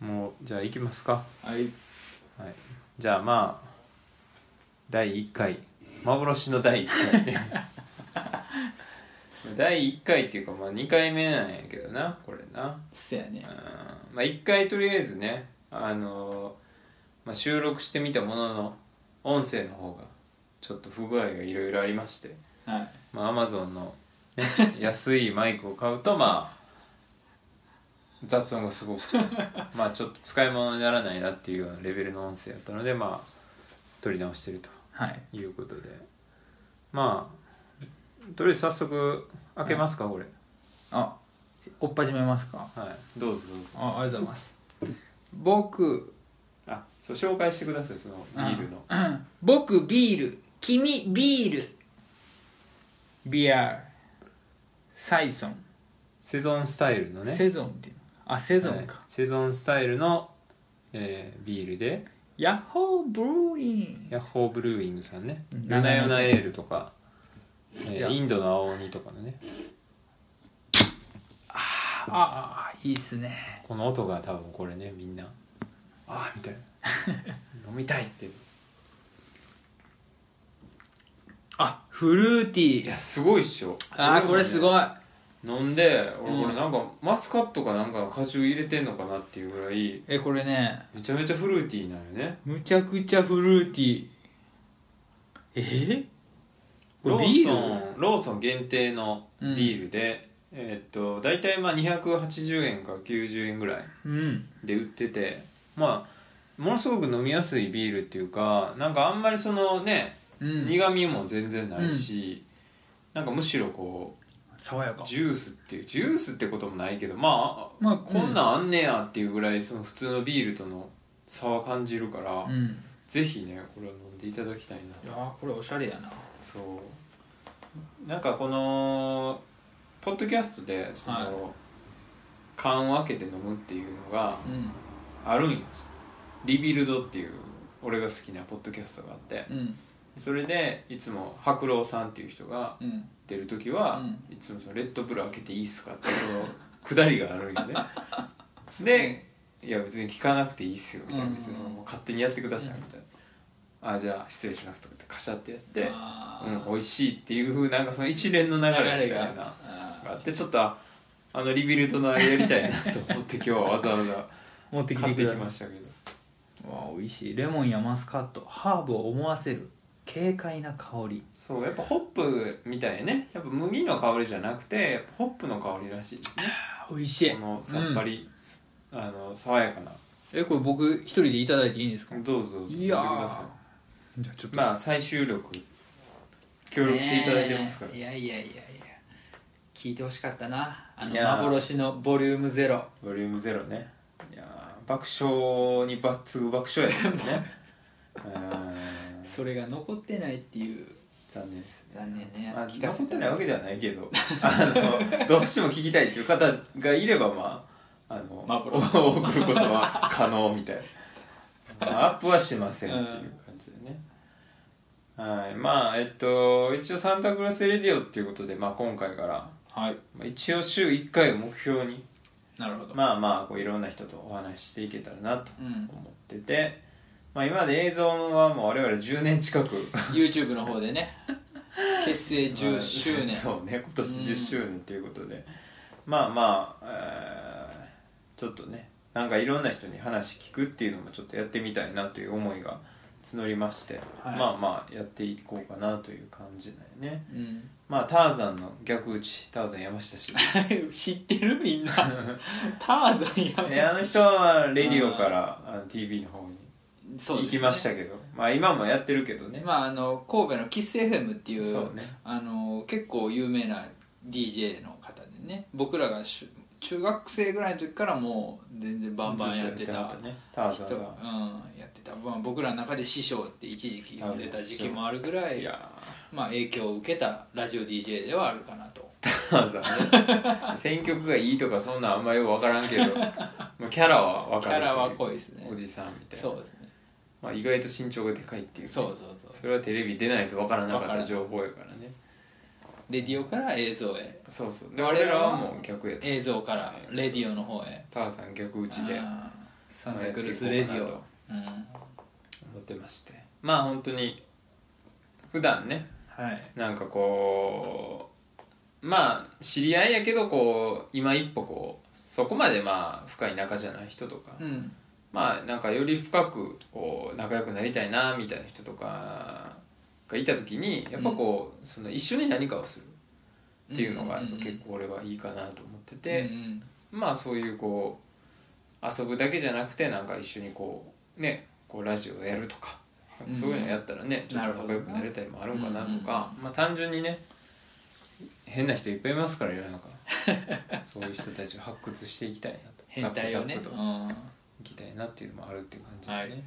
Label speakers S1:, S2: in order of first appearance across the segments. S1: もう、じゃあ行きますか。
S2: は
S1: は
S2: い。
S1: い。じゃあまあ、第1回。幻の第1回。 第1回っていうか、まあ2回目なんやけどな、これな。
S2: せやね
S1: うん。まあ1回とりあえずね、あのーまあ、収録してみたものの、音声の方が、ちょっと不具合がいろいろありまして、
S2: はい。
S1: まあ Amazon の、ね、 安いマイクを買うと、まあ、雑音がす ごく、まあちょっと使い物にならないなっていうようなレベルの音声だったので、まあ、撮り直してると。
S2: はい。
S1: いうことでまあとりあえず早速開けますか、これ
S2: あ、追っ始めますか
S1: はいどうぞどうぞ
S2: あ、ありがとうございます。僕、
S1: あそう紹介してくださいそのビールの
S2: うん 僕ビール。君ビール。ビアー。サイソン。
S1: セゾンスタイルのね
S2: セゾンっていうの。あ、セゾンか。
S1: はいセゾンスタイルの、えービールで
S2: ヤッホーブルーイン。
S1: ヤッホーブルーイングさんね
S2: うん
S1: 夜な夜なエールとか、
S2: い
S1: え
S2: や
S1: ーインドの青鬼とかのね
S2: ああ、いいっすね。
S1: この音が多分これねみんなああみたいな 飲みたいって
S2: あ、フルーティ
S1: い
S2: ー。
S1: やすごいっしょ
S2: あー、これすごい。
S1: 飲んで俺こ
S2: うん
S1: れなんかマスカットかなんかの果汁入れてんのかなっていうぐらい
S2: え、これね、
S1: めちゃめちゃフルーティーなのよね
S2: むちゃくちゃフルーティー。えこれ
S1: ロ
S2: ビ
S1: ー
S2: ール
S1: ソンローソン限定のビールで、えーっと大体まあ280円か90円ぐらい
S2: うん。
S1: で売っててまあものすごく飲みやすいビールっていうかなんかあんまりそのね、
S2: うん。
S1: 苦味も全然ないし、なんかむしろこう
S2: 爽やか。
S1: ジュースっていうジュースってこともないけどまあ
S2: まあ、
S1: こんなんあんねやっていうぐらいその普通のビールとの差は感じるから、
S2: うん。うん。
S1: ぜひねこれを飲んでいただきたいないと
S2: やーこれおしゃれやな。
S1: そうなんかこのポッドキャストでその、
S2: はい
S1: 缶を開けて飲むっていうのが
S2: うん。
S1: あるんよリビルドっていう俺が好きなポッドキャストがあって
S2: うん。
S1: それでいつも白狼さんっていう人が
S2: うん。
S1: 出る時は、いつもそのレッドブル開けていいっすかってそのくだりがあるん よねでいや別に聞かなくていいっすよみたいな、
S2: うん
S1: 別にもう勝手にやってくださいみたいな、あじゃあ失礼しますとかってカシャってやって
S2: あ
S1: うん
S2: ー
S1: 美味しいっていうふうなんかその一連の流れみたいなのが
S2: あ
S1: あってちょっとああのリビルドのあれやりたいなと思って今日はわざわざ
S2: ー持ってき
S1: 買
S2: て
S1: って
S2: く
S1: き
S2: れ
S1: ま
S2: ま
S1: したけど
S2: したわあ美味しいレモンやマスカットハーブを思わせる軽快な香り
S1: そうやっぱホップみたいねやっぱ麦の香りじゃなくてやっぱホップの香りらしいですね
S2: あ美味しい
S1: このさっぱり、あの爽やかな
S2: えこれ僕一人でいただいていいんですか
S1: どうぞどうぞ
S2: いや
S1: 飲んでください
S2: ーじゃあちょっと
S1: まあ最終録協力していただいてますから、
S2: ねえいやいやいやいや聞いてほしかったなあの
S1: いやー
S2: 幻のボリュームゼロ
S1: ボリュームゼロねいやー爆笑にば次ぐ爆笑やったもんね うーん
S2: それが残ってないっていう
S1: 残念ですね
S2: 残念ね
S1: まあ、
S2: 聞かせ
S1: 残ったてないわけではないけど あのどうしても聞きたいっていう方がいればまああの、
S2: 幻
S1: お送ることは可能みたいな、 まあ、アップはしませんっていう感じでね、はいまあえっと一応サンタクロースレディオっていうことで、まあ、今回から
S2: はい
S1: まあ一応週1回を目標に
S2: なるほど、
S1: まあまあこういろんな人とお話ししていけたらなと
S2: うん、
S1: 思ってて、まあ、今まで映像はもう我々10年近く
S2: YouTube の方でね結成10周 年、
S1: そうね今年10周年ということで、まあまあ、えーちょっとねなんかいろんな人に話聞くっていうのもちょっとやってみたいなという思いが募りまして、
S2: はい
S1: まあまあやっていこうかなという感じだよね
S2: うん
S1: まあターザンの逆打ちターザン山下氏
S2: 知ってるみん なターザンや
S1: えあの人はレディオからあの TV の方に
S2: そう
S1: 行
S2: ですね
S1: きましたけど、まあ今もやってるけどね、
S2: まああの神戸のキス FM っていう
S1: そうね
S2: あの結構有名な DJ の方でね僕らがしゅ中学生ぐらいの時からもう全然バンバンやって
S1: ず
S2: た
S1: はねターザン
S2: 人
S1: さ
S2: うん
S1: ん
S2: やってた、まあ、僕らの中で師匠って一時期呼んでた時期もあるぐらい
S1: いや
S2: まあ、影響を受けたラジオ DJ ではあるかなと
S1: ーターザンね選曲がいいとかそんなんあんまよく分からんけどもうキャラは分
S2: キ
S1: かるという
S2: ャラは濃いですね
S1: おじさんみたいな
S2: そうですね
S1: まあ、意外と身長がでかいっていうね、
S2: そうそうそう
S1: それはテレビ出ないと分からなか
S2: わか
S1: っ
S2: ら
S1: た
S2: ん
S1: 情報やからね
S2: レディオから映像へ
S1: そうそうで
S2: 我
S1: 俺
S2: 々
S1: ら
S2: は
S1: はもう逆やった
S2: 映像からレディオの方へ
S1: ターザン逆打ちで
S2: あーサンタクルスレディ
S1: やっていこうかな
S2: オ
S1: と
S2: うん
S1: 思ってましてまあ本当に普段ね
S2: はい
S1: なんかこうまあ知り合いやけどこう今一歩こうそこまでまあ深い仲じゃない人とか、
S2: うん
S1: まあなんかより深くこう仲良くなりたいなみたいな人とかがいた時にやっぱこう、その一緒に何かをするっていうのがやっぱ結構俺はいいかなと思ってて、
S2: うんうん
S1: まあそういうこう遊ぶだけじゃなくてなんか一緒にこうねこうラジオやるとかなんかそういうのやったらね、
S2: う
S1: ち
S2: ん
S1: ょっと仲良くなれたりもあるんかなとか、まあ単純にね変な人いっぱいいますから世の 中そういう人たちを発掘していきたいなと
S2: 変態をね
S1: ザックザック
S2: う
S1: と
S2: ん
S1: いきたいなっていうのもあるっていう感じです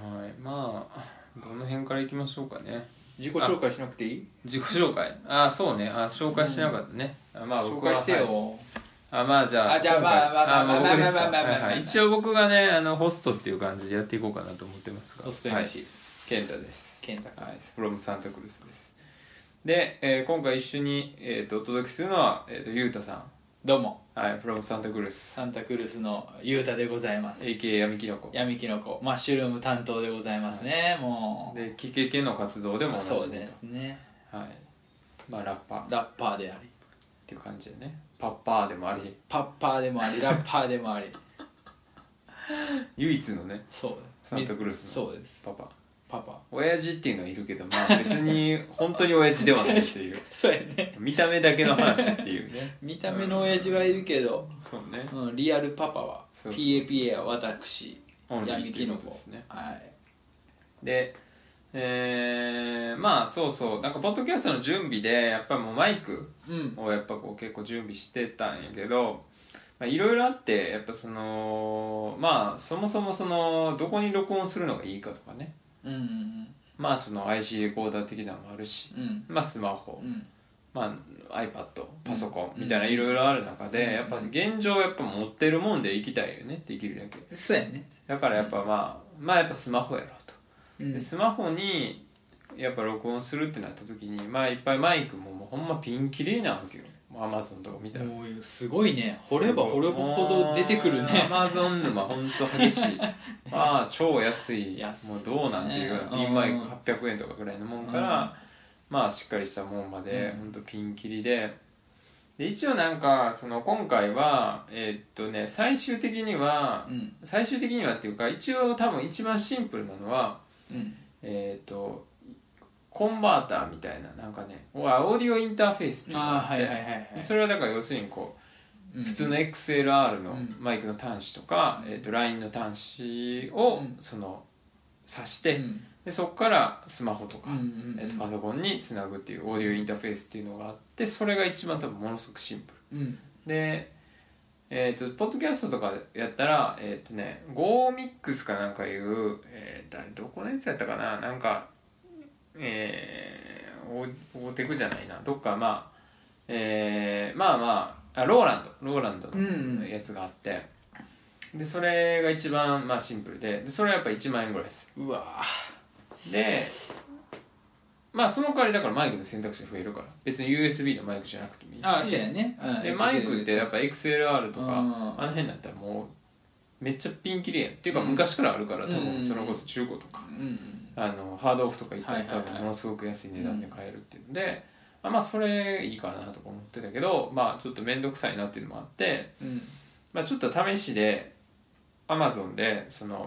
S1: ねはいまあどの辺からいきましょうかね
S2: 自己紹介しなくていい
S1: 自己紹介ああそうねあ紹介しなかったね、あまあ
S2: 紹
S1: 僕は
S2: 介して
S1: はい
S2: よ
S1: あ、まあじゃあ。
S2: あじゃあ
S1: 今回
S2: まあまあまあ
S1: あ僕ですか
S2: まあまあまあまあ
S1: はいはい一応僕がね、あの、ホストっていう感じでやっていこうかなと思ってますが。
S2: ホスト
S1: はい。
S2: MC
S1: ケンタです。
S2: 健太君
S1: はい。フロムサンタクルスです。で、えー今回一緒に、えー、とお届けするのは、えー、とゆうたさ
S2: どうも
S1: ん。はい。フロムサンタクルス
S2: サ。ンタクルスのゆうたでございます
S1: AKA 闇キノコ。
S2: 闇キノコマッシュルーム担当でございますねもう
S1: で、KKK の活動でも同じ
S2: そうですね
S1: はい。まあ、ラッパーっ
S2: ラッパーであり
S1: ていう感じでね。パッパーでもあり、
S2: パッパーでもありラッパーでもあり
S1: 唯一のね、
S2: そう
S1: サンタクルスの
S2: そうです
S1: パパ。
S2: パパ
S1: 親父っていうのはいるけど、まあ別に本当に親父ではないっていう。
S2: そうやね
S1: 見た目だけの話っていうね
S2: 見た目の親父はいるけど、
S1: そうね
S2: うん、リアルパパは
S1: そう
S2: PAPA は私
S1: 本人
S2: 闇キノ
S1: っていうこと
S2: コ
S1: ですね
S2: はい
S1: でえー、まあそうそうなんかポッドキャストの準備でやっぱりもうマイク
S2: うん
S1: をやっぱこう結構準備してたんやけどまあいろいろあってやっぱそのまあそもそもそのどこに録音するのがいいかとかね
S2: うんうん
S1: まあその IC レコーダー的なのもあるし
S2: うん
S1: まあスマホ、
S2: うん
S1: まあ、iPad パソコン
S2: うん
S1: みたいないろいろある中で、
S2: うん
S1: やっぱ現状やっぱ持ってるもんでいきたいよねできるだけ
S2: そうやね、
S1: だからやっぱまあ、まあやっぱスマホやろう
S2: う
S1: と。
S2: ん
S1: で、スマホに、やっぱ録音するってなった時に、まあいっぱいマイクももうほんまピンキリなわけよ。アマゾンとか見たら。
S2: もうすごいね掘れば掘るほど出てくるね
S1: アマゾン沼ほんと激 しい。まあ超安い。
S2: 安い
S1: もうどうなんていうような
S2: うん
S1: ピンマイク800円とかぐらいのもんから、
S2: うん
S1: まあしっかりしたもんまで
S2: う、ん
S1: ほんとピンキリで。で、一応なんか、その今回は、えーっとね、最終的には、
S2: うん
S1: 最終的にはっていうか一応多分一番シンプルなのは
S2: うん
S1: えっ、とコンバーターみたいななんかねオーディオインターフェースっていうのが
S2: ああ
S1: あっ
S2: はい
S1: て
S2: はいはいはい
S1: それはだから要するにこ
S2: うん
S1: う普通の XLR の
S2: うん
S1: マイクの端子とか、
S2: うん
S1: えー、と LINE の端子を
S2: うん
S1: その挿し
S2: う
S1: て
S2: ん
S1: でそこからスマホとか、
S2: うんうん
S1: えーとパソコンにつなぐっていうオーディオインターフェースっていうのがあってそれが一番多分ものすごくシンプル。
S2: うん
S1: で、えっ、と、ポッドキャストとかやったら、えっ、とね、GoMix かなんかいう、えっ、と、あれ、どこのやつやったかななんか、えー、お大手クじゃないな。どっか、まあ、えー、まあまあ、あ、ローランド、ローランド
S2: うんう
S1: の
S2: ん
S1: やつがあって、で、それが一番、まあ、シンプルで、で、それはやっぱ1万円ぐらいです
S2: うわ
S1: る。で、まあ、その代わりだからマイクの選択肢が増えるから。別に USB のマイクじゃなくてもいいし。
S2: ああそうやねうん
S1: でマイクってやっぱ XLR とか、
S2: うん
S1: あの辺だったらもうめっちゃピンキリやんっていうか
S2: うん
S1: 昔からあるから、多
S2: うんうんう
S1: 分
S2: ん
S1: それこそ中古とか、
S2: うんうん
S1: あのハードオフとか行ったら
S2: はいはい
S1: 多
S2: はい
S1: 分ものすごく安い値段で買えるっていうので、あまあそれいいかなとか思ってたけどまあちょっと面倒くさいなっていうのもあって、
S2: うん
S1: まあ、ちょっと試しで Amazon でその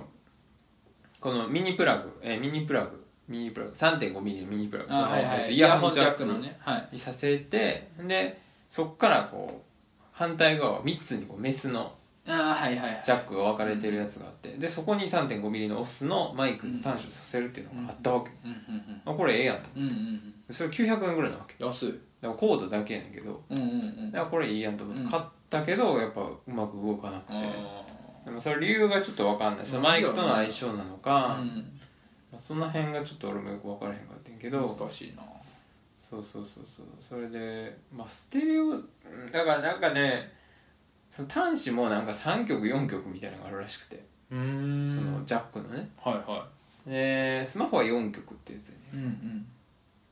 S1: このミニプラグ、えーミニプラグミニプラグ3.5ミリのミニプラグ
S2: あはいは
S1: えーと
S2: い
S1: イ
S2: イ
S1: ヤ
S2: ヤ
S1: ホ
S2: ホ
S1: ン
S2: ン
S1: ジ
S2: ジ
S1: ャッ
S2: ャッ
S1: ク
S2: ク
S1: の
S2: の
S1: ね
S2: ねはい
S1: にさせてでそっからこう反対側3つにこうメスの
S2: ああはいはいはい
S1: ジャックが分かれてるやつがあってでそこに 3.5mm のオスのマイクに端子をさせるっていうのがあったわけ、
S2: うん
S1: あこれええやんと
S2: うんうんうん
S1: それ900円ぐらいなわけ
S2: うん安い
S1: だからコードだけやねんけど
S2: うんうんうん
S1: だからこれいいやんと思って買ったけどやっぱうまく動かなくてでもそれ理由がちょっと分かんないそのマイクとの相性なのか、
S2: う
S1: まあその辺がちょっと俺もよく分からへんかったんやけど
S2: ん難しいな
S1: そうそうそうそうそれでまあステレオうんだからなんかねその端子もなんか3曲4曲みたいなのがあるらしくて、
S2: うん
S1: そのジャックのね
S2: はいは
S1: でスマホは4曲ってやつやね
S2: いうんうん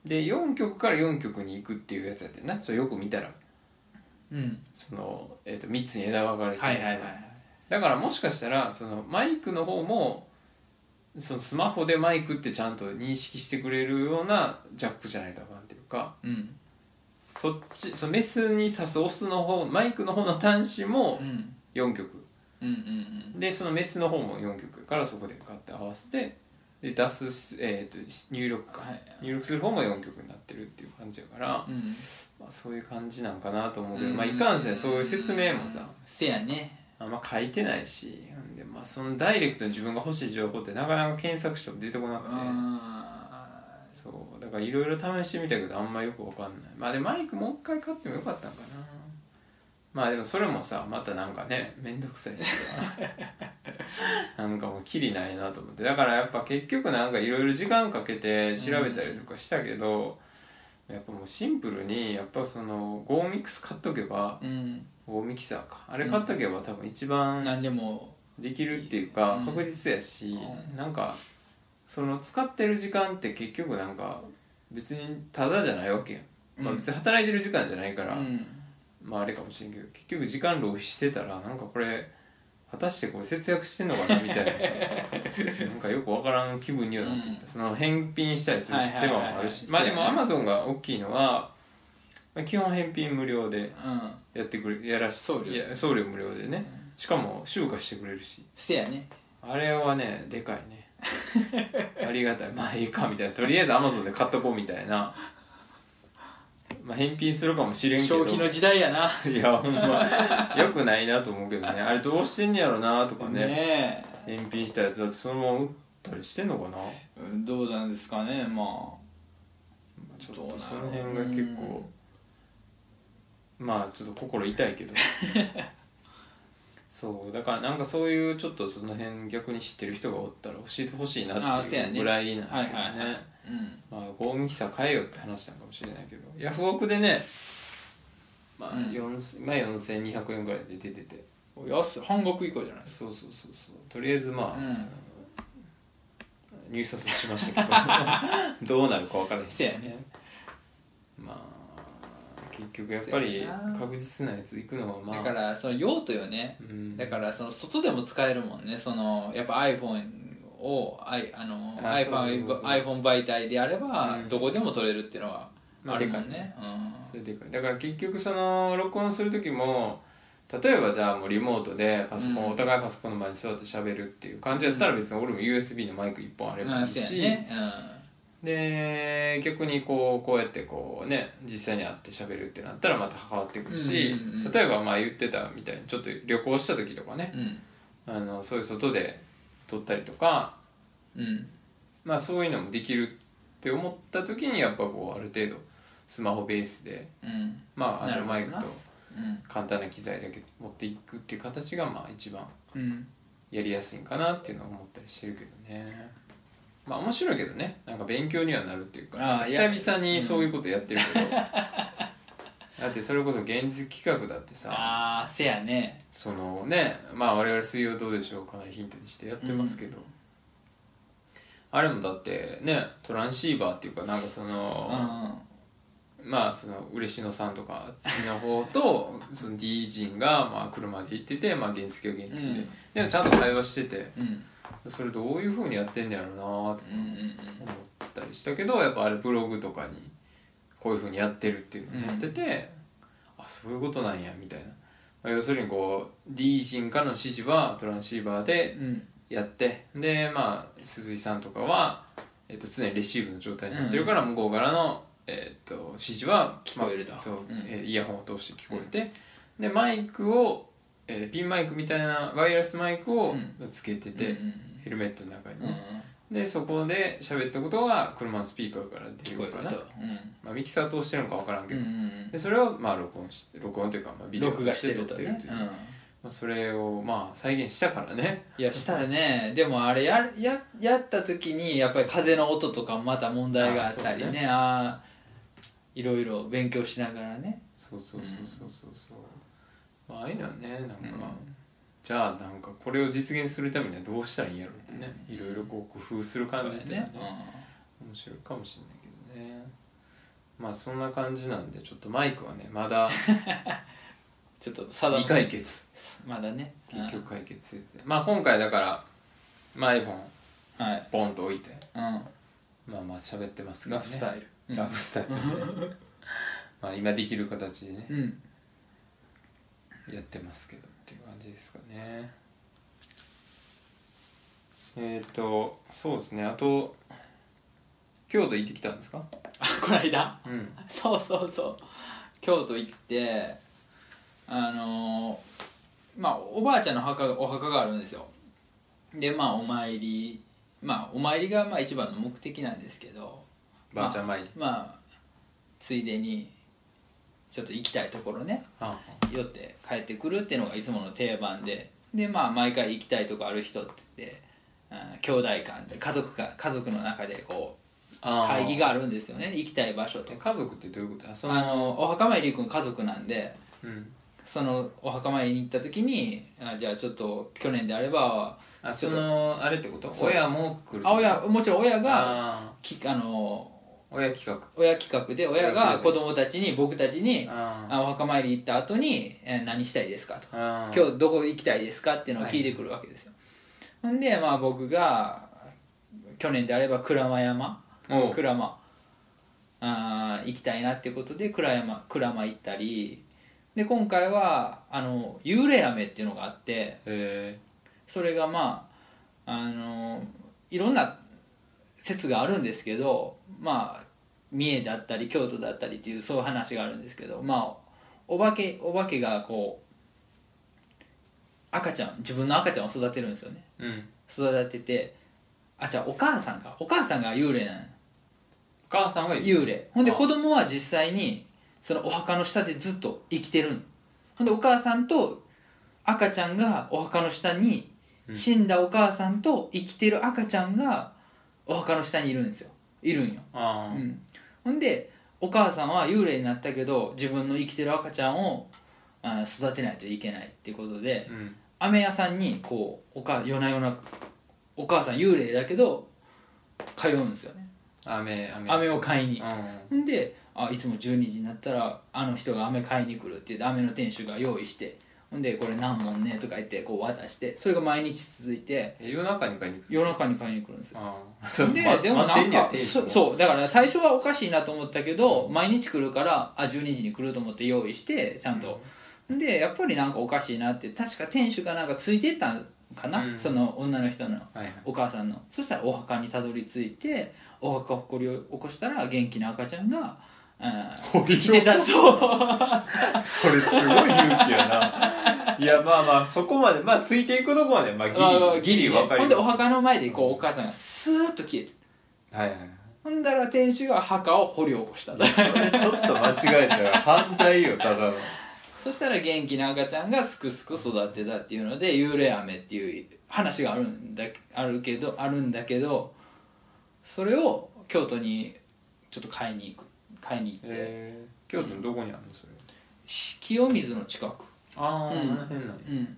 S1: で4曲から4曲に行くっていうやつやってんなそれよく見たら
S2: うん
S1: その、えー、と3つに枝分かれして
S2: は
S1: る
S2: い
S1: やつ
S2: はいはい
S1: が
S2: はい
S1: だからもしかしたらそのマイクの方もそのスマホでマイクってちゃんと認識してくれるようなジャックじゃないとあかんっていうか
S2: うん
S1: そっちそのメスに刺すオスの方マイクの方の端子も
S2: うん
S1: 4曲
S2: うんうん
S1: でそのメスの方も4曲からそこで買って合わせてで出す、えー、と入力か、
S2: はい
S1: 入力する方も4曲になってるっていう感じやから、
S2: うんうん
S1: まあ、そういう感じなんかなと思うけど、
S2: うん
S1: まあ、いかんせんそういう説明もさ
S2: せやね
S1: あんま書いてないしなんで、まあ、そのダイレクトに自分が欲しい情報ってなかなか検索しても出てこなくて。
S2: あ
S1: そうだからいろいろ試してみたけどあんまよくわかんないまあでマイクもう一回買ってもよかったんかなまあでもそれもさまたなんかねめんどくさいしさなんかもうきりないなと思ってだからやっぱ結局なんかいろいろ時間かけて調べたりとかしたけど、やっぱもうシンプルにやっぱその GO ミックス買っとけば
S2: ーうん、
S1: GO ミキサーかあれ買っとけば多分一番
S2: なんでも
S1: できるっていうか
S2: うん
S1: 確実やし、
S2: うん
S1: なんかその使ってる時間って結局なんか別にただじゃないわけやん、まあ、別に働いてる時間じゃないから、
S2: うん
S1: まああれかもしれんけど結局時間浪費してたらなんかこれ果たしてこれ節約してんのかなみたいな さなんかよくわからん気分にはなってきた、
S2: うん
S1: その返品したりする手間もあるし、
S2: はいはいはいはい
S1: まあでも Amazon が大きいのは、まあ、基本返品無料で
S2: うん
S1: やってくれやらし
S2: 送料
S1: いや送料無料でねしかも集荷してくれるし
S2: せやね
S1: あれはねでかいねありがたいまあいいかみたいなとりあえず Amazon で買っとこうみたいなまあ返品するかもしれんけど
S2: 消費の時代やな
S1: いやほんまよくないなと思うけどねあれどうしてんねやろなとかね
S2: ねえ
S1: 返品したやつだってそのまま売ったりしてんのかな
S2: うんどうなんですかねまあ
S1: ちょっとその辺が結構まあちょっと心痛いけどそうだからなんかそういうちょっとその辺逆に知ってる人がおったら教えてほしいな
S2: あ
S1: っ
S2: ーそ
S1: て
S2: う
S1: い
S2: や
S1: う
S2: ね
S1: ぐらいなん
S2: はい
S1: だ
S2: は
S1: け
S2: い
S1: どね、
S2: はいうん
S1: まあゴミさ変えようって話なのかもしれないけどヤフオクでね、まあ
S2: うん
S1: 4000まあ、4200円ぐらいで出てて
S2: 安い半額以降じゃないです
S1: そ
S2: か
S1: うそうそうそうとりあえずまあ、
S2: うん
S1: 入札しました けどどうなるか分からない
S2: せやね
S1: まあ結局やっぱり
S2: せやな
S1: 確実なやつ行くのはまあ
S2: だからその用途よね
S1: うん、
S2: だからその外でも使えるもんねそのやっぱ iPhone をあいあの
S1: あそ
S2: iPhone,
S1: うそうそう
S2: iPhone 媒体であれば、
S1: うん
S2: どこでも取れるっていうのは
S1: まあ
S2: あるも
S1: で
S2: ん
S1: かいね
S2: ね、
S1: それでかいだから結局その録音する時も例えばじゃあもうリモートでパソコン、
S2: うん
S1: お互いパソコンの前に座って喋るっていう感じだったら
S2: うん
S1: 別に俺も USB のマイク1本あ
S2: う
S1: れ
S2: ん
S1: ば
S2: ま
S1: い
S2: あ
S1: い
S2: そうや
S1: し、
S2: ね、
S1: で逆にこうこうやってこうね実際に会って喋るってなったらまた変わってくるし、
S2: うんうんうん
S1: 例えばまあ言ってたみたいにちょっと旅行した時とかね
S2: う、ん
S1: あのそういう外で撮ったりとか、
S2: うん
S1: まあ、そういうのもできるって思った時にやっぱこうある程度スマホベースで、
S2: うん
S1: まあ、あ
S2: な
S1: と
S2: るほど
S1: マイ
S2: な
S1: クと。
S2: うん
S1: 簡単な機材だけ持っていくっていう形がまあ一番
S2: うん
S1: やりやすいんかなっていうのを思ったりしてるけどねまあ面白いけどねなんか勉強にはなるっていうか
S2: あーいや
S1: 久々にそういうことやってる けど、だってそれこそ現実企画だってさ
S2: ああせやね
S1: そのねまあ我々水曜どうでしょうかなりヒントにしてやってますけど、あれもだってねトランシーバーっていうかなんかその、
S2: う
S1: まあその嬉野さんとかの方とその D 人がまあ車で行ってて、まあ、原付は原付で、
S2: うん
S1: でもちゃんと会話してて
S2: んうん
S1: それどういうふうにやってんだろうなーって
S2: うんうん
S1: 思ったりしたけどやっぱあれブログとかにこういうふうにやってるっていうのをやってて、あそういうことなんやみたいなまあ要するにこう D 人からの指示はトランシーバーで
S2: うんうん
S1: やってでまあ鈴井さんとかは、えっと常にレシーブの状態になってるから、向こうからの、えっと指示は
S2: 聞こえると
S1: まあそう、
S2: うん
S1: えイヤホンを通して聞こえて、でマイクを、えーピンマイクみたいなワイヤレスマイクを
S2: う
S1: つけてて、
S2: うん
S1: ヘルメットの中に
S2: うん
S1: ね、でそこで喋ったことが車のスピーカーから出
S2: 聞
S1: る
S2: こ
S1: のか
S2: える
S1: な
S2: と、
S1: まあ、ミキサー通してるのか分からん
S2: う
S1: け
S2: ん
S1: ど、でそれをまあ録音して録音というか、まあ、
S2: う
S1: ビ
S2: ん
S1: デオ
S2: 録
S1: と
S2: 画
S1: し
S2: して
S1: て
S2: る
S1: 撮って
S2: と
S1: るという
S2: ね、うん
S1: まあ、それをまあ再現したからね
S2: いやしたらねでもあれやややった時にやっぱり風の音とかまた問題があったり
S1: あそう
S2: ねあーいろいろ勉強しながらね
S1: そうそうそうそうそう、まあああいうのはねなんか、じゃあなんかこれを実現するためにはどうしたらいいんやろってね、いろいろこう工夫する感じ
S2: そう
S1: で
S2: や
S1: ね
S2: ね、
S1: 面白いかもしれないけどねまあそんな感じなんでちょっとマイクはねまだ
S2: うん、ちょっと定
S1: 未
S2: ま
S1: 解決
S2: まだね
S1: 結局解決せずまあ今回だから、まあ、iPhone
S2: うんはい
S1: ポンと置いて
S2: う
S1: まあまあ喋ってます
S2: ん
S1: けど
S2: ラ
S1: ね
S2: フスタイル、うん
S1: ラフスタイルね まあ今できる形でね
S2: うん
S1: やってますけどっていう感じですかねえっ、ー、とそうですねあと京都行ってきたんですか
S2: あこの間
S1: うん
S2: そうそうそう京都行ってあのーまあおばあちゃんの墓お墓があるんですよでまあお参りまあお参りがまあ一番の目的なんですけど
S1: ばあちゃん前に、
S2: まあついでにちょっと行きたいところね
S1: あ
S2: 寄って帰ってくるっていうのがいつもの定番ででまあ毎回行きたいとこある人って言って、うん兄弟間で家族か家族の中でこう
S1: あ
S2: 会議が
S1: あ
S2: あるんですよね行きたい場所と
S1: え
S2: か
S1: 家族ってどういうことあその
S2: あのお墓参り行くん家族なんで
S1: うん
S2: そのお墓参りに行った時にあじゃあちょっと去年であれば
S1: あそのあれってこと
S2: そう
S1: 親も来る
S2: あ親もちろん親が
S1: あ
S2: きあの
S1: ー親企画
S2: 親企画で親が
S1: 親プ
S2: 子
S1: レゼ
S2: 供たちに僕たちに
S1: あー
S2: あお墓参り行った後に、えー何したいですかとか
S1: あー
S2: 今日どこ行きたいですかっていうのを聞いてくるわけですよ、ほんでまあ僕が去年であれば鞍馬山
S1: おう
S2: 鞍馬あー行きたいなっていうことで鞍山鞍馬行ったりで今回はあの幽霊飴っていうのがあって
S1: え
S2: それがまああのいろんな説があるんですけどまあ三重だったり京都だったりっていうそういう話があるんですけどまあお化けお化けがこう赤ちゃん自分の赤ちゃんを育てるんですよね
S1: ー、うん
S2: 育ててあじゃあお母さんかお母さんが幽霊なの
S1: お母さんが
S2: 幽
S1: 霊
S2: 霊ほんで
S1: あ
S2: 子供は実際にそのお墓の下でずっと生きてるのほんでお母さんと赤ちゃんがお墓の下に
S1: うん
S2: 死んだお母さんと生きてる赤ちゃんがお墓の下にいるんですよいるんよ、う
S1: あー、
S2: ん、ほんでお母さんは幽霊になったけど自分の生きてる赤ちゃんをあー育てないといけないっていうことで
S1: うん
S2: 飴屋さんにこうおか夜な夜なお母さん幽霊だけど通うんですよね
S1: 雨雨
S2: 飴を買いに
S1: うん
S2: んであいつも12時になったらあの人が飴買いに来るって言って飴の店主が用意してほんでこれ何本ねとか言ってこう渡してそれが毎日続いて
S1: え夜中に買いに行く
S2: 夜中に買いに来るんですよ
S1: ああそう
S2: で
S1: ま
S2: でもな
S1: 待って
S2: ん
S1: ねや
S2: か
S1: 店主
S2: そ
S1: も
S2: そうだから最初はおかしいなと思ったけど毎日来るからあ12時に来ると思って用意してちゃんと、でやっぱりなんかおかしいなって確か店主がなんかついてったんかな、
S1: うん
S2: その女の人の
S1: はいはい
S2: お母さんのそしたらお墓にたどり着いてお墓ほこりを起こしたら元気な赤ちゃんが、うん、
S1: ほりを
S2: 生きてたそう
S1: それすごい勇気やな いやまあまあそこまでまあついていくとこまでまあギリ
S2: あね
S1: わかりま
S2: ほん
S1: す
S2: でお墓の前でこうお母さんがスーッと消える
S1: はいはい
S2: ほんだら店主が墓を掘り起こしたと
S1: ちょっと間違えたら犯罪よただの
S2: そしたら元気な赤ちゃんがすくすく育ってたっていうので幽霊飴っていう話があるんだあるけどあるんだけどそれを京都にちょっと買いに行く買いに行って、
S1: えー、京都のどこにあるのそれ
S2: し清水の近く
S1: ああ、
S2: うん
S1: あの辺なんや
S2: うん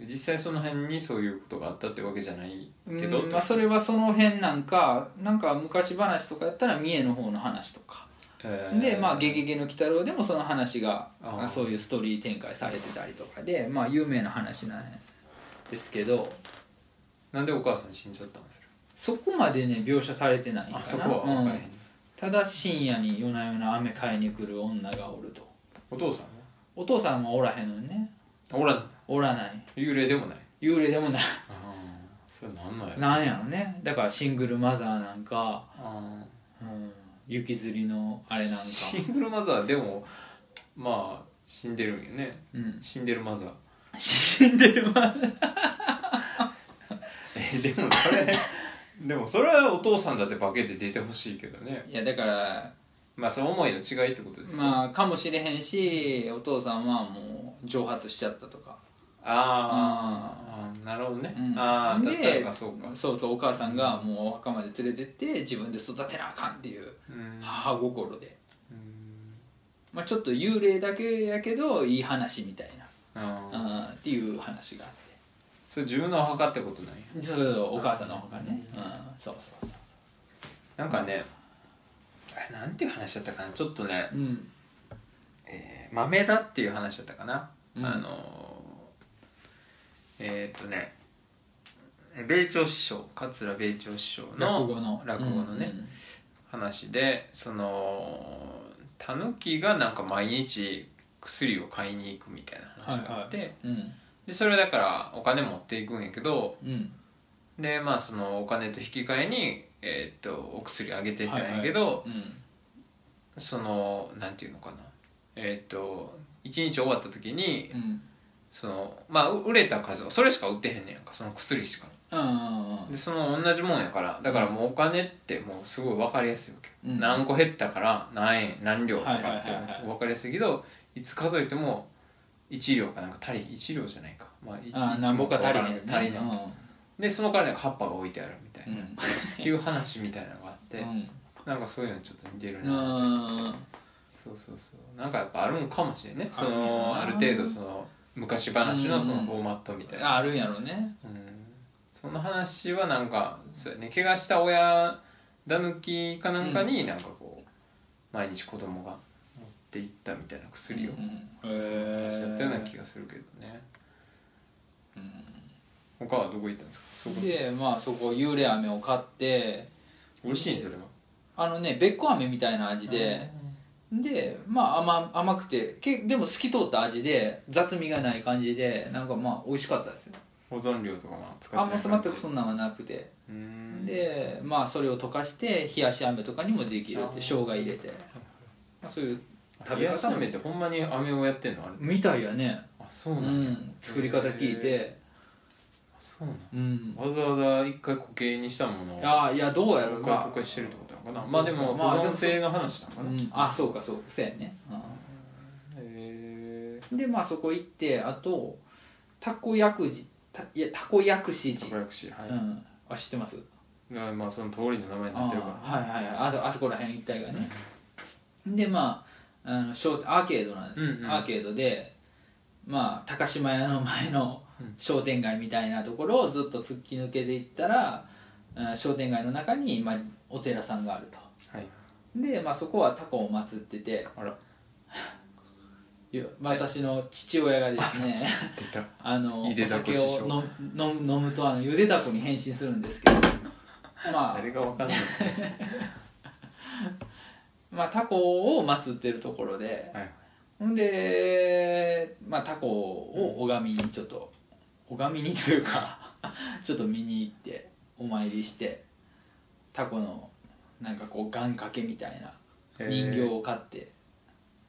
S1: 実際その辺にそういうことがあったってわけじゃないけど
S2: うんまあ、それはその辺なんかなんか昔話とかやったら三重の方の話とか、
S1: え
S2: でまあ「ゲゲゲの鬼太郎」でもその話が
S1: あー
S2: あそういうストーリー展開されてたりとかでまあ有名な話なんですけど
S1: なんでお母さん死んじゃったんです
S2: そこまでね描写されてないか
S1: かあ
S2: な
S1: そこは
S2: う
S1: 分かれへん、
S2: ん、ただ深夜に夜な夜な雨買いに来る女がおると
S1: お父さんは
S2: お父さんはおらへんのにね
S1: おらん
S2: おらない
S1: 幽霊でもない
S2: 幽霊でもない
S1: ああそれなんなんやろ
S2: なんやろねだからシングルマザーなんか、
S1: あ
S2: うん、雪吊りのあれなん
S1: ー
S2: か
S1: シングルマザーでもまあ死んでるんよね
S2: うん
S1: 死んでるマザー
S2: 死んでるま
S1: えでもそ れでもそれはお父さんだって化けて出てほしいけどね
S2: いやだから
S1: まあその思いの違いってことですあ
S2: まあかもしれへんしお父さんはもう蒸発しちゃったとか
S1: あーあーなるほどね、
S2: うん
S1: ああだ
S2: で
S1: ったらそうか
S2: そうそうお母さんがもうお墓まで連れてって自分で育てなあかんっていう
S1: うん
S2: 母心で、
S1: うん
S2: まあ、ちょっと幽霊だけやけどいい話みたい
S1: あ
S2: な、
S1: ー
S2: うんっていう話があっ
S1: それ自分のお墓ってことなんや
S2: てそうそうそうお母さんのお墓ね、
S1: う
S2: うんん、そうそう
S1: なんかねあれなんていう話だったかなちょっとね
S2: う、ん
S1: えー豆だっていう話だったかな、
S2: うん
S1: あのーえーっとね米朝師匠桂米朝師匠の
S2: 落語の
S1: 落語のね、話でそのタヌキがなんか毎日薬を買いに行くみたいな話があって、
S2: うんうん
S1: でそれをだからお金持っていくんやけど
S2: うん
S1: でまあそのお金と引き換えに、えーっとお薬あげてたんやけど、
S2: うん
S1: そのなんていうのかなえーっと1日終わった時に、
S2: うん
S1: そのまあう売れた数それしか売ってへんねやんかその薬しか
S2: あ
S1: でその同じもんやからだからもうお金ってもうすごい分かりやすいわけ、
S2: うん
S1: 何個減ったから何円何両とかって
S2: はいはいはいはい
S1: すごい分かりやすいけどいつ数えても1両かなんか足り1両じゃないかまあい
S2: あ
S1: い
S2: 何ぼか足
S1: な
S2: りないい
S1: 足りない、でそのからなんか葉っぱが置いてあるみたいな、っていう話みたいなのがあって、なんかそういうのちょっと似てる
S2: うんう
S1: な、
S2: んうん
S1: そうそうそうなんかやっぱあるんかもしれんねそのあ
S2: ある
S1: る
S2: よな
S1: 程度その昔話のその
S2: うん
S1: フォーマットみたいな、
S2: ああるんやろうね
S1: うんその話はなんかそうやね怪我した親だぬきかなんかになんかこう毎日子供が持って行ったみたいな薬を、
S2: うんうんへ
S1: その話やったような気
S2: え
S1: がするけどね他はどこ行ったんですかそこ
S2: うんでまあそこ幽霊飴を買って
S1: 美味しいんそれは
S2: あのねべっこ飴みたいな味で、でまあ甘甘くてけでも透き通った味で雑味がない感じでなんかまあ美味しかったですね
S1: 保存料とかは使
S2: あ
S1: っ
S2: ん
S1: て
S2: ま
S1: ない
S2: 全くそんなんはなくて
S1: うん
S2: でまあそれを溶かして冷やし飴とかにもできるって生姜入れて、まあ、そういう
S1: 食べ方めってほんまに飴をやってんのあれ
S2: みたいやね
S1: あそう
S2: う
S1: なんや、
S2: ん作り方聞いて
S1: そうなんや
S2: う
S1: わ
S2: ん
S1: ざわざ一回固形にしたものを
S2: ああいやどうやろう
S1: 一回
S2: ま
S1: 固形してるってことなのかなまあでも
S2: まあ
S1: 保存性の話なの
S2: あ、
S1: か
S2: う
S1: な、
S2: ん、あそうかそうかそうやね、
S1: へえ
S2: うん、でまあそこ行ってあとたこ焼くじたいやたこ焼くしじ
S1: たこ焼くし、は
S2: う
S1: い
S2: ん、あ知ってます
S1: うん、まあその通りの名前になっ
S2: あー
S1: てるか
S2: はいはいはいあそあそこら辺一帯がね、でまああの商店アーケードなんです、
S1: うんうん
S2: アーケードでまあ高島屋の前の
S1: うん
S2: 商店街みたいなところをずっと突き抜けていったら、うん商店街の中に、まあ、お寺さんがあると
S1: ら、はい
S2: で、まあ、そこはタコを祀ってて
S1: あら
S2: いや私の父親がです ね
S1: 出た
S2: あの
S1: ゆでだこ
S2: お酒
S1: 師匠
S2: を飲飲む飲むとあのゆでだこに変身するんです けどまあ
S1: 誰がわかんない
S2: まあ、タコを祀ってるところで、
S1: はい
S2: ほんで、まあ、タコを拝みにちょっと拝みにというか ちょっと見に行ってお参りしてタコのなんかこう願掛けみたいな人形を買って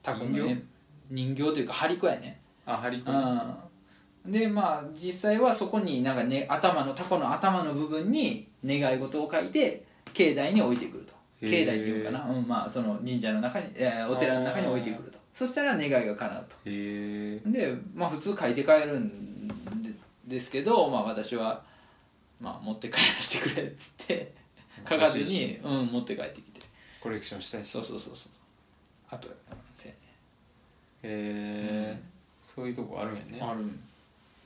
S2: タコのね人形というか張り子やね
S1: あハリコ
S2: うんでまあ実際はそこになんか、ね、頭のタコの頭の部分に願い事を書いて境内に置いてくると
S1: へ
S2: 境
S1: ー
S2: 内っていうかな、うんまあ、その神社の中に、えーお寺の中に置いてくるとそしたら願いが叶う
S1: へえ
S2: とでまあ普通書いて帰るんでですけど、まあ、私は、まあ、持って帰らせてくれっつって 書かずに、うん、持って帰ってきて
S1: コレクションしたいし
S2: そうそうそうそうあとせや
S1: へえ、そういうとこあるんや
S2: ね
S1: ね
S2: ある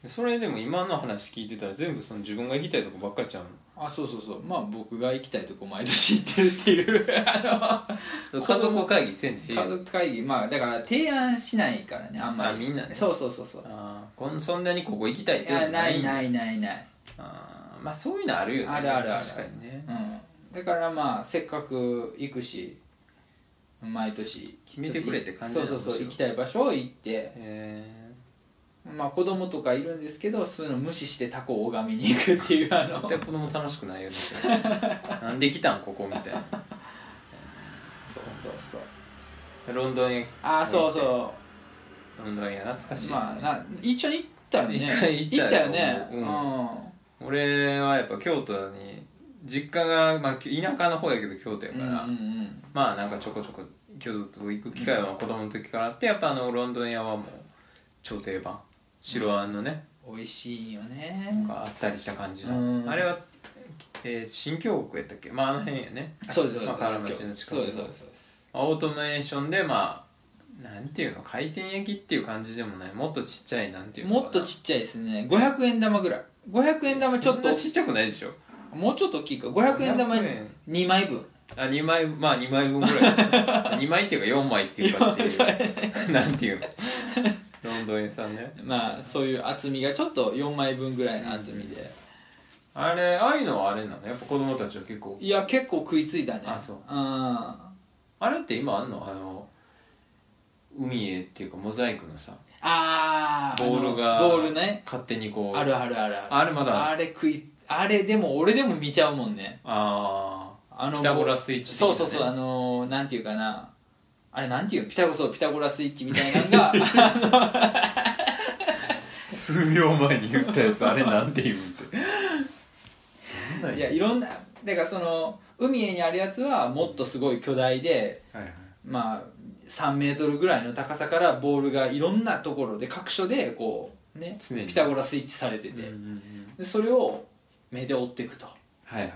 S1: それでも今の話聞いてたら全部その自分が行きたいとこばっかりちゃう
S2: あそうそうそうまあ僕が行きたいとこ毎年行ってるっていう あ
S1: の
S2: の家族
S1: 会議せん
S2: 家族会議まあだから提案しないからねあんま
S1: あ
S2: り
S1: みんなね
S2: そうそうそうそう
S1: ああこんそんなにここ行きたいってい
S2: い
S1: うの
S2: やない
S1: い
S2: ないないない、
S1: あーまあそういうのあるよね
S2: あるあるある
S1: 確かにね
S2: うん、だからまあせっかく行くし毎年
S1: 決めてくれって感じな
S2: そ
S1: の
S2: うそうそう
S1: むしろ
S2: 行きたい場所を行って
S1: へ
S2: まあ子供とかいるんですけどそういうの無視してタコを拝みに行くっていうあ
S1: え
S2: の
S1: 絶対子供楽しく ないよねそれなんで来たんここみたいな
S2: そうそうそう
S1: ロンドンへ
S2: ああそうそう
S1: ロンドンへ懐かしいですね、
S2: まあな一緒に行ったよね
S1: 一回行ったよ
S2: よね
S1: う
S2: うんん、
S1: 俺はやっぱ京都に実家が、まあ、田舎の方やけど京都や
S2: う
S1: か
S2: んう
S1: ら、
S2: ん
S1: まあなんかちょこちょこ京都と行く機会は子供の時からあってやっぱあのロンドン屋はもう超定番白あんのね、
S2: うん、美味しいよね
S1: なんかあっさりした感じの、
S2: うん
S1: あれは、えー新京極やったっけまああの辺やね
S2: そうですそうです
S1: まあ河原町の近く
S2: そうですそうですそうです
S1: オートメーションでまあなんていうの回転焼きっていう感じでもないもっとちっちゃいなんていうの
S2: もっとちっちゃいですね500円玉ぐらい500円玉ち
S1: ちょ
S2: ょ
S1: っ
S2: っ
S1: と
S2: と
S1: ちっちゃくないでしょ
S2: もうちょっと大きいか500円玉
S1: 500円
S2: 2枚分
S1: あ2枚まあ2枚分ぐらい2枚っていうか4枚っていうかっていうなんていうのロンドン屋さんね
S2: まあそういう厚みがちょっと4枚分ぐらいの厚みで、
S1: あれああいうのはあれなのやっぱ子供たちは結構
S2: いや結構食いついたね
S1: あそうん
S2: あ
S1: あれって今あんのあの海へっていうかモザイクのさ
S2: あー
S1: ボールが
S2: あのボールね
S1: 勝手にこう
S2: あるあるある
S1: あれまだ
S2: あれ食いあれでも俺でも見ちゃうもんね
S1: あ
S2: あ
S1: あ
S2: の
S1: ピタゴラスイッチ的な
S2: そ
S1: ね
S2: うそうそうあのーなんていうかなあれなんていうのピタゴそうピタゴラスイッチみたいなのが
S1: 数秒前に言ったやつあれなんて言うんってなん
S2: いやいろんなだからその海へにあるやつはもっとすごい巨大で
S1: はいはい
S2: まあ3メートルぐらいの高さからボールがいろんなところで各所でこうね
S1: 常に
S2: ピタゴラスイッチされて
S1: うんう
S2: て、
S1: んうん
S2: でそれを目で追っていくと、
S1: はいはい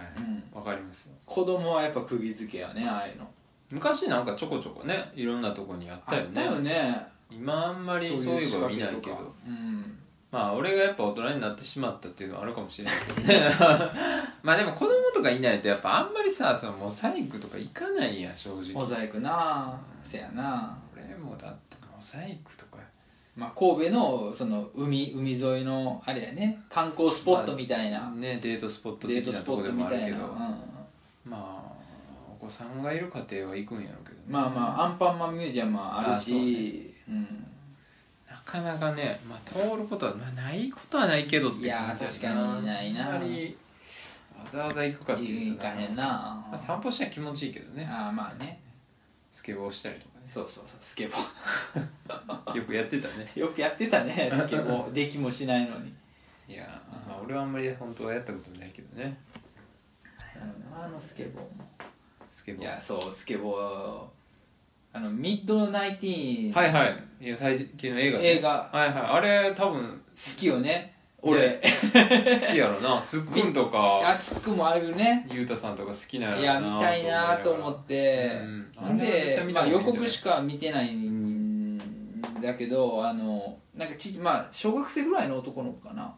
S2: うん、
S1: わかりますよ
S2: 子供はやっぱ釘付けやねああいうの
S1: 昔なんかちょこちょこねいろんなとこにあったよ
S2: あ
S1: ね
S2: ったよね
S1: 今あんまりそういうのは見ないけ
S2: 仕
S1: ど
S2: 掛とかうん
S1: まあ俺がやっぱ大人になってしまったっていうのはあるかもしれないけど ねまあでも子供とかいないとやっぱあんまりさそのモザイクとか行かないや正直
S2: モザイクなせやな
S1: 俺もだってモザイクとか
S2: まあ、神戸のその海海沿いのあれやね観光スポットみたいな、
S1: ねデートスポット
S2: デー
S1: 的
S2: ト
S1: な
S2: ス
S1: と
S2: ポ
S1: こ
S2: ッ
S1: で
S2: トみ
S1: もあ
S2: た
S1: る
S2: い
S1: け
S2: な、
S1: ど
S2: うん、
S1: まあお子さんがいる家庭は行くんやろうけどね、
S2: まあまあアンパンマンミュージアムもあるし
S1: なかなかね、まあ、通ることは、まあ、ないことはないけどって感じ
S2: いやー確かにないな
S1: あんまりわざわざ行くか
S2: う
S1: っ
S2: ん
S1: て
S2: い
S1: いう
S2: い
S1: と
S2: かへん
S1: ま
S2: な
S1: あ、散歩したら気持ちいいけどね
S2: ああまあね
S1: スケボーしたりとか
S2: そうそうそうスケボー
S1: ねよくやってたね
S2: よくやってた ねスケボーできもしないのに
S1: いやー、まあ、俺はあんまり本当はやったことないけどね
S2: あのスケボーも
S1: スケボ
S2: い
S1: ー
S2: やそうスケボーあのミッドナイティーン、
S1: はいはいいや最近の映画ね、
S2: 映画
S1: はいはいあれ多分
S2: 好きよね俺、
S1: 好きやろ なツッコンとか
S2: 熱くもあるね
S1: ゆうたさんとか好きなん
S2: い
S1: や
S2: や
S1: ろ
S2: 見たいなと思って、
S1: うん
S2: ほんで
S1: あれは絶対、見た
S2: まあ、
S1: 方がいいんじゃ
S2: 予
S1: ない
S2: 告しか見てないんだけどあのなんかち、まあ、小学生ぐらいの男の子かな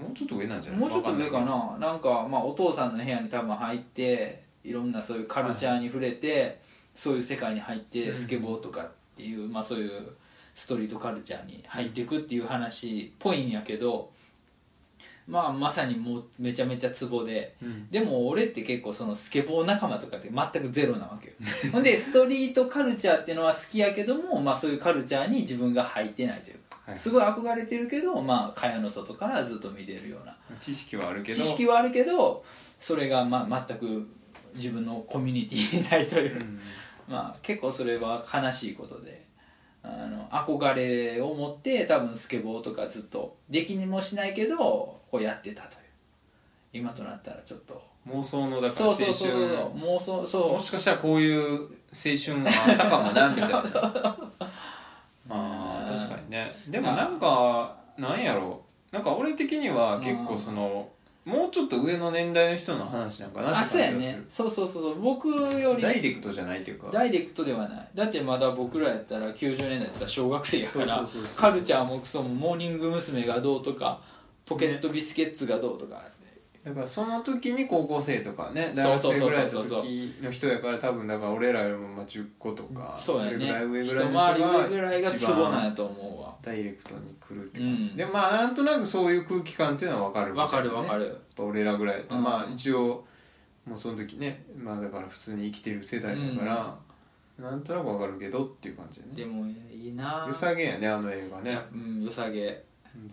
S1: もうちょっと上なんじゃない
S2: もうちょっと上か
S1: わ
S2: なん
S1: い
S2: なんか、まあ、お父さんの部屋に多分入っていろんなそういうカルチャーに触れて、そういう世界に入って、
S1: うん
S2: スケボーとかっていう、まあ、そういうストリートカルチャーに入っていくっていう話っぽいんやけど、まあ、まさにもうめちゃめちゃツボで。
S1: けどうん
S2: でも俺って結構そのスケボー仲間とかって全くゼロなわけよ ほんでストリートカルチャーっていうのは好きやけども、まあ、そういうカルチャーに自分が入ってないというか
S1: はい
S2: すごい憧れてるけど、まあ、蚊帳の外からずっと見てるような
S1: 知識はあるけど
S2: 知識はあるけどそれがまあ全く自分のコミュニティにないという、
S1: うん
S2: まあ、結構それは悲しいことであの憧れを持って多分スケボーとかずっとできにもしないけどこうやってたという今となったらちょっと。
S1: 妄想のだから
S2: そう
S1: 青
S2: そ
S1: 春
S2: うそうそう妄想そ
S1: もしかしたらこういう青春があったかもなみたいな まあ
S2: うん
S1: 確かにねでもなんかなんやろうなんか俺的には結構そのもうちょっと上の年代の人の話なんか
S2: う
S1: な
S2: あ
S1: って
S2: そうや
S1: 感じが
S2: ねそうそうそうそう僕よ
S1: する
S2: り
S1: ダイレクトじゃないっていうか
S2: ダイレクトではないだってまだ僕らやったら90年代ってさ小学生やから
S1: そうそうそうそう
S2: カルチャーもクソもモーニング娘。がどうとかポケットビスケッツがどうとか、
S1: だからその時に高校生とかね
S2: そ
S1: 大
S2: うそう
S1: 学
S2: そう
S1: 生
S2: そ
S1: ぐら
S2: う
S1: いの時の人やから多分だから俺らよりもまあ10個とか
S2: そうや
S1: れぐらい
S2: ね
S1: 上
S2: 一
S1: ぐらいの人
S2: 回り上ぐらいが
S1: 一
S2: ツ
S1: 番
S2: ボなんやと思うわ
S1: ダイレクトに来るって感じ、
S2: うん
S1: でもまあなんとなくそういう空気感っていうのは分かる
S2: わかるわか
S1: る
S2: る、
S1: やっぱ俺らぐらいだと、
S2: うん
S1: まあ一応もうその時ねまあだから普通に生きてる世代だから、なんとなく分かるけどっていう感じだ
S2: で
S1: ね
S2: もいいな
S1: 良さげやねあの映画ね
S2: うん良さげ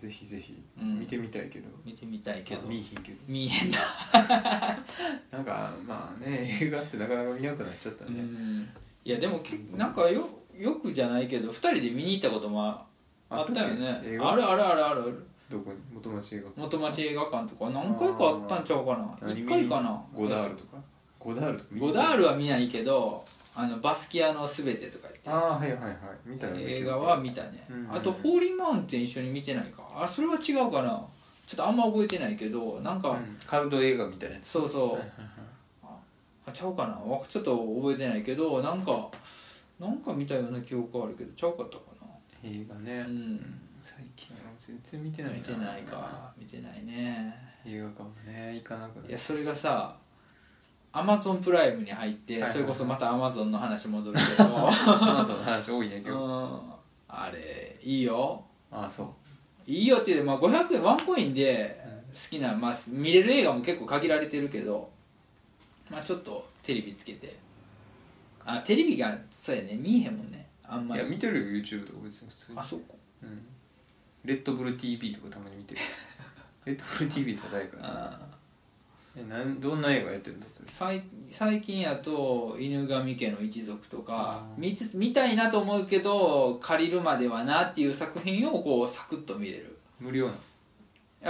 S1: ぜひぜひ
S2: うん
S1: 見てみたいけど、
S2: 見てみたいけど
S1: まあ見えへんけど
S2: 見えんな、
S1: なんかまあね 映画ってなかなか見なくなっちゃった
S2: う
S1: ね、
S2: んいやでもけなんかよよくじゃないけど2人で見に行ったこともああったよね
S1: 映画
S2: あるあるあるある
S1: どこに元町映画館
S2: 元町映画館とか何回かあったんちゃうかな
S1: 何見
S2: 1
S1: に
S2: 回かな
S1: ゴダールとかゴダールとか見た
S2: ゴダールは見ないけどあのバスキアのすべてとか
S1: ああはいはいはい見たよ
S2: 言って
S1: ね
S2: 映画は見たね
S1: うん
S2: あとホーリーマウンテン一緒に見てないかあそれは違うかなちょっとあんま覚えてないけどなんか
S1: うんカルト映画みたいなやつ
S2: そうそうあちゃうかなわちょっと覚えてないけどなんかなんか見たような記憶はあるけどちゃうかったか
S1: 映画
S2: な
S1: ね
S2: うん
S1: 最近は全然見てないな
S2: 見てないか見てないね
S1: 映画館もね行かなくなっ
S2: いやそれがさアマゾンプライムに入って
S1: はいはいはい
S2: それこそまたアマゾンの話戻るけど
S1: アマゾンの話多いね
S2: う
S1: 今日
S2: んあれいいよ
S1: ああそう
S2: いいよっていうよりまあ500円ワンコインで好きな、まあ、見れる映画も結構限られてるけど、まあ、ちょっとテレビつけてあテレビがそうやね見えへんもんねあんま
S1: い
S2: り
S1: や見てるよ YouTube とか別に普通に
S2: あそうか
S1: うんレッドブル TV とかたまに見て るレッドブル TV って誰かな
S2: あ
S1: えなんどんな映画やってるんだって
S2: ー最最近やと犬神家の一族と
S1: あ
S2: か
S1: ー
S2: 見つ見たいなと思うけど借りるまではなっていう作品をこうサクッと見れる
S1: 無料なの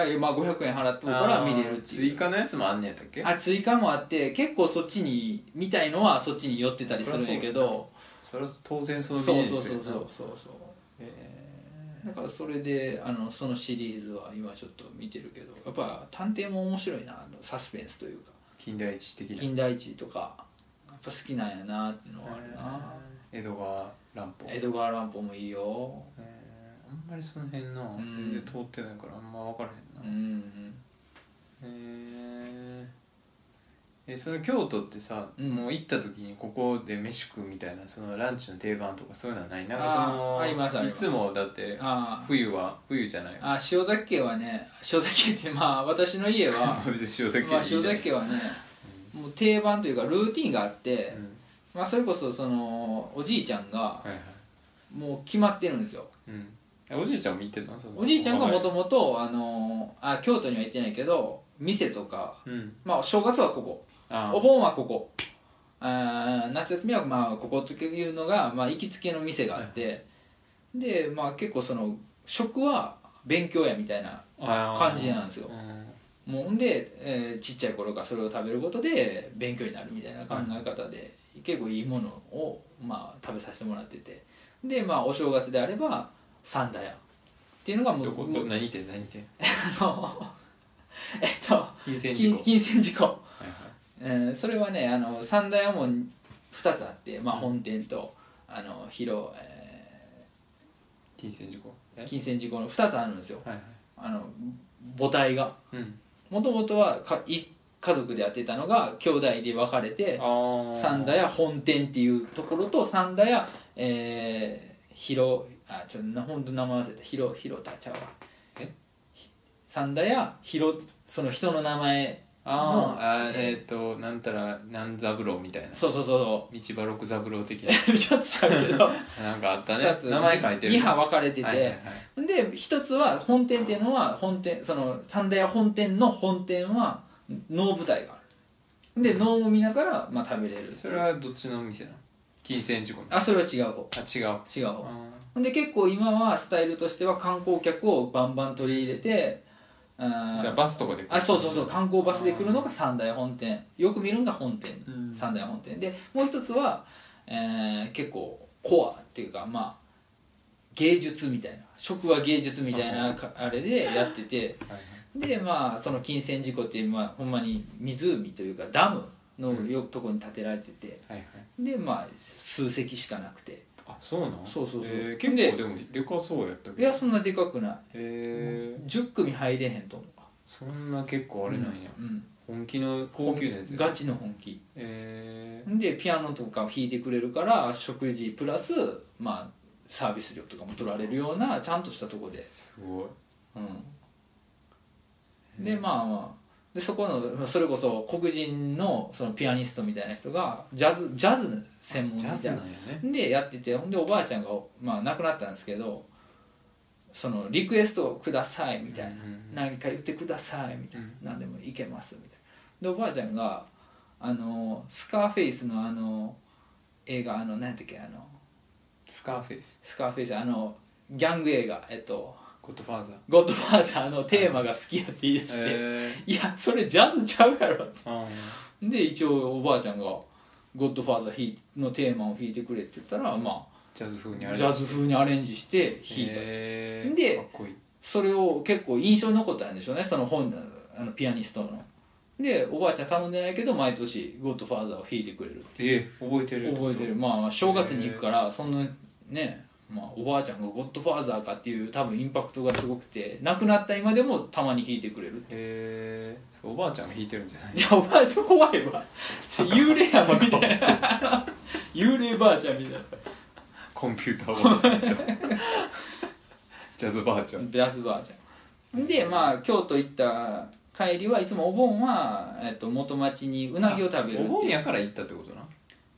S2: あいやまあ500円払っとうから見れるっていう
S1: 追加のやつもあんねやったっけ
S2: あ追加もあって結構そっちに見たいのはそっちに寄ってたりするんやけど
S1: それは当然そ
S2: そう
S1: のビ
S2: そう
S1: ジ
S2: そ
S1: ネ
S2: う
S1: スや
S2: そ
S1: な
S2: うそうそう
S1: え
S2: だからそれであのそのシリーズは今ちょっと見てるけどやっぱ探偵も面白いなあのサスペンスというか
S1: ー近代一的な
S2: 金田一とかやっぱ好きなんやなっていうのはあるな
S1: 江戸川乱歩
S2: 江戸川乱歩もいいよ
S1: えーあんまりその辺な
S2: うん
S1: 全然通ってないからあんま分からへんな
S2: うんうん
S1: へーえその京都ってさ、
S2: うん
S1: もう行った時にここで飯食うみたいなそのランチの定番とかそういうのはないなんか
S2: あー
S1: その
S2: ありますあり
S1: い
S2: ます
S1: つもだって
S2: あー
S1: 冬は冬じゃない
S2: あ塩崎家はね塩崎家ってまあ私の家は
S1: 別に塩崎
S2: まあ
S1: でいいじゃな
S2: 塩
S1: い
S2: 崎家はねもう定番というかルーティンがあって、
S1: うんうん
S2: まあ、それこそそのおじいちゃんが
S1: はいはい
S2: もう決まってるんですよ
S1: うんえおじいちゃんも見てたのその
S2: おじいちゃんがもと
S1: も
S2: もとあのあ京都には行ってないけど店とか、
S1: うん
S2: まあ、正月はここ
S1: あー
S2: お盆はここあー夏休みはまあここというのが、まあ、行きつけの店があって、で、まあ、結構その食は勉強やみたいな
S1: あー
S2: 感じなんですよ
S1: うん
S2: もうほんで、えーちっちゃい頃からそれを食べることで勉強になるみたいな考え方で、結構いいものを、まあ、食べさせてもらっててでまあお正月であれば三田屋っていうのがもう
S1: どこ
S2: も
S1: ど
S2: う
S1: 何店何店
S2: あの えっと
S1: 金銭事
S2: 金
S1: 故
S2: 金銭事故、
S1: はいはい
S2: うん、それはねあの三大屋も2つあって、まあ、
S1: うん
S2: 本店とあの広、え
S1: 金銭事故え
S2: ー金銭事故の2つあるんですよ
S1: はいはい
S2: あの母体が
S1: うん
S2: もともとはかい家族でやってたのが兄弟で分かれて
S1: ああ
S2: 三田屋本店っていうところと三田屋えー、広あちょっと本当名前忘れた広広田ちゃうわ
S1: え
S2: 三田屋広その人の名前
S1: あーあー
S2: え
S1: えっ、となんたらなん三郎みたいな道
S2: そうそうそうそう
S1: 場六三郎的
S2: ちょっとちゃう けど
S1: ななんかあった
S2: 二
S1: ね
S2: つ
S1: 名前書いてる
S2: 二派分かれてて、
S1: はいはいはい
S2: で一つは本店っていうのは本店その三田屋本店の本店は能舞台があるで能を見ながら、まあ、食べれる
S1: それはどっちの店なの金銭事故のあ
S2: あそれは違う方
S1: 違う
S2: 違う方
S1: あ
S2: ほんで結構今はスタイルとしては観光客をバンバン取り入れてあ
S1: ー
S2: ー
S1: じゃあバスとかで
S2: あそうそうそう観光バスで来るのが三大本店よく見るのが本店、
S1: うん
S2: 三大本店でもう一つは、えー結構コアっていうかまあ芸術みたいな食は芸術みたいなかあれでやってて
S1: はいはい
S2: でまあその金銭事故っていう、まあ、ほんまに湖というかダムのよとこに建てられてて
S1: はいはい
S2: でまあ数隻しかなくて
S1: あそうなん
S2: そうそうそう
S1: えー結
S2: で
S1: 構でもでかそうやったけど
S2: いやそんなでかくない
S1: へえ
S2: 10組入れへんと思う
S1: そんな結構あれなんや、
S2: うんうん
S1: 本気の高級なやつ
S2: ガチの本気
S1: えー
S2: でピアノとか弾いてくれるから食事プラス、まあ、サービス料とかも取られるようなちゃんとしたとこで、
S1: すごい
S2: うん、でまあ、まあ、でそこのそれこそ黒人のそのピアニストみたいな人がジャズジャズ専門み
S1: ジャ
S2: た
S1: ズ
S2: い
S1: なん
S2: な
S1: やね
S2: でやっててほんでおばあちゃんが、まあ、亡くなったんですけどそのリクエストをくださいみたいな、
S1: うん
S2: 何か言ってくださいみたいな、何でもいけますみたいなでおばあちゃんがあのスカーフェイスのあの映画あの何やったっけあの
S1: スカーフェイス
S2: スカーフェイスあのギャング映画えっと
S1: ゴッドファーザー
S2: 「ゴッドファーザー」のテーマが好きやって言い出して、
S1: え
S2: いやそれジャズちゃうやろ
S1: ーあ
S2: で一応おばあちゃんが「ゴッドファーザー弾いのテーマを弾いてくれ」って言ったらまあ
S1: ジャズ風に
S2: ジ
S1: あれ
S2: ャズ風にアレンジして弾いた、
S1: へー
S2: で
S1: かっこいい
S2: それを結構印象に残ったんでしょうねその本あのピアニストのでおばあちゃん頼んでないけど毎年「ゴッドファーザー」を弾いてくれる
S1: え覚えてる
S2: 覚えてるまあ正月に行くからそんなね、まあ、おばあちゃんが「ゴッドファーザー」かっていう多分インパクトがすごくて亡くなった今でもたまに弾いてくれる
S1: へえおばあちゃんが弾いてるんじゃない
S2: いやおばあちゃん怖いわそれ幽霊やもんみたいな幽霊ばあちゃんみたいな
S1: コンピューターおばあちゃんみたいなジャズバージョン
S2: ジャズバージョンでまあ京都行った帰りはいつもお盆は、えっと、元町にうなぎを食べるっていう
S1: お盆やから行ったってことな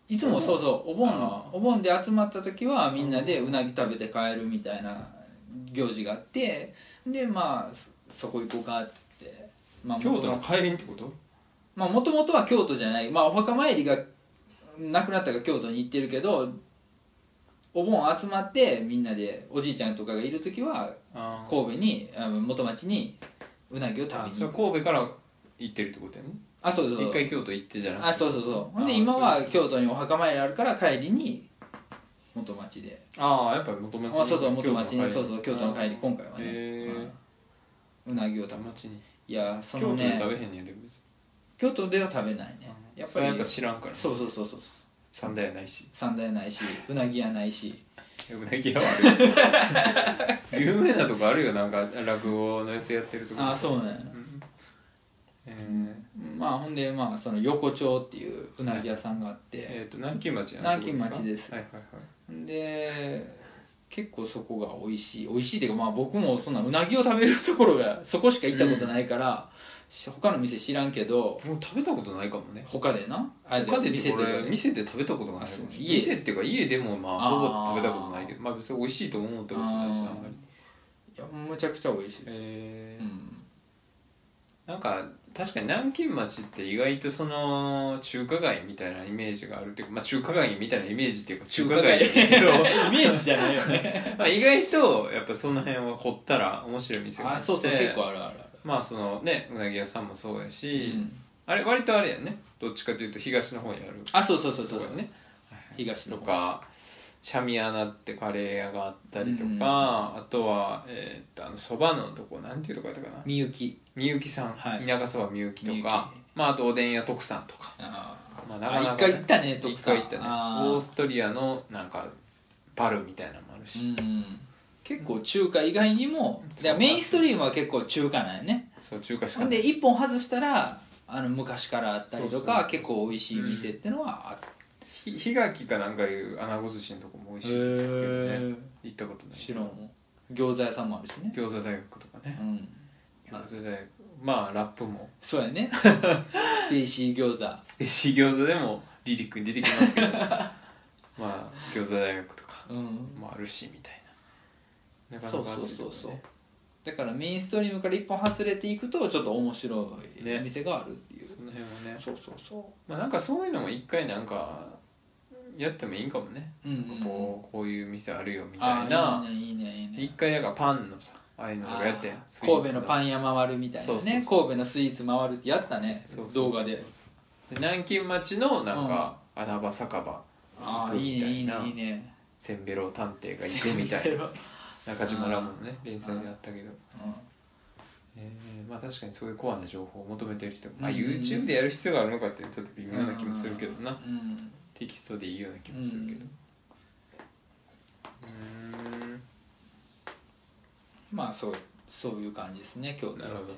S1: い
S2: つもそうそうお盆
S1: あ
S2: お盆で集まった時はみんなでうなぎ食べて帰るみたいな行事があってでまあそそこ行こうかっつって、まあ、
S1: 京都の帰りってこと
S2: まあもともとは京都じゃない、まあ、お墓参りがなくなったから京都に行ってるけどお盆集まってみんなでおじいちゃんとかがいる時は
S1: あー
S2: 神戸にあの元町にうなぎを食
S1: あ
S2: べ
S1: そ
S2: に
S1: れ神戸から行ってるってことやね
S2: あそうそうそう
S1: 一回京都行ってじゃなくて
S2: あそうそうそうほん
S1: あ
S2: で
S1: ー
S2: 今
S1: そう
S2: は
S1: いう
S2: 京都にお墓参りあるから帰りに元町で
S1: ああやっぱ元町
S2: あそうそう元町に
S1: 京
S2: そうそう京都の帰り今回はね、
S1: へえ
S2: うんうなぎを食べ
S1: 元町に
S2: いやそ
S1: 京
S2: の
S1: 都で
S2: ね
S1: 食べへんねやで別
S2: 京都では食べないね
S1: に
S2: やっ
S1: そ
S2: ぱ
S1: れ
S2: り
S1: なんか知らんから
S2: そうそうそうそう
S1: 三代やないし
S2: 三大ない しうなぎ屋ないし
S1: うなぎ屋はあ るよ有名なとこあるよなんか落語のやつやってるとこ
S2: ああそう
S1: う
S2: ね
S1: んえー
S2: まあほんでまあその横丁っていううなぎ屋さんがあって、
S1: えーと南京町や
S2: 南京町です
S1: はいはいはい
S2: で結構そこが美味しい美味しいっていうかまあ僕もそんなうなぎを食べるところがそこしか行ったことないから、し他の店知らんけど
S1: もう食べたことないかもね
S2: 他でなあ
S1: 他で
S2: 店
S1: 店
S2: と
S1: で
S2: かで
S1: 店で食べたことがない
S2: あそう家
S1: 店っていうか家でもまあ
S2: あー
S1: ほぼ食べたことないけどまあ別に美味しいと思ったことないしあんまり
S2: いやむちゃくちゃ美味しいです、
S1: え
S2: う
S1: ー
S2: ん
S1: なんか確かに南京町って意外とその中華街みたいなイメージがあるっていうか、まあ、中華街みたいなイメージっていうか中華街だけ ど
S2: イメージじゃないよね
S1: まあ意外とやっぱその辺は掘ったら面白い店があ
S2: あ
S1: って
S2: そうそう結構あるあるある
S1: まあそのねうなぎ屋さんもそうや
S2: う
S1: し、
S2: ん、
S1: あれ割とあれやねどっちかというと東の方にある
S2: あそうそうそうそう
S1: とこやね
S2: 東
S1: と
S2: の
S1: かシャミアナってカレー屋があったりとか、
S2: うん
S1: あとはえーっとあのそばのとこなんていうとこやったかな
S2: みゆき
S1: みゆきさん、
S2: はい
S1: 田舎そばみゆきと
S2: みゆき
S1: かまああとおでん屋徳さんとか、
S2: あ
S1: まあ、
S2: ー
S1: なかな
S2: あ一
S1: か
S2: 回
S1: ね、
S2: 行ったね徳
S1: 一
S2: さん
S1: 回行ったね
S2: あー
S1: オーストリアのなんかバルみたいなのもあるし、
S2: うん結構中華以外にもだからメインストリームは結構中華なんやね
S1: そう中華し
S2: ほ
S1: か
S2: ん
S1: ない
S2: で一本外したらあの昔からあったりとか
S1: そうそう
S2: 結構美味しい店ってのはある
S1: ひひがきかなんかいう穴子寿司のとこも美味しいって言ってたけどね行ったことない
S2: 白も餃子屋さんもあるしね、
S1: 餃子大学とかね
S2: うん、
S1: 餃子大学まあラップも
S2: そうや ねスペーシー餃子
S1: スペシー餃子でもリリックに出てきますけど まあ餃子大学とか
S2: うん
S1: もあるしみたいななか
S2: そう
S1: なか
S2: そう
S1: 熱いと
S2: そ
S1: こ
S2: うそう
S1: ね
S2: だからメインストリームから一本外れていくとちょっと面白い
S1: ね
S2: 店があるっていう、
S1: その辺はね
S2: そうそうそ
S1: まあなんかそういうのも一回なんかやってもいいんかもね、
S2: ううんうんうん
S1: こうこういう店あるよみた
S2: あ
S1: い
S2: あ
S1: ない
S2: いねいいねいいね
S1: 一回なんかパンのさああいうのとかやって
S2: あー神戸のパ
S1: ン
S2: ン屋回るみたいな
S1: そうそう
S2: ね
S1: そう
S2: 神戸のスイーツ回るってやったね動画で
S1: 南京町のなんか、穴場酒場
S2: ああいいねいいね
S1: 行くみ
S2: いいね
S1: せんべろ探偵が行くみたいな中島らもね連載であったけどえーまあ確かにそういうコアな情報を求めてる人も、まあ、
S2: うん
S1: YouTube でやる必要があるのかってちょっと微妙な気もするけどな、
S2: うんうん
S1: テキストでいいような気もするけどうーん
S2: まあそうそういう感じですね京都
S1: なるほど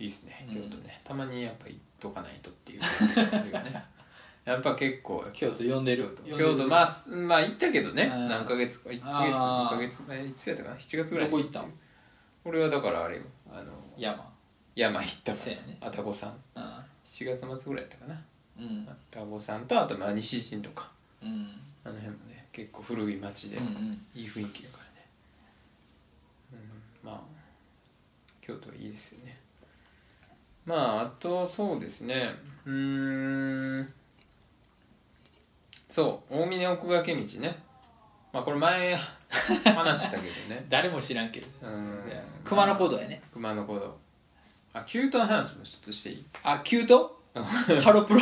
S1: いいっすね
S2: うん
S1: 京都ね、たまにやっぱ行っとかないとっていう感じがあるよ ねやっぱ結構
S2: 京都呼んでる
S1: 京都まあすまあ行ったけどね
S2: あー
S1: 何ヶ月か1ヶ月2
S2: あー
S1: ヶ月前いつやったかな7月ぐらい
S2: ど
S1: に
S2: こ行ったん
S1: 俺はだからあれよあの
S2: 山
S1: 山行った
S2: せ
S1: か
S2: やね
S1: らあたこさん7月末ぐらいやったかな
S2: うんう
S1: あたこさんとあとまあ西陣とか
S2: ん
S1: あの辺もね結構古い町で、
S2: うんうん
S1: いい雰囲気だからね、うん、まあ京都はいいですよねまああとそうですねうーんそう大峰奥掛道ねまあこれ前 話したけどね
S2: 誰も知らんけど
S1: うん
S2: 熊野古道やね
S1: 熊野古道あキュートの話もちょっとしていい
S2: あキュート
S1: うん
S2: ハロプ ロ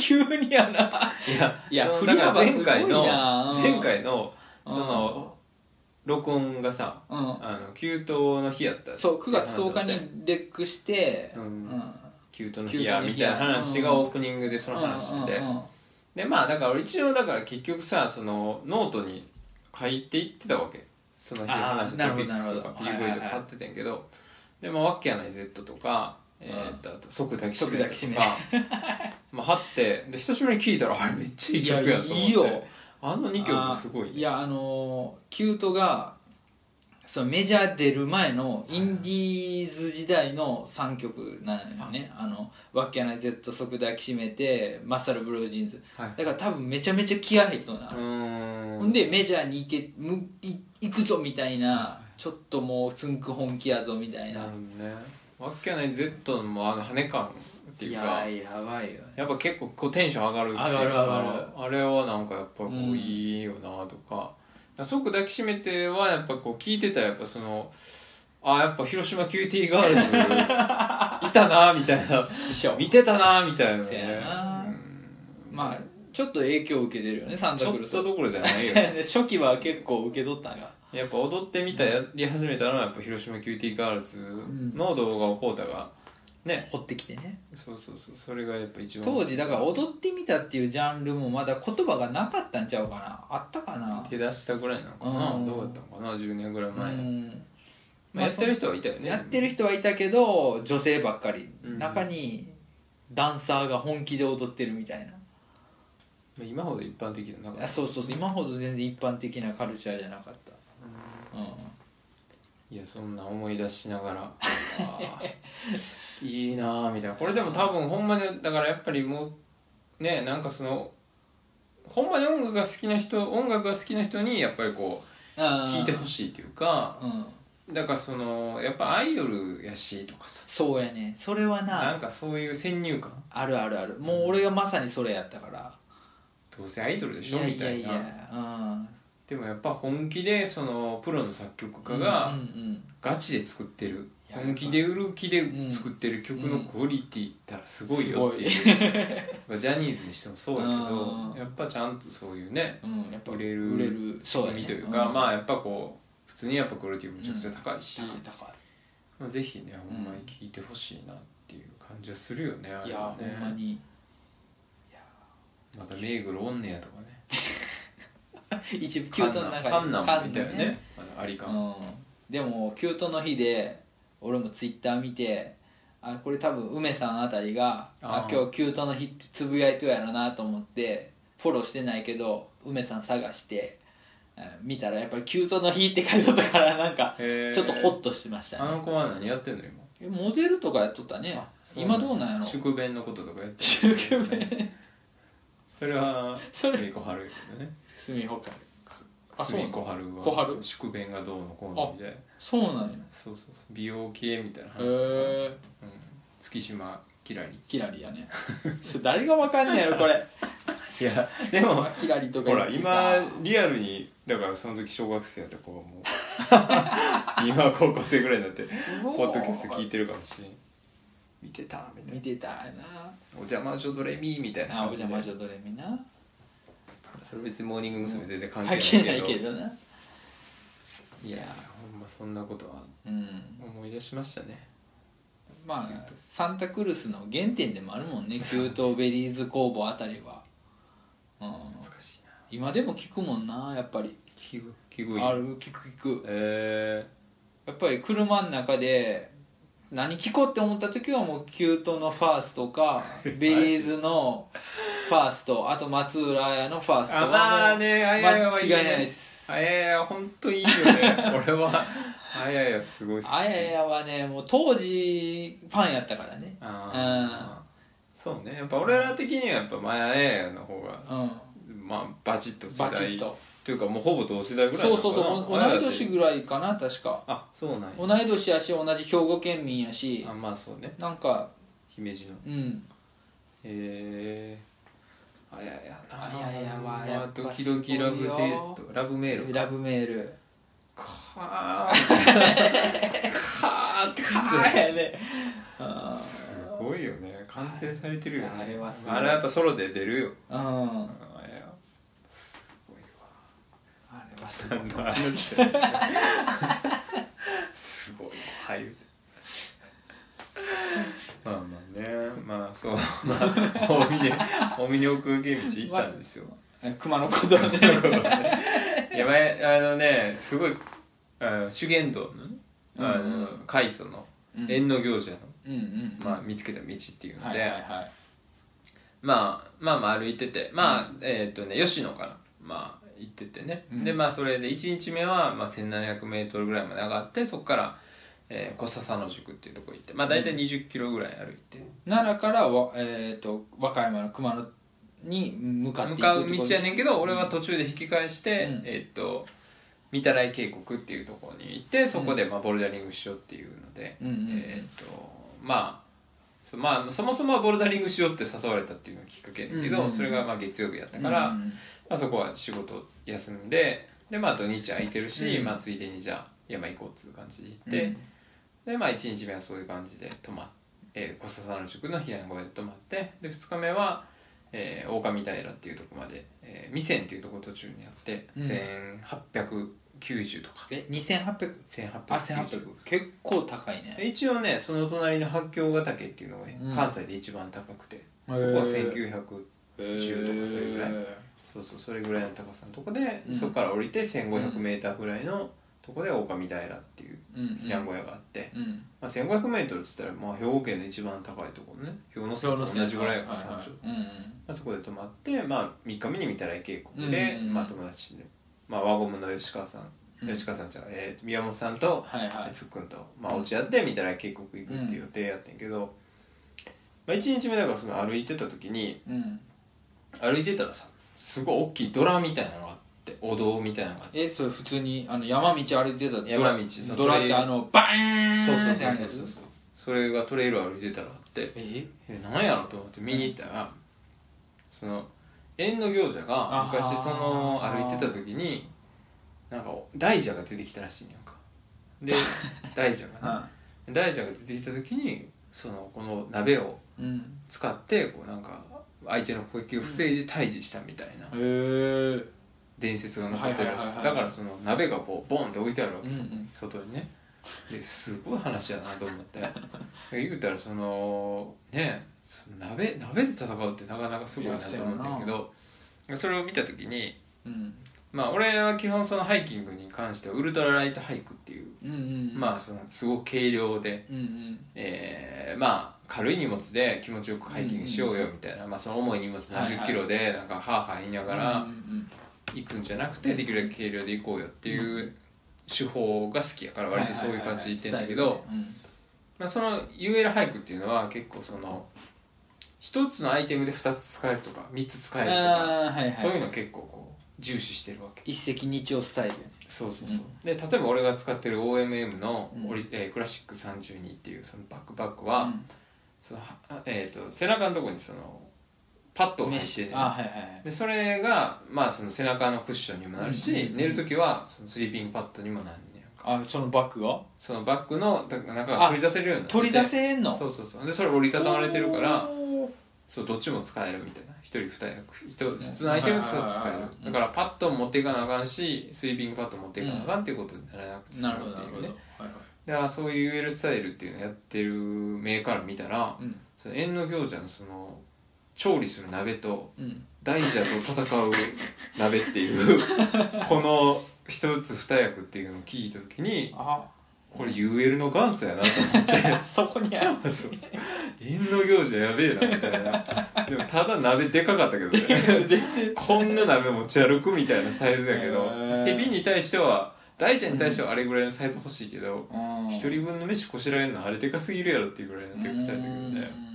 S2: 急にやない
S1: や
S2: いや
S1: そのだから
S2: 振り
S1: 前
S2: 幅す
S1: 回
S2: ごい
S1: の
S2: なうん
S1: 前回のその録音がさ
S2: うん
S1: あの給湯の日やった
S2: そう9月10日にレックして
S1: うん
S2: うん
S1: 給湯の日やみたいな話がオープニングでその話してて
S2: うんうんうん
S1: でまあだから俺一応だから結局さそのノートに書いていってたわけその日の話
S2: あー
S1: し
S2: な
S1: た
S2: る
S1: ト
S2: ほ
S1: ピ
S2: ど
S1: ックスとか
S2: なるほど
S1: PV とか貼ってたんやけどでまあわけやない Z とかえーっとあと即抱きしめとか
S2: 即抱
S1: まあ貼ってで久しぶりに聞いたらあれめっちゃいい
S2: いや
S1: 曲やと思って
S2: いいよ
S1: あの2曲すごいね
S2: いやあのーキュートがそのメジャー出る前のインディーズ時代の3曲なんよね「あのワッキャナイ Z 速抱きしめてマッサルブルージーンズ」
S1: はい
S2: だから多分めちゃめちゃ気合入っとんな、
S1: うーん
S2: ほんでメジャーに行けむい行くぞみたいなちょっともうつんく本気やぞみたい
S1: な
S2: な、
S1: るほどねわけない Z のあの羽感っていうか
S2: いやばいよね
S1: やっぱ結構こうテンション上がるっていうか
S2: 上がる上が
S1: あれはなんかやっぱこ
S2: うん
S1: ういいよなとか,、即抱きしめてはやっぱこう聞いてたらやっぱそのあやっぱ広島キューティーガールズいたなみたいな
S2: 師匠
S1: 見てたなみたいな
S2: せや
S1: ね
S2: な
S1: うん
S2: まあちょっと影響を受けてるよねサン
S1: ち
S2: タ
S1: ょ
S2: ク
S1: っ
S2: ロース
S1: とどころじゃないよ
S2: 初期は結構受け取ったんが
S1: やっぱ踊ってみたやり始めたのはやっぱ広島キューティーガールズの動画をこうたがね
S2: 掘ってきてね
S1: そうそうそうそれがやっぱ一番
S2: 当時だから踊ってみたっていうジャンルもまだ言葉がなかったんちゃうかなあったかな
S1: 手出したぐらいなのかな、
S2: うん
S1: どうだったのかな10年ぐらいう前、
S2: ん
S1: まあ、やってる人はいたよね
S2: やってる人はいたけど女性ばっかり、
S1: うん
S2: 中にダンサーが本気で踊ってるみたいな
S1: まあ今ほど一般的じゃなか
S2: あ
S1: った
S2: そうそうそう今ほど全然一般的なカルチャーじゃなかっ
S1: う
S2: た、うん、
S1: んいやそんな思い出しなが らあーいいなあみたいなこれでも多分ほんまにだからやっぱりもうねなんかそのほんまに音楽が好きな人音楽が好きな人にやっぱりこう聴いてほ
S2: し
S1: し
S2: い、
S1: いというか
S2: うん、
S1: だからそのやっぱアイドルやしとかさ
S2: そうやねそれは
S1: なん
S2: な
S1: かそういう先入観
S2: あるあるあるもう俺がまさにそれやったから
S1: どうせアイドルで
S2: い
S1: しょ
S2: や
S1: み
S2: い
S1: た
S2: や
S1: い
S2: い
S1: な
S2: や、うん、
S1: でもやっぱ本気でそのプロの作曲家が
S2: うんうん
S1: ガチで作ってる
S2: いや
S1: 本気で売る気で作ってる曲のクオリティったらすごいよって
S2: す
S1: いう、ジャニーズにしてもそうだけ
S2: うん
S1: どやっぱちゃんとそういうね
S2: うんやっぱ
S1: 売れる
S2: 売れる
S1: 仕組みというか、
S2: ん
S1: まあやっぱこう普通にやっぱクオリティもめちゃくちゃ高いし、
S2: 高い高
S1: まあ、ぜひねほんまに聴いてほしいなっていう感じはするよねあ
S2: いい
S1: れ
S2: や
S1: は
S2: ほ
S1: ね
S2: んまにいや
S1: またメーグルおんねやとかね
S2: 一部キュートの中に
S1: カンナカンナもいたよ
S2: カンナ
S1: ねあのアリカン
S2: うん、でもキュートの日で俺もツイッター見てあこれ多分梅さんあたりがあ
S1: あー
S2: 今日キュートの日ってつぶやいとやろなと思ってフォローしてないけど梅さん探してえー見たらやっぱり「キュートの日」って書いてあったからなんか
S1: へー
S2: ちょっとホッとしました
S1: あ
S2: ね
S1: の子は何やってんの今
S2: えモデルとかやっとったね今どうなんやろ
S1: 宿便のこととかやって
S2: 宿
S1: る
S2: 便
S1: それは
S2: それ
S1: すみこはるけどね
S2: すみほかあ
S1: すみこはる
S2: 小春
S1: は宿便がどうのこうのみたいな
S2: そうなんや
S1: そうそうそう美容系みたいな話、うん、
S2: へえ
S1: 月島キラリ
S2: キラリやねそれ誰がわかんねえやろこれ
S1: いやでも
S2: キラリとか
S1: ほ
S2: 言っ
S1: ら
S2: て
S1: 今
S2: さ
S1: リアルにだからその時小学生やった子 はもう今は高校生ぐらいになって
S2: うおー
S1: ポッドキャスト聞いてるかもしれん見てたみたい
S2: 見
S1: な
S2: てたな
S1: 「お邪魔女ドレミ」みたいな
S2: あお
S1: 感じ
S2: 邪
S1: で
S2: 魔女ドレミな
S1: それ別にモーニング娘。全然関
S2: 関
S1: 係
S2: 係
S1: な
S2: ないい
S1: け
S2: け
S1: ど
S2: どない
S1: やーほんまそんなことは
S2: うん
S1: 思い出しましたね
S2: まあサンタクルスの原点でもあるもんねキュートベリーズ工房あたりは、うん、
S1: 懐かしいな
S2: 今でも聞くもんなやっぱり
S1: キグキグイ
S2: ある聞く聞く
S1: え
S2: やっぱり車の中で何聞こうって思った時はもうキュートのファースト かベリーズのファーストあと松浦綾のファースト
S1: あまあねあややは
S2: 間違いないです
S1: あややほんといいよ ね俺はあややすごいっすね
S2: あややはねもう当時ファンやったからね
S1: あーそうねやっぱ俺ら的にはやっぱ前あややの方が
S2: うん
S1: まあバチッと世
S2: バ
S1: 代
S2: チッと
S1: というかもうほぼ同世代ぐらい
S2: そう
S1: なのか
S2: そ
S1: な
S2: うそう同
S1: あやや
S2: い
S1: って
S2: 年ぐらいかな確か
S1: あそうなん
S2: 同
S1: や
S2: い年やし同じ兵庫県民やし
S1: あまあそうね
S2: なんか
S1: 姫路の
S2: うん
S1: へえあややな
S2: あややはや
S1: まあ
S2: っぱ
S1: ドキドキラブデー
S2: す
S1: トラブメール
S2: ラブメール
S1: か
S2: はあかあやねあ
S1: ーすごいよね完成されてるよね
S2: あれはすごい
S1: あれはやっぱソロで出るよ
S2: ーうん
S1: あれはすごいわ
S2: あれはす
S1: なんだあの時 代 すごいわ俳優まあまあねまあそうまあ大峰大峰奥家道行ったんですよ
S2: ごい熊野古道
S1: とい
S2: で
S1: うことで いや前あのねすごいあの修験道のねあ
S2: うんうん
S1: の開祖の
S2: うん
S1: 縁の行者の、
S2: うんうん
S1: まあ、見つけた道っていうの
S2: はい
S1: で、
S2: はいはい
S1: まあ、まあまあ歩いててまあ、えーっ、とね吉野からまあ行っててね、
S2: うん
S1: でまあそれで1日目はまあ 1700m ぐらいまで上がってそこから、えー、小笹野宿っていうとこ行ってまあ大体 20km ぐらい歩いて、
S2: 奈良からわ、えー、と和歌山の熊野に向かって
S1: 向
S2: いく
S1: かう道やねんけど
S2: うん
S1: 俺は途中で引き返して、
S2: うん
S1: えっと御手洗渓谷っていうところに行ってそこでまあボルダリングしようっていうので、
S2: うんうんうん
S1: えっとまあそ,、まあ、そもそもはボルダリングしようって誘われたっていうのがきっかけやねんけど、
S2: うんうんうん
S1: それがまあ月曜日やったから、
S2: うんうん
S1: まあ、そこは仕事休んでで、まあ、土日空いてるし、
S2: うん
S1: まあ、ついでにじゃあ山行こうっていう感じで行って、
S2: うん
S1: でまあ1日目はそういう感じで泊まっえー、小笹野宿の避難小屋で泊まってで2日目は、えー、大神平っていうとこまで、えー、未線っていうとこ途中にあって、
S2: うん
S1: 1890とか
S2: え2800
S1: 1890
S2: あ1800結構高いね
S1: で一応ねその隣の八京ヶ岳っていうのがね、
S2: うん
S1: 関西で一番高くてそこは
S2: へー
S1: 190010とかそれぐらいそうそうそれぐらいの高さのとこで、
S2: うん
S1: そこから降りて 1500m ぐらいのとこで大神平っていう
S2: うんうん
S1: 避難小屋があって、
S2: うん
S1: まあ、1500m っつったらまあ兵庫県の一番高いところね氷ノ山と同じぐらいか
S2: は
S1: 山頂、
S2: はうんうん
S1: まあ、そこで泊まって、まあ、3日目に見たら渓谷で、
S2: うん
S1: まあ、友達で、まあ、輪ゴムの吉川さん、
S2: うん
S1: 吉川さんじゃないえー宮本さんと
S2: はいはい
S1: つっくんと、まあ、落ち合って見たら渓谷行くっていう予定やってんけど、まあ、1日目だからその歩いてた時に
S2: うん
S1: 歩いてたらさすごい大きいドラみたいなのがあってお堂みたいなのがあって
S2: えそれ普通にあの山道歩いてた
S1: 山道その
S2: ドラってあのバーン
S1: そうそう
S2: って
S1: そ
S2: や
S1: う
S2: る
S1: そ
S2: や
S1: う
S2: つ
S1: そうそれがトレイル歩いてたらあって
S2: え
S1: え何やろと思って見に行ったら、その縁の行者が昔
S2: あー
S1: その歩いてた時になんか大蛇が出てきたらしいんやんか で大蛇がね
S2: は
S1: 大蛇が出てきた時にそのこの鍋を
S2: いうん
S1: 使ってこうなんか相手の攻撃を防いで退治したみたいな
S2: へえ
S1: 伝説が残ってるらし
S2: はいはいはい
S1: い
S2: はい
S1: だからその鍋がこうボンって置いてあるわけですよ、
S2: うんうん
S1: 外にねですごい話やなと思って 言うたらそのねその鍋鍋で戦うってなかなかすごいなと思ってんけどそれを見た時に
S2: うん
S1: まあ俺は基本そのハイキングに関してはウルトラライトハイクっていう、
S2: うんうん
S1: まあそのすごく軽量で、
S2: うんうん
S1: えーまあ軽い荷物で気持ちよくハイキングしようよみたいな、まあ、その重い荷物何十キロでなんかハーハー言いながら、
S2: うんうん
S1: 行くんじゃなくてできるだけ軽量で行こうよっていう手法が好きやから割とそういう感じで行ってんだけど、まあ、その UL 俳句っていうのは結構その一つのアイテムで二つ使えるとか三つ使えるとか
S2: ああはいはい
S1: そういうの結構こう重視してるわけ
S2: 一石二鳥スタイル
S1: そうそうそう、で例えば俺が使ってる OMM の
S2: うん
S1: オリ、えークラシック32っていうそのバックパックは、そのはえー、と背中のとこにそのパッドを入ってる、
S2: あはいはいはい
S1: でそれが、まあ、その背中のクッションにもなるし、
S2: うんうんうん
S1: 寝る時はそのスリーピングパッドにもなるんねやんか
S2: あそのバッグが
S1: そのバッグのだ中が取り出せるようになってて
S2: 取り出せんの
S1: そうそうそうでそれ折りたたまれてるから
S2: おー
S1: そうどっちも使えるみたいな一人二役一普通のアイテムで使
S2: はいはいはいは
S1: え
S2: い
S1: るだからパッドを持っていかなあかんしスリーピングパッドを持っていかなあかんっていうことにならなくて済
S2: なるほ
S1: むっ
S2: どな
S1: てい
S2: るほ
S1: う
S2: ど
S1: ね
S2: はいはい
S1: だからそういう UL スタイルっていうのやってるメーカーから見たら
S2: うん
S1: その縁の行者のその調理する鍋と
S2: うん
S1: 大蛇と戦う鍋って いうこの一つ二役っていうのを聞いた時に
S2: あ
S1: これ UL の元祖やなと
S2: そこにある
S1: 思って そう縁の行事やべえなみたいなでもただ鍋でかかったけどね
S2: 全然
S1: こんな鍋持ち歩くみたいなサイズやけ
S2: へ
S1: ど
S2: ー
S1: ヘビに対しては大蛇に対してはあれぐらいのサイズ欲しいけど一
S2: 一
S1: 人分の飯こしらえるのあれでかすぎるやろっていうぐらいのでかさやったけどね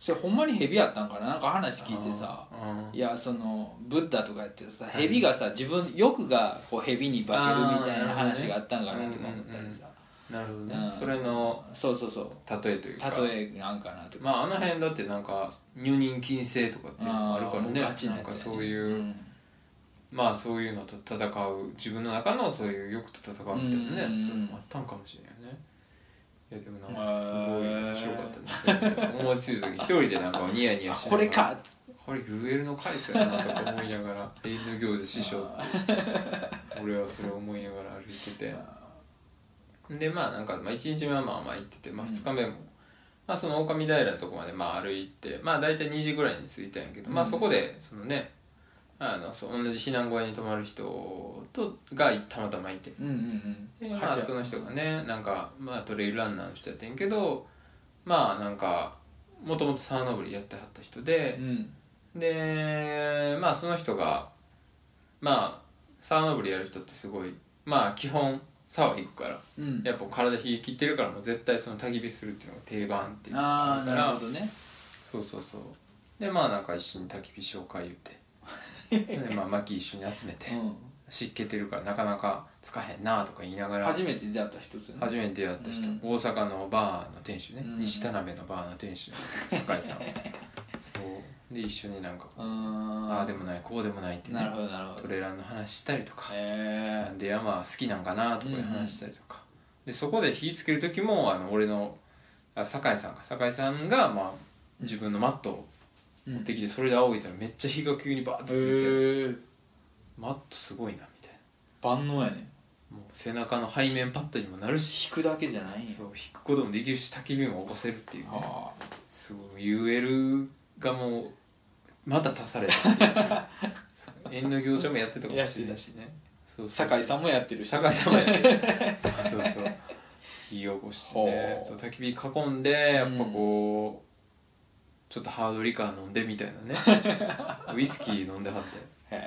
S2: それほんまにヘビやったんかななんか話聞いてさ
S1: あー
S2: いやそのブッダとかやってるさヘビがさ自分欲がこうヘビに化けるみたいな話があったんかなとか思ったりさ
S1: なるほど
S2: うん
S1: ねそれの
S2: そうそうそう
S1: 例えというか
S2: 例えなんかなとか
S1: まああの辺だってなんか入任禁制とかっていうのもあるからね
S2: あーもうガチな
S1: な
S2: や
S1: ん
S2: つやね
S1: かそういう、まあそういうのと戦う自分の中のそういう欲と戦うみたいなね、
S2: うん
S1: そういうのもあったんかもしれないよねいやでもなんかすごい
S2: へー
S1: 面白かったね、そういうの思いついた時一人でなんかニヤニ
S2: あ
S1: ヤして
S2: これか
S1: これ UL の回数やなとか思いながら永遠の行者師匠って俺はそれを思いながら歩いててでまあなんか、まあ、1日目はまあまあ行ってて、まあ、
S2: うん
S1: 2日目も、まあ、その狼平のとこまでまあ歩いてまあ大体2時ぐらいに着いたんやけど、まあ
S2: うん
S1: そこでそのねあのそう同じ避難小屋に泊まる人とがたまたまいて
S2: うんうんうん
S1: でまあその人がねなんか、まあ、トレイルランナーの人やってんけどまあなんかもともと沢登りやってはった人で
S2: う、ん
S1: でまあその人がまあ沢登りやる人ってすごいまあ基本沢行くから
S2: うん
S1: やっぱ体冷え切ってるからもう絶対その焚き火するっていうのが定番っていうのが
S2: ああ
S1: るか
S2: な
S1: ら
S2: るほどね
S1: そうそうそうでまあなんか一緒に焚き火しようか言うて でまあ薪一緒に集めて、
S2: う
S1: 湿気てるからなかなかつかへんなとか言いなが
S2: ん
S1: ら
S2: 初めて出会った人ですよね
S1: 初めてやった人、
S2: うん
S1: 大阪のバーの店主ね、
S2: うん
S1: 西田鍋のバーの店主酒井さん そうで一緒になんかあ
S2: あ
S1: あでもないこうでもないって、ね、
S2: なるほどなるほ
S1: ト
S2: ど
S1: レーラーの話したりとか、
S2: へ
S1: で山好きなんかなとかいう話したりとか、でそこで火つける時もあの俺のあ酒井さんか酒井さんが、まあ、自分のマットを
S2: え
S1: 持ってきてそれで仰いだらめっちゃ火が急にバーッとついて
S2: へえ
S1: マットすごいなみたい
S2: 万能やね
S1: なもう背中の背面パッドにもなるし
S2: 引くだけじゃないんや
S1: そう引くこともできるし焚き火も起こせるっていうね
S2: は
S1: すごい UL がもうまた足された っていうそう縁の行者もやってたかもしれないしねそう
S2: あ
S1: そう
S2: 酒井さんもやってるし
S1: 社会玉やねそうそうそう火起こして
S2: ほ
S1: ね
S2: う
S1: そう焚き火囲んでやっぱこう、ちょっとハードリカー飲んでみたい なねウイスキー飲んではって
S2: へ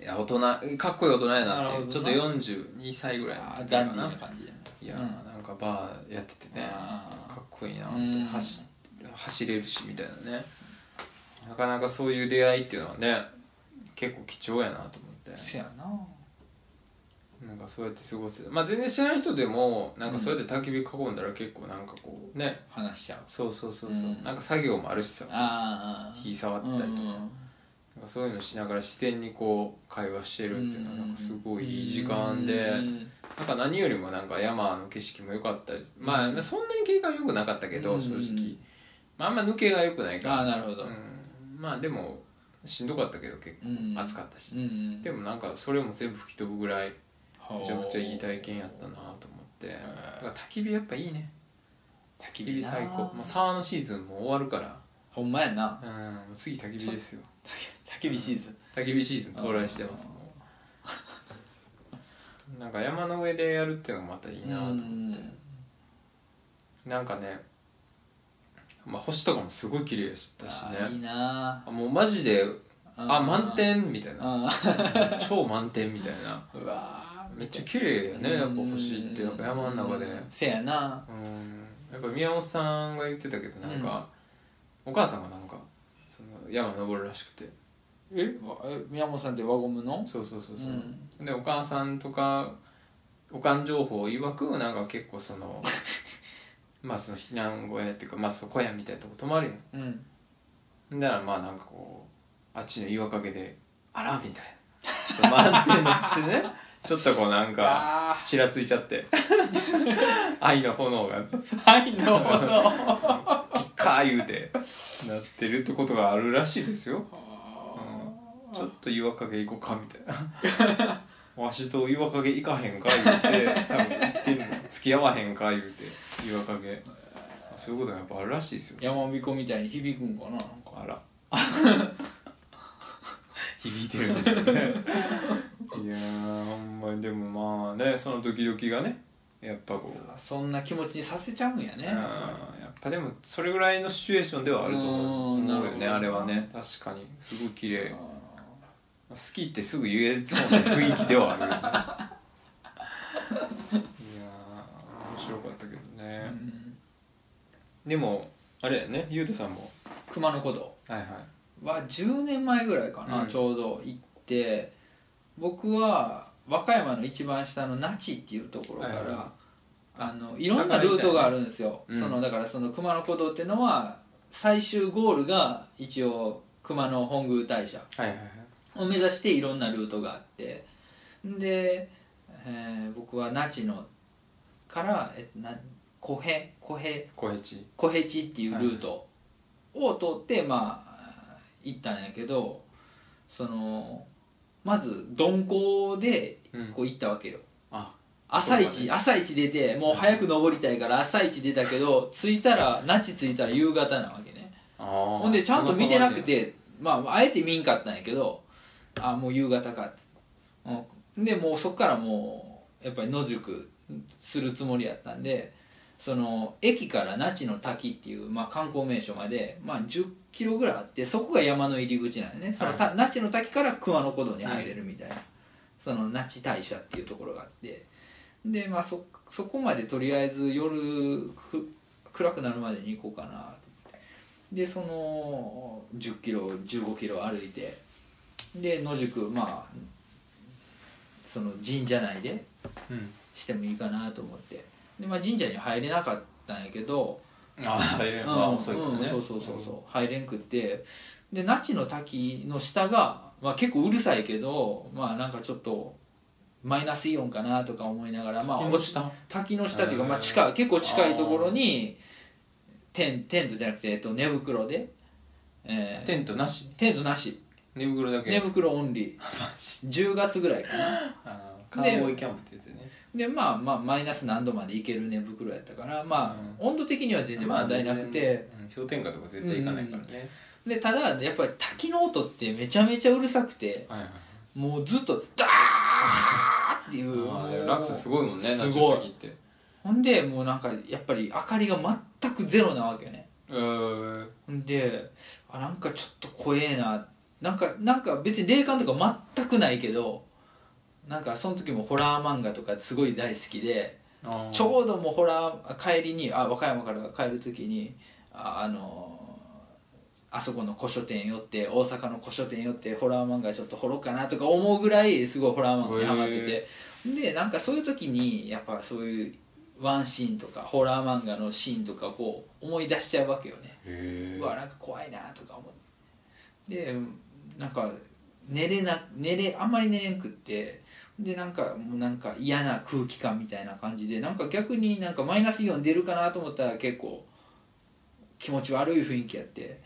S2: え
S1: いや大人かっこいい大人や
S2: なる
S1: なっ
S2: ほ
S1: て
S2: どな
S1: ちょっと42歳ぐらいの
S2: あ
S1: 時か
S2: ーダンディーな感じ
S1: いや、
S2: やうん
S1: なんかバーやっててね
S2: あー
S1: かっこいいなっ
S2: う
S1: て
S2: ん
S1: 走走れるしみたいなねなかなかそういう出会いっていうのはね結構貴重やなと思って
S2: なせやな
S1: なんかそうやって過ごせるまあ全然知らない人でもなんかそうやって焚き火囲んだら結構なんかこうね
S2: 話しちゃう
S1: そうそうそうそう、
S2: うん
S1: なんか作業もあるしさ
S2: ああ
S1: 火触ったりとか,、なんかそういうのしながら自然にこう会話してるっていうのはなんかすごいいい時間で、なんか何よりもなんか山の景色も良かったりまあそんなに景観良くなかったけど、
S2: うん
S1: 正直、まあ、あんま抜けが良くないから
S2: ああなるほど
S1: うん、まあでもしんどかったけど結
S2: うん
S1: 構暑かったし、
S2: うん
S1: でもなんかそれも全部吹き飛ぶぐらいめちゃくちゃいい体験やったなと思ってだから焚き火やっぱいいね焚き火最高
S2: 焚き火な
S1: もうサワーのシーズンも終わるか
S2: ほんまやな
S1: らうんもう次焚き火ですよ
S2: たけびシーズン
S1: 焚き火シーズン到来してますもうなんか山の上でやるっていうのもまたいいなと思って、なんかね、まあ、星とかもすごい綺麗だし
S2: あーいい
S1: ね
S2: な
S1: あもうマジであ満点みたいな
S2: あ
S1: 超満点みたいな
S2: ーうわー
S1: めっちゃ綺麗やねやっぱ星ってやっぱ山の中で
S2: うんせやな
S1: うんやっぱ宮本さんが言ってたけどなんか、お母さんがなんかその山登るらしくて
S2: え宮本さんって輪ゴムの
S1: そうそうそう
S2: う
S1: そう、
S2: ん
S1: でお母さんとかおかん情報曰くなんか結構その まあその避難小屋っていうかまあその小屋みたいなとこ泊まるや
S2: うん
S1: んだからまあなんかこうあっちの岩陰で「あら」みたいなそう満点のしてねちょっとこうなん か
S2: あ
S1: ちらついちゃって愛の炎がね
S2: ーはいどうも
S1: ピッカー言うてなってるってことがあるらしいですよちょっと岩陰行こうかみたいなわしと岩陰行かへんか言うて多分行ってんの付き合わへんか言うて岩陰そう いうことがやっぱあるらしいですよ
S2: 山彦みたいに響くんかななんか
S1: あら 響いてるんでしょうねいやーほんまにでもまあねそのドキドキがねやっぱこう
S2: そんな気持ちにさせちゃうんやね
S1: うんやっぱでもそれぐらいのシチュエーションではあると思う
S2: うんなる
S1: 思
S2: ほ
S1: う
S2: ど
S1: よねあれはね確かにすごい綺麗
S2: あ
S1: 好きってすぐ言えそうな雰囲気では あるよねいやー面白かったけど
S2: ー
S1: ね
S2: う、ん
S1: でもあれやねゆうとさんも
S2: 熊野古道
S1: はいはい
S2: は10年前ぐらいかな、
S1: うん
S2: ちょうど行って僕は和歌山の一番下の那智っていうところから、
S1: はいは
S2: あのいろんなルートがあるんですよ、
S1: 下から行ったよねう
S2: そ
S1: ん
S2: のだからその熊野古道ってのは最終ゴールが一応熊野本宮大社
S1: はいはいはい
S2: を目指していろんなルートがあってで、えー僕は那智のから、えっと、な小平小平
S1: 小平地
S2: 小ヘチっていうルートを通って、まあ行ったんやけどそのまず鈍行で
S1: うん
S2: こう行ったわけよ
S1: あ
S2: 朝
S1: そう
S2: 一、
S1: だ
S2: 朝一出てもう早く登りたいから朝一出たけど着いたら那智着いたら夕方なわけね
S1: あ
S2: ほんでちゃんと見てなくてまああえて見んかったんやけどあもう夕方かうんでもうそっからもうやっぱり野宿するつもりやったんでその駅から那智の滝っていう、まあ、観光名所まで、まあ、1 0キロぐらいあってそこが山の入り口なんよねそのた
S1: は
S2: 那智の滝から熊野古道に入れるみたいな、その那智大社っていうところがあってで、まあ、そそこまでとりあえず夜く暗くなるまでに行こうかなでその1 0キロ1 5キロ歩いてで野宿まあその神社内で
S1: うん
S2: してもいいかなと思ってで、まあ、神社に入れなかったんやけど、
S1: あ入れる
S2: うん
S1: のは遅いから
S2: うん
S1: ね
S2: そうそうそうそう入れんくってで那智の滝の下が、まあ、結構うるさいけどまあなんかちょっとマイナスイオンかなとか思いながらまあ
S1: 滝の下
S2: 滝の下っていうか、まあ、
S1: へー
S2: 近い結構近いところにテンテントじゃなくて、えっと、寝袋で、えー
S1: テントなし
S2: テントなし
S1: 寝袋だけ
S2: 寝袋オン リ
S1: マジ
S2: ー10月ぐらいかな
S1: あのカーボーイキャンプってやつね
S2: でまあまあマイナス何度までいける寝袋やったからまあ、温度的には全然
S1: まあ
S2: 問題なく
S1: 全
S2: て、
S1: 然うん氷点下とか絶対行かないからね、
S2: でただやっぱり滝の音ってめちゃめちゃうるさくて
S1: はいはい
S2: もうずっとダーっていう
S1: あー
S2: もう
S1: でもラックスすごいもんね
S2: すごい
S1: ナチュラルギって
S2: ほんでもうなんかやっぱり明かりが全くゼロなわけよね
S1: うーん
S2: ほんであなんかちょっと怖えななんかなんか別に霊感とか全くないけどなんかその時もホラー漫画とかすごい大好きで
S1: あー
S2: ちょうどもうホラー帰りにあ和歌山から帰る時にああのーあそこの古書店寄って大阪の古書店寄ってホラー漫画ちょっと掘ろうかなとか思うぐらいすごいホラー漫画にハマってて、でなんかそういう時にやっぱそういうワンシーンとかホラー漫画のシーンとかこう思い出しちゃうわけよね、
S1: へー
S2: うわなんか怖いなとか思ってでなんか寝れな寝れあんまり寝れんくってでなんかもうなんか嫌な空気感みたいな感じでなんか逆になんかマイナスイオン出るかなと思ったら結構気持ち悪い雰囲気やって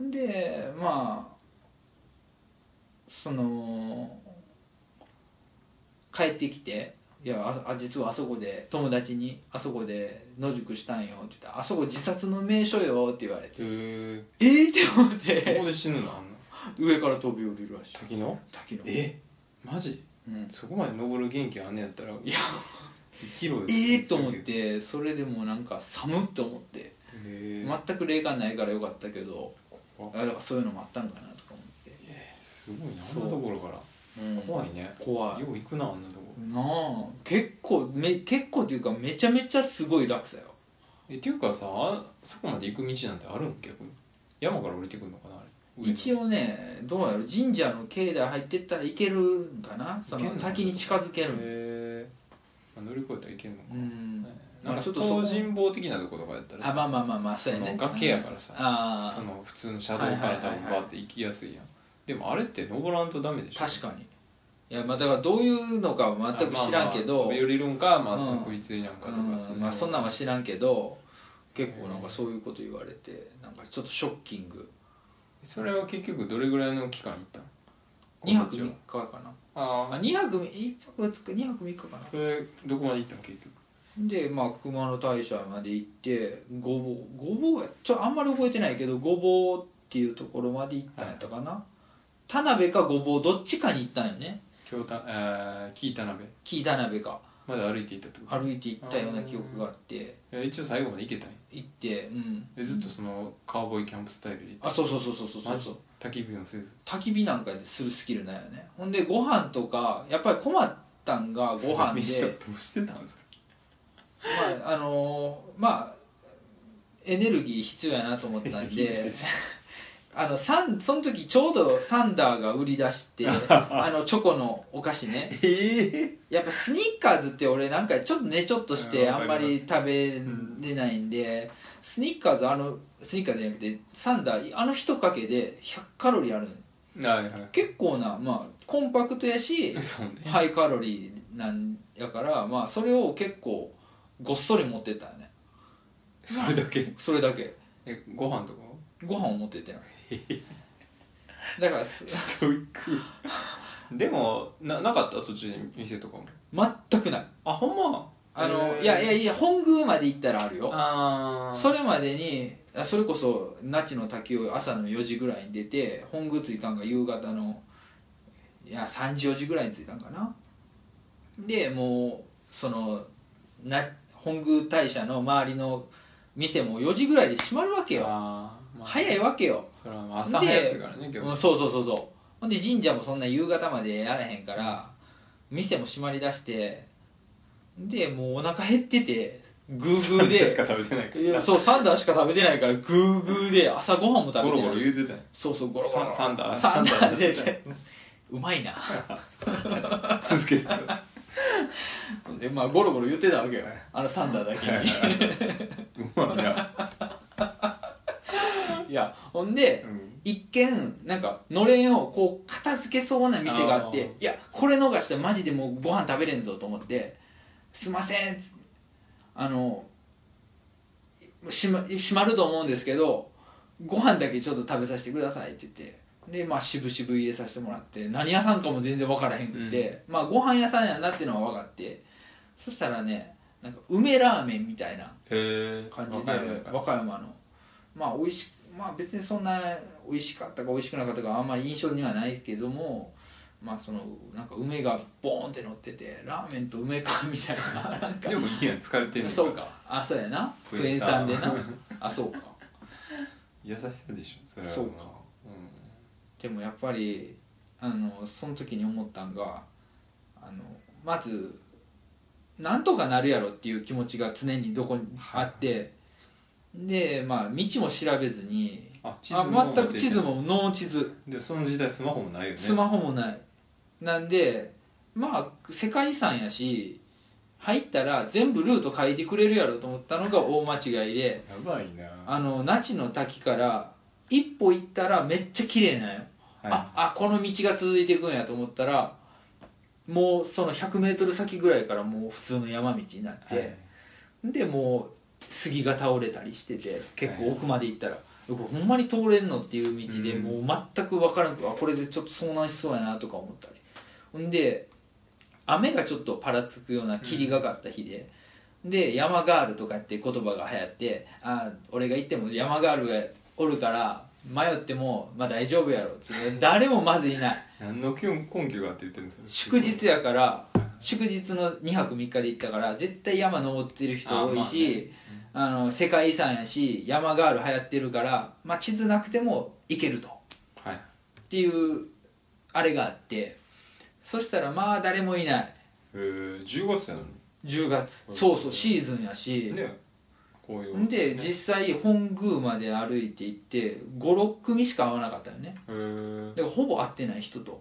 S2: でまあその帰ってきて「いやああ実はあそこで友達にあそこで野宿したんよ」って言ったら「あそこ自殺の名所よ」って言われて
S1: へ
S2: 「えー!」って思っ
S1: えここ
S2: て
S1: で死ぬのあんの
S2: 上から飛び降りるらしい
S1: 滝の
S2: 滝の
S1: えマジ
S2: うん、
S1: そこまで登る元気あんねやったら
S2: いや
S1: 生きろよ
S2: ええと思ってそれでもうなんか寒っと思って
S1: へー
S2: 全く霊感ないからよかったけど
S1: 怖
S2: あだからそういうのもあったんかなとか思って、
S1: えーすごいなあんなところから
S2: うん、
S1: 怖いね
S2: 怖い
S1: よう行くなあんなとこ
S2: なあ結構め結構っていうかめちゃめちゃすごい落差よ
S1: えっていうかさあそこまで行く道なんてあるん逆に山から降りてくるのかなあれ
S2: 一
S1: 応
S2: 応ねどうやろ神社の境内入ってったらいけるんかなそ
S1: い
S2: の
S1: けんの
S2: 滝に近づける
S1: へえ乗り越えたらいけるのか
S2: う
S1: なね
S2: ん
S1: なん
S2: まあ
S1: か
S2: ちょっとそこ
S1: 東尋坊的なところとかやったら
S2: あ
S1: さ
S2: まあまあまあまあそうや
S1: そ
S2: ね
S1: の崖やからさ
S2: あ
S1: そ
S2: あ
S1: の普通の車道から多分バーって行きやすいやんでもあれって登らんとダメでしょ
S2: 確かにいやまあだからどういうのかは全く知らんけ
S1: まあ
S2: ど、
S1: まあ飛び降りるんかまあその
S2: うん
S1: 食いついなんかとか
S2: うんまあそんなんは知らんけど結構なん
S1: う
S2: か
S1: ん
S2: そういうこと言われてなんかちょっとショッキング
S1: それは結局どれぐらいの期間行ったの
S2: 2泊
S1: こっ
S2: 3
S1: ち
S2: 日かな
S1: は
S2: あ
S1: ああ
S2: 2泊1泊2日2泊3日か
S1: それどこまで行ったの結局
S2: なでまあ熊野大社まで行ってごぼうごぼうやちょあんまり覚えてないけどごぼうっていうところまで行ったんやったかな、田辺かごぼうどっちかに行ったんよね
S1: 京丹えー紀伊田辺
S2: 木田辺か
S1: まで歩いて行ったってこと
S2: 歩いて行ったような記憶があって
S1: いや一応最後まで行けたんや
S2: 行ってうん
S1: でずっとそのカウボーイキャンプスタイルで行った
S2: あそうそうそうそうそうそ
S1: マ
S2: う
S1: ジ焚き火もせず
S2: 焚き火なんかでするスキルないよねほんでご飯とかやっぱり困ったんがご 飯で
S1: 飯とかどうしてたんですか
S2: まああのーまあエネルギー必要やなと思ったん
S1: いいで
S2: です あのサンその時ちょうどサンダーが売り出し てあのチョコのお菓子ね
S1: ええ
S2: やっぱスニッカーズって俺なんかちょっとねちょっとし
S1: う
S2: て
S1: んわ
S2: あ
S1: かり
S2: ん
S1: ま
S2: ま
S1: す
S2: り食べれないんでスニッカーズあのスニッカーズじゃなくてサンダーあの一かけで100カロリーあるんよ
S1: はいは
S2: 結構なまあコンパクトやし
S1: いそうね
S2: ハイカロリーなんやからまあそれを結構ごっそり持ってったよね
S1: それだけ
S2: それだけ
S1: えご飯とかも
S2: ご飯を持ってってない だからす
S1: ストイックでもななかった途中に店とかも
S2: 全くない
S1: あほんま
S2: あの
S1: へー
S2: いやいやいや本宮まで行ったらあるよ
S1: ああ
S2: それまでにあそれこそ那智の滝を朝の4時ぐらいに出て本宮着いたんが夕方のいや3時4時ぐらいに着いたんかなでもうそのな本宮大社の周りの店も4時ぐらいで閉まるわけよ
S1: あー、まあ、
S2: 早いわけよ
S1: それはまあ朝早くからね
S2: で
S1: 今
S2: う
S1: 日
S2: んそうそうそうそうほんで神社もそんな夕方までやらへんから店も閉まりだしてでもうお腹減っててグーグ ーで
S1: しか食べてないか
S2: いや
S1: ら
S2: そうサンダーしか食べてないからグーグーで朝ごはんも食べてない
S1: ゴロゴロ言うてたよ
S2: そうそうゴロゴロ
S1: サンダー
S2: サンダ
S1: サンダ
S2: ー
S1: ー
S2: で うまいな
S1: 続けてくださ
S2: でまあゴロゴロ言ってたわけよあのサンダーだけに
S1: いまあいや
S2: いやほんで、
S1: うん
S2: 一見なんかのれんをこう片付けそうな店があっていやこれ逃したらマジでもうご飯食べれんぞと思って「すいません」あのしま閉まると思うんですけどご飯だけちょっと食べさせてくださいって言ってでまあ渋々入れさせてもらって何屋さんかも全然分からへんくて、まあご飯屋さんやなっていうのは分かってそしたらねなんか梅ラーメンみたいな
S1: へえ
S2: 感じで
S1: 若いもんか
S2: 和歌山のまあ美味しまあ別にそんな美味しかったか美味しくなかったかあんまり印象にはないけどもまあそのなんか梅がボーンって乗っててラーメンと梅かみたいな なんか
S1: でもいいやん疲れてる
S2: そうかあそうやな
S1: ク
S2: ク
S1: エ
S2: エ
S1: ン
S2: ン
S1: 酸
S2: 酸でなあそうか
S1: 優しさでしょそれは
S2: そうかでもやっぱりあのその時に思ったんがあのまずなんとかなるやろっていう気持ちが常にどこにあって、でまあ道も調べずに
S1: うんあ地図
S2: あ全く地図
S1: も
S2: もノー地図
S1: でその時代スマホもないよね
S2: スマホもないなんでまあ世界遺産やし入ったら全部ルート書いてくれるやろと思ったのが大間違いで
S1: やばいなは
S2: あの那智の滝から一歩行ったらめっちゃ綺麗なんよ、
S1: い
S2: ああこの道が続いていくんやと思ったらもうその 100m 先ぐらいからもう普通の山道になって、
S1: はい
S2: でもう杉が倒れたりしてて結構奥まで行ったら、これほんまに通れんのっていう道で、
S1: うん
S2: もう全く分からなくてあこれでちょっと遭難しそうやなとか思ったりほんで雨がちょっとパラつくような霧がかった日で、で山ガールとかって言葉が流行ってあ俺が行っても山ガールがおるから迷ってもまあ大丈夫やろって誰もまずいない
S1: 何の根根拠があって言ってるん ですか
S2: 祝日やから祝日の2泊3日で行ったから絶対山登ってる人多いしあ、の世界遺産やし山ガール流行ってるから、まあ、地図なくても行けるとっ
S1: はい
S2: ていうあれがあってそしたらまあ誰もいない
S1: えー、10月やのに
S2: 10月
S1: うん
S2: そうそうシーズンやし、
S1: ねこうい
S2: ん
S1: う
S2: で
S1: ね
S2: 実際本宮まで歩いて行って56組しか会わなかったよね
S1: へー
S2: でほぼ会ってない人と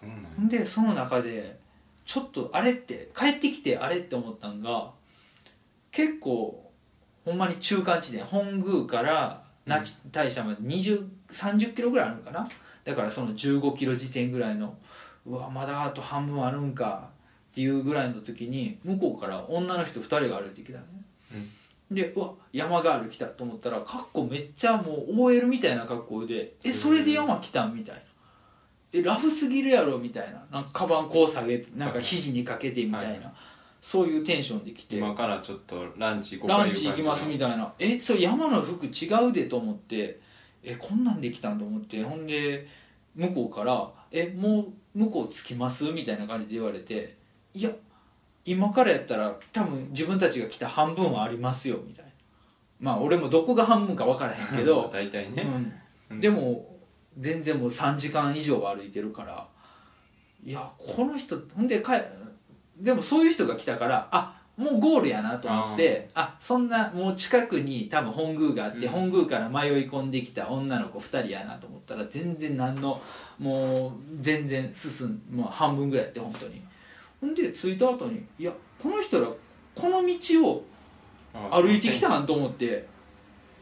S1: そうなんや
S2: んでその中でちょっとあれって帰ってきてあれって思ったんが結構ほんまに中間地点本宮から那智大社まで20 30キロぐらいあるのかなだからその15キロ時点ぐらいのうわまだあと半分あるんかっていうぐらいの時に向こうから女の人2人が歩いてきたのね、でうわ山ガール来たと思ったら格好めっちゃもう OL みたいな格好で「えそれで山来たん?」みたいな「えラフすぎるやろ」みたいななんかカバンこう下げてなんか肘にかけてみたいな、
S1: はい
S2: そういうテンションで来て
S1: 今からちょっとランチ行こうか
S2: ランチ行きますみたいな「えそれ山の服違うで」と思って「えこんなんできたん?」と思ってほんで向こうから「えもう向こう着きます?」みたいな感じで言われて「いや今からやったら多分自分たちが来た半分はありますよ」みたいなまあ俺もどこが半分か分からへんけ ど、
S1: 大体
S2: う
S1: ね、
S2: ん
S1: うん
S2: でも全然もう3時間以上は歩いてるからいやこの人ほんでかでもそういう人が来たからあもうゴールやなと思ってあそんなもう近くに多分本宮があって、
S1: うん
S2: 本宮から迷い込んできた女の子2人やなと思ったら全然何のもう全然進んもう半分ぐらいやって本当にほんで着いた後にいやこの人らこの道を
S1: あ
S2: 歩いてきたんと思って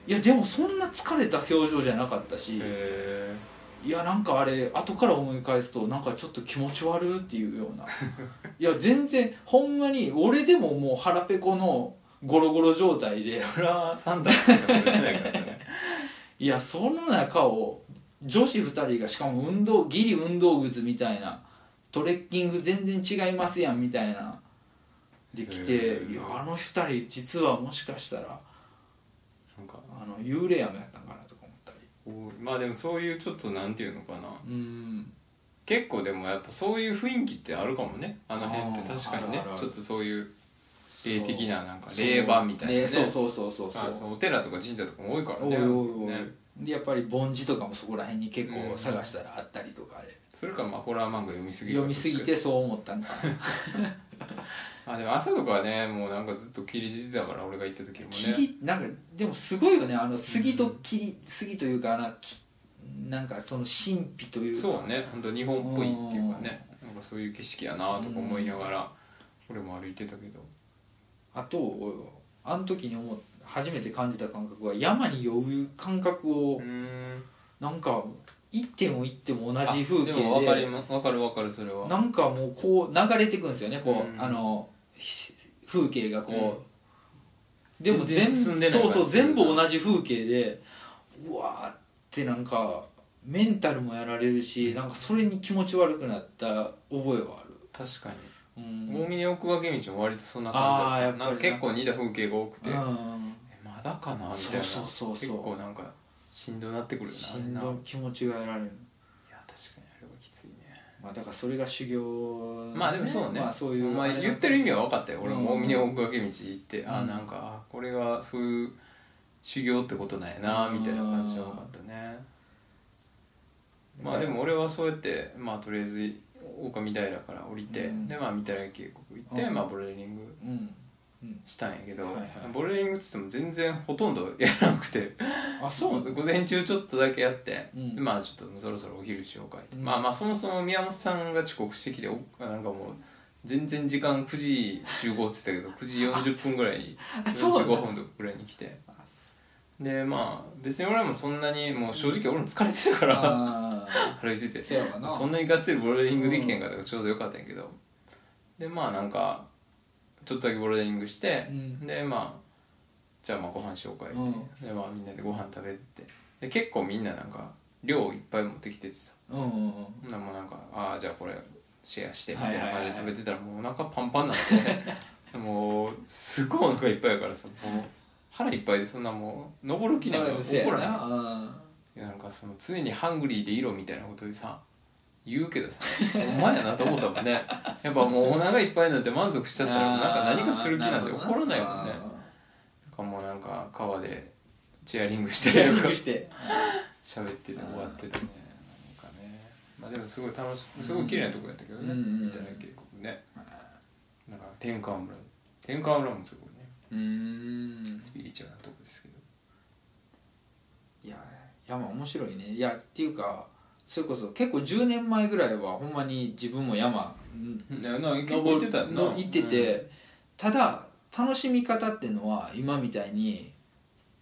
S2: いやでもそんな疲れた表情じゃなかったし、
S1: へ
S2: いやなんかあれ後から思い返すとなんかちょっと気持ち悪いっていうよ うないや全然ほんまに俺でももう腹ペコのゴロゴロ状態
S1: え
S2: で
S1: それはサンダーしか食べれないからね
S2: いやその中を女子2人がしかも運動ギリ運動靴みたいなトレッキング全然違いますやんみたいなできて
S1: へー
S2: いやあの2人実はもしかしたら
S1: なんか
S2: あの幽霊山やったんかなとか思ったり
S1: おーまあでもそういうちょっとなんていうのかな
S2: うん
S1: 結構でもやっぱそういう雰囲気ってあるかもねあの辺って
S2: あー
S1: 確かにね
S2: あるある
S1: ちょっとそういう霊的ななんか霊場みたいな、ね、
S2: そうそうそうそうそう
S1: あお寺とか神社とかも多いから
S2: おい
S1: ね
S2: おいおい、
S1: ね
S2: でやっぱり凡字とかもそこら辺に結構探したらあったりとかで、
S1: それかまあホラー漫画読みすぎる
S2: 読みすぎてそう思ったんだ
S1: あでも朝とかはねもうなんかずっと霧出てたから俺が行った時もね
S2: 霧なんかでもすごいよねあの杉と霧、杉というかあのきなんかその神秘というか
S1: そうね本当日本っぽいっていうかねなんかそういう景色やなとか思いながら俺も歩いてたけど
S2: あと俺はあの時に思っ初めて感じた感覚は山に酔う感覚を
S1: うん
S2: なんか行っても行っても同じ風景
S1: で
S2: で
S1: も分かりま分かる分かるそれは
S2: なんかもうこう流れていくんですよねこう、
S1: うん
S2: あのひ風景がこう、でも
S1: 全然
S2: 全
S1: 進んでない
S2: そ
S1: 感
S2: う
S1: じ
S2: そう全部同じ風景でうわーってなんかメンタルもやられるしなんかそれに気持ち悪くなった覚えはある、
S1: 確かに
S2: うん
S1: 大峰奥分道も割とそんな
S2: あー
S1: 感
S2: や
S1: じ
S2: っぱり
S1: だなんか結構似た風景が多くて
S2: う
S1: え
S2: ん
S1: まだかなみたい
S2: そう
S1: な
S2: そうそうそう
S1: 結構なんかしんどなってくるよな
S2: し
S1: あれ
S2: ん
S1: な
S2: どい気持ちがやられる、
S1: いや確かにあれはきついね
S2: まあ、だからそれが修行のね、
S1: まあでもそうね、
S2: まあ、そういう
S1: お
S2: あ
S1: 前
S2: れ
S1: 言ってる意味は分かったよ俺も大
S2: うん
S1: 峰奥分道行って、あ
S2: うん
S1: なんかあこれがそういう修行ってことなんやなみたいな感じは分かったねまあでも俺はそうやってまあとりあえず狼平から降りて、
S2: うん
S1: でまあ三平渓谷行って、
S2: うん
S1: まあボルダリング
S2: うん、うん、
S1: したんやけど、
S2: はいはい
S1: ボルダリングっつっても全然ほとんどやらなくて
S2: あそう
S1: 午前中ちょっとだけやって、
S2: うん
S1: でまあちょっとそろそろお昼しようかって、
S2: うん
S1: まあまあそもそも宮本さんが遅刻してきておなんかもう全然時間9時集合って言ってたけど9時40分ぐらいに
S2: あそう
S1: 45分とかぐらいに来てでまあ別に俺もそんなにもう正直俺も疲れてたから
S2: あ
S1: 歩いて
S2: ー
S1: て
S2: せやわな
S1: そんなにがっつりボルダリングできへんからちょうどよかったんやけど、でまあなんかちょっとだけボルダリングして、
S2: うん
S1: でまあじゃあまあご飯しようか言って、でまあみんなでご飯食べてで結構みんななんか量いっぱい持ってきててさ
S2: うんうんうん
S1: ほんならもうなんかああじゃあこれシェアしてみ
S2: は
S1: た
S2: い
S1: い
S2: はい
S1: な
S2: はい
S1: 感じで食べてたらもうお腹パンパンになって もうすごいお腹いっぱいやからさもう腹いっぱいでそんなもう登る気なんか起こらないいやなんかその常にハングリーでいろみたいなことでさ言うけどさお前やなと思ったもんねやっぱもうお腹いっぱいになって満足しちゃったらなんか何かする気なんて起こらないもんねなんかもうなんか川でチェアリングして
S2: チェアリン
S1: なん
S2: グ
S1: か
S2: して
S1: 喋ってて終わってたねなんかねまあでもすごい楽しすごい綺麗なとこやったけどね、
S2: うんうん
S1: みたいな結構ねなんか天川村天川村もすごいね
S2: うん
S1: スピリチュアルなとこですけど
S2: いや山面白いねいやっていうかそれこそ結構10年前ぐらいはほんまに自分も山
S1: なな結構行
S2: 登
S1: ってたよな
S2: の行ってて、ただ楽しみ方っていうのは今みたいに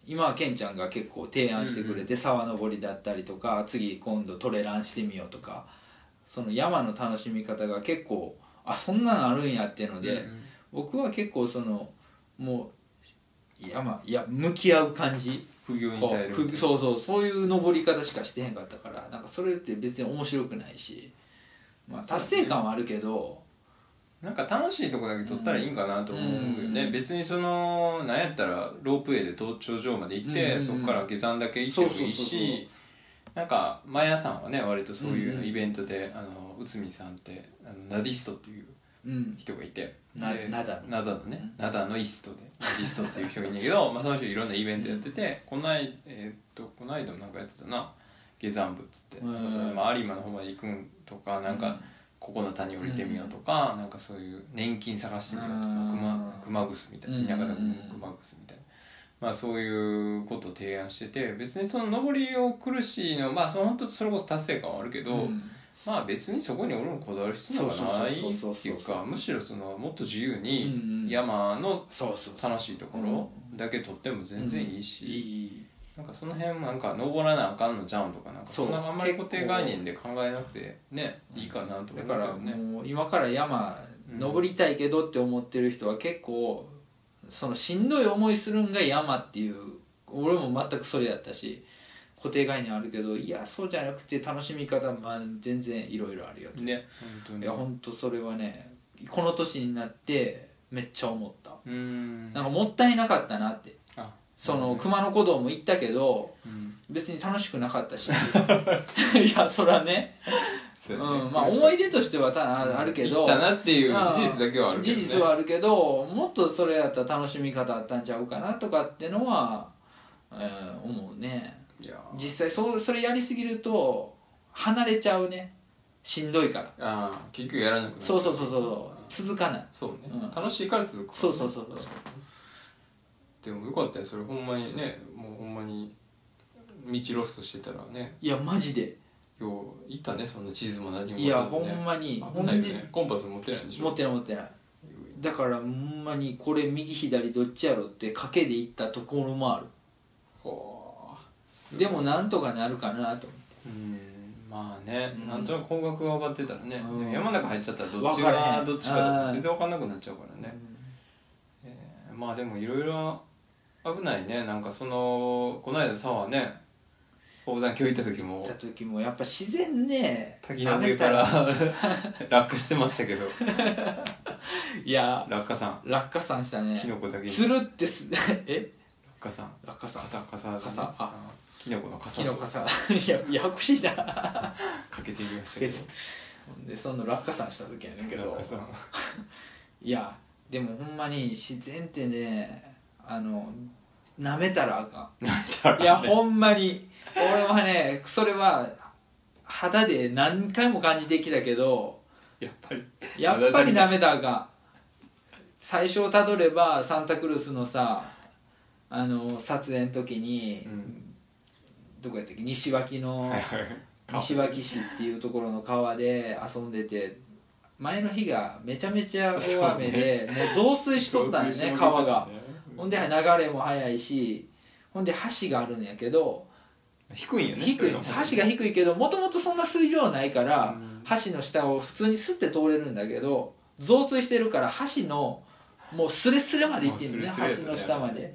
S2: 今はケンちゃんが結構提案してくれて、沢登りだったりとか次今度トレランしてみようとかその山の楽しみ方が結構あそんなのあるんやっていうので、
S1: うん
S2: 僕は結構そのもう山いや向き合う感じ
S1: 苦行に
S2: こ
S1: 耐え
S2: う
S1: る
S2: ふそうそうそういう登り方しかしてへんかったからなんかそれって別に面白くないし、まあ、達成感はあるけど。
S1: なんか楽しいとこだけ撮ったらいいんかなと思うよね、
S2: うん
S1: 別にそのなんやったらロープウェイで登頂上まで行って、
S2: うんうん
S1: そこから下山だけ行ってもいい
S2: そうそうそう
S1: しなんかマヤさんはね割とそうい
S2: ん
S1: う
S2: う
S1: うんイベントで、あの内海さんってあのナディストっていう
S2: うん、
S1: 人がいて
S2: な
S1: で
S2: ナダの
S1: ナダのねナダのイストでナディストっていう人がいるんだけど まあその人いろんなイベントやっててこない、えーっとこないだもなんかやってたな下山部っつって、
S2: うん
S1: なんかそのまあ、有馬の方まで行くんとかなんか、ここの谷降りてみようとか、なんかそういう年金探してみようとか
S2: うん
S1: 熊熊楠みたいな
S2: うん
S1: 田舎でも熊楠みたいな、まあ、そういうことを提案してて別にその上りを苦しいのまあその本当それこそ達成感はあるけど、
S2: うん
S1: まあ別にそこに俺もこだわる必要がない
S2: そうそうそうそうそう
S1: っていうかむしろそのもっと自由
S2: うんう
S1: に
S2: ん
S1: 山の
S2: そうそうそう
S1: 楽しいところだけ取っても全然いいし。
S2: いい
S1: なんかその辺もなんか登らなあかんのじゃうんとかなんか
S2: そ
S1: そ
S2: うん
S1: なあんまり固定概念で考えなくてねいいかなと思
S2: だ
S1: うけ
S2: か
S1: ど
S2: ら
S1: ね
S2: もう今から山登りたいけどって思ってる人は結構そのしんどい思いするんが山っていう俺も全くそれやったし固定概念あるけどいやそうじゃなくて楽しみ方まあ全然いろいろあるよって
S1: ね本
S2: い
S1: 当
S2: や
S1: に
S2: 本当それはねこの年になってめっちゃ思った
S1: うーん
S2: なんかもったいなかったなって
S1: あ
S2: そ
S1: うん
S2: の
S1: うん
S2: 熊野古道も行ったけど
S1: うん
S2: 別に楽しくなかったしいやそらね
S1: そうやね
S2: うんまあ、思い出としてはたあるけど
S1: 行ったなっていう事実だけはあるけど、ね、
S2: 事実はあるけどもっとそれやったら楽しみ方あったんちゃうかなとかってのは、えー思うね
S1: いやー
S2: 実際そうそれやりすぎると離れちゃうねしんどいから
S1: あー結局やらなくなる
S2: そうそうそうそう続かない
S1: そうね、
S2: うん
S1: 楽しいから続くから
S2: そうそうそうそう
S1: 確かにでもよかったよそれほんまにねもうほんまに道ロストしてたらね
S2: いやマジで
S1: よう行ったねそんな地図も何も持たずね
S2: いやほんまにほ
S1: 危
S2: ん
S1: ない
S2: で
S1: よねコンパス持ってないんでしょ
S2: 持ってない持ってないだからほんまにこれ右左どっちやろって賭けで行ったところもある
S1: ほー
S2: でもなんとかなるかなと思って
S1: うんまあね、
S2: うん
S1: なんとなく方角が分かってたらね、
S2: うん
S1: でも山の中入っちゃったらどっち
S2: 分からへ
S1: が
S2: ん
S1: どっちかと
S2: あ
S1: か
S2: ー
S1: 全然分かんなくなっちゃうからね、えーまあでもいろいろ危ないねなんかそのこの間沢ね宝山峡行った時
S2: 行
S1: も
S2: った時もやっぱ自然ね
S1: 滝の上から 落下してましたけど
S2: いや
S1: 落下さん
S2: 落下山した
S1: キ
S2: ね
S1: ノコだけに
S2: つ
S1: 落
S2: るってす え
S1: 下さん
S2: 落下
S1: 傘
S2: 山
S1: 傘だね
S2: 傘あ
S1: キノコの傘
S2: 木の
S1: と
S2: 傘 いやややこしいな
S1: かけていきましたけど
S2: ほんでその落下山した時やねんけど
S1: 落下さん
S2: いやでもほんまに自然ってねあの舐めたらあかんいやほんまに俺はねそれは肌で何回も感じてきたけど
S1: やっぱり
S2: やっぱり舐めたらあかん最初をたどればサンタクルースのさあの撮影の時に、
S1: うん
S2: どこやったっけ西脇の
S1: はいはい
S2: 西脇市っていうところの川で遊んでて前の日がめちゃめちゃ大雨で、もう増水しとったんですね川が、ほんで流れも速いしほんで橋があるんやけど
S1: 低いんよね
S2: 低い橋が低いけどもともとそんな水量ないか
S1: う
S2: ら、
S1: ん
S2: 橋の下を普通にすって通れるんだけど増水してるから橋のもうスレスレまで行ってんのね橋の下まで、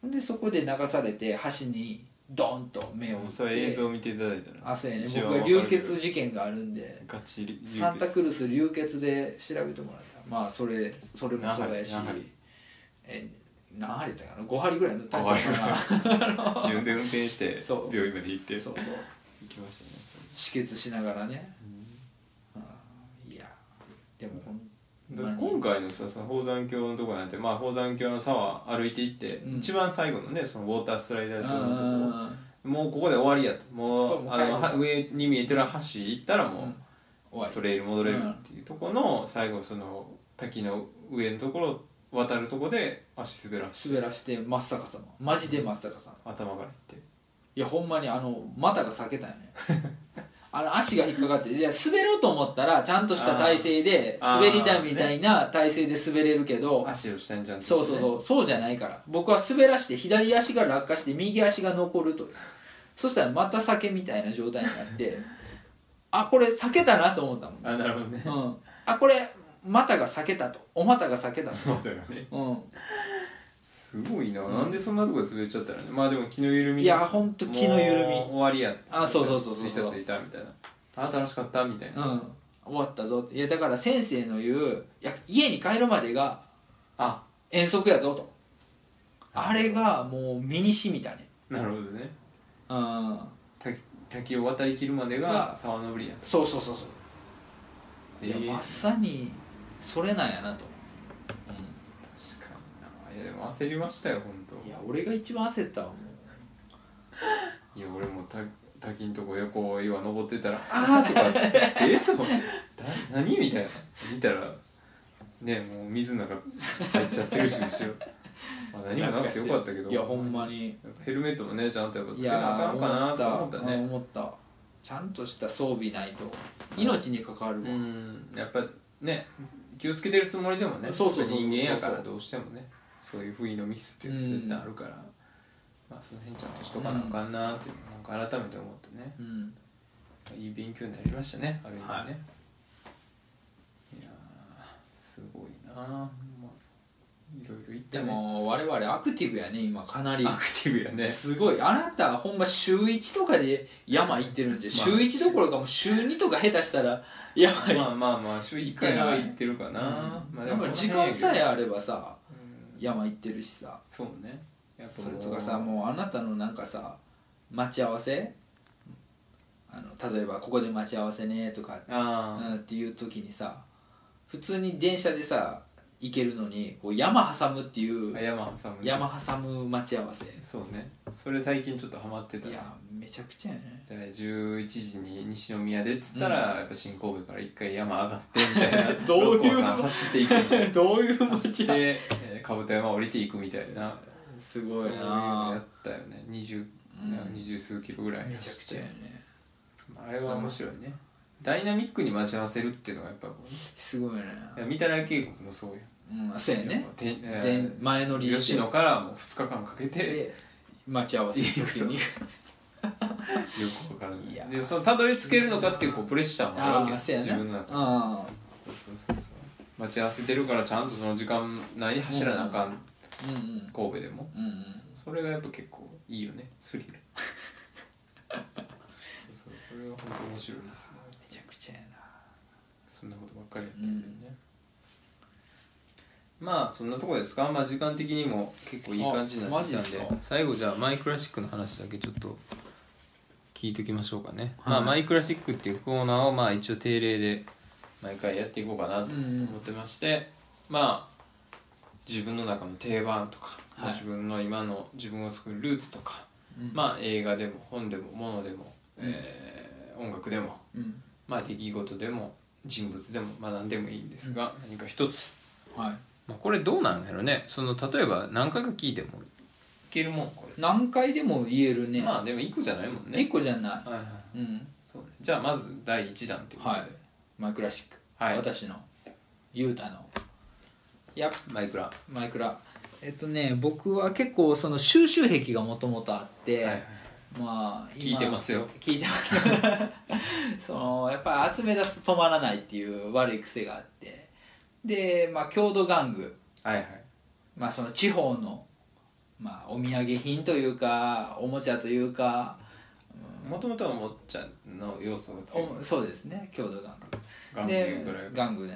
S2: ほんでそこで流されて橋にドンと目
S1: で
S2: を打
S1: も
S2: って
S1: それ映像見ていただいたら
S2: あそうやね
S1: 一番
S2: 僕は
S1: わ
S2: 流
S1: かるけど
S2: 血事件があるんで
S1: ガチ流血
S2: サンタクルス流血で調べてもらったまあそれそれもそうやし
S1: 何針何針
S2: え何針だったかな5針ぐらい塗ったんちゃうか
S1: 五
S2: な
S1: 自分で運転して
S2: そう
S1: 病院まで行って
S2: そう
S1: 行
S2: そう
S1: きましたねそ
S2: 止血しながらね
S1: れ
S2: うんいやでもほん
S1: だから今回のさその宝山峡のとこなんて、まあ、宝山峡の沢歩いていって、
S2: うん
S1: 一番最後のねそのウォータースライダー場のとこ
S2: あ
S1: もうここで終わりやとも
S2: そう
S1: う
S2: もう
S1: あ
S2: 帰る
S1: のは上に見えてる橋行ったら
S2: ー
S1: もう、
S2: うん終わり
S1: トレイル戻れるっていうとこの最後その滝の上のところ渡るとこで足滑らして
S2: 滑らして真っ逆さまマジで真っ逆さま
S1: 頭からいって
S2: いやほんまにあの股が裂けたよ ねあの足が引っかかっていや滑ろうと思ったらちゃんとした体勢で
S1: あー
S2: 滑り台みたいな体勢で滑れるけど、
S1: 足を下にちゃんとして
S2: そうそうそうそうじゃないから僕は滑らして左足が落下して右足が残るというそしたらまた酒みたいな状態になってあこれ避けたなと思ったもん、
S1: あなるほどね
S2: うん、あこれ股が避けたとお股が避けたと、
S1: そうだよね
S2: う
S1: すごいな、なんでそんなとこで滑っちゃったらねまあでも気の緩み
S2: ん、
S1: で
S2: いやほんと気の緩み
S1: もう終わりや
S2: あそうそうそうそう
S1: ついたついたみたいなあ楽しかったみたいな、
S2: うん、終わったぞっていやだから先生の言ういや家に帰るまでが
S1: あ
S2: 遠足やぞとあれがもう身にしみたね
S1: なるほどね
S2: うん
S1: 滝滝を渡りきるまで
S2: が
S1: が沢登りや
S2: そうそうそうそう、
S1: え
S2: い
S1: え
S2: やまさにそれなんやなと、
S1: 確かにないやでも焦りましたよ本当
S2: いや俺が一番焦ったわもう
S1: いや俺もた滝んとこ横を今登ってたら「あー」とかって「えっ?」と思って「な何?」みたいな見たらねもう水の中入っちゃってるしむしろ、まあ、何もなくてよかったけど
S2: いやほんまに
S1: やっぱヘルメットもねちゃんとやっぱつ
S2: い
S1: けなあ
S2: や
S1: かんかなと思
S2: 思
S1: っ
S2: っ
S1: た
S2: たうん
S1: ね
S2: 思ったちゃんとした装備ないと命に関わる
S1: う
S2: わ、
S1: んやっぱね気をつけてるつもりでもね
S2: そうそ
S1: や
S2: うそう
S1: っぱ人間やからどうしてもねそういう不意のミスって絶対あるから、まあその辺ちゃんとしとかなあかんなーっていうのをなんか改めて思ってね、
S2: うん
S1: いい勉強になりましたね、あれにね。
S2: はい
S1: い、やー、すごいなあ、まあ、いろいろ言った
S2: で
S1: ね。
S2: も我々アクティブやね今かなり
S1: アクティブやね。
S2: すごいあなたほんま週1とかで山行ってるんで、
S1: まあ
S2: 週1どころかもう週2とか下手したら山行ってる、
S1: まあまあまあ、週1回は行ってるかな。まあで
S2: なん
S1: も
S2: か時間さえあればさ
S1: うん
S2: 山行ってるしさ
S1: そうね。やっぱ
S2: それとかさ
S1: もう
S2: もうあなたのなんかさ待ち合わせあの例えば「ここで待ち合わせね」とか、う
S1: あ
S2: ん、っていう時にさ普通に電車でさ行けるのにこう山挟むってい
S1: あ
S2: う
S1: 山挟む
S2: 山挟む待ち合わせい
S1: そうねそれ最近ちょっとハマってた
S2: やめちゃくちゃやね
S1: じゃあ11時に西宮でっつったら、やっぱ新神戸から一回山上がってみたいな
S2: どういう
S1: 六
S2: こと
S1: 甲山走っていく
S2: どういう
S1: 走って、えー、かぶた山降りていくみたいな
S2: すごい
S1: そういうのや
S2: な
S1: ったよね20
S2: うん
S1: 二十数キロぐらい
S2: めちゃくちゃやね
S1: あれは面白いねダイナミックに待ち合わせるっていうのがやっぱこう
S2: すごいね
S1: いや三田渓谷もそうよ
S2: うんそうやね
S1: てえー
S2: 前前乗りして
S1: 吉野からもう2日間かけて
S2: で待ち合わせの時に
S1: 旅行からね
S2: いや
S1: でそのたどり着けるのかっていうこうプレッシャーもあるわけ
S2: あー
S1: よ
S2: そうやな
S1: 自分の中で
S2: あ
S1: そうそうそうそう待ち合わせてるからちゃんとその時間内に走らなあかん、
S2: あうんうん
S1: 神戸でも
S2: うんうん
S1: それがやっぱ結構いいよねスリルそうそうそれは本当面白いですね
S2: めちゃくちゃやな
S1: そんなことばっかりやってるんでね、まあそんなとこですかまあ時間的にも結構いい感じになってきたんで
S2: あマジっす
S1: 最後じゃあマイクラシックの話だけちょっと聞いときましょうかね、
S2: はい
S1: まあマイクラシックっていうコーナーをまあ一応定例で毎回やっていこうかなと
S2: うんうん
S1: 思ってまして、まあ自分の中の定番とか、まあ
S2: はい
S1: 自分の今の自分を救うルーツとか、
S2: うん
S1: まあ映画でも本でも物でも、えー音楽でも
S2: うん
S1: まあ、出来事でも人物でもまあ何でもいいんですが、何か一つ、
S2: はい
S1: まあ、これどうなんやろねその例えば何回か聞いてもいけるもんこれ、
S2: 何回でも言えるね
S1: まあでも一個じゃないもんね
S2: 一個じゃない
S1: はいはい
S2: うん
S1: そうねじゃあまず第一弾っていうことで、
S2: はいマイクラシック
S1: はい
S2: 私のゆうたのやっ
S1: マイクラ、は
S2: マイクラえっとね僕は結構その収集癖がもともとあって、
S1: いはい
S2: まあ
S1: 聞いてますよ
S2: 聞いてます そのやっぱり集め出すと止まらないっていう悪い癖があってでまあ郷土玩具
S1: はいはい
S2: まあ、その地方の、まあ、お土産品というかおもちゃというか
S1: もともとはおもちゃの要素が強い
S2: おそうですね郷土玩
S1: 玩
S2: 具
S1: 具
S2: で
S1: ぐらいが
S2: 玩具で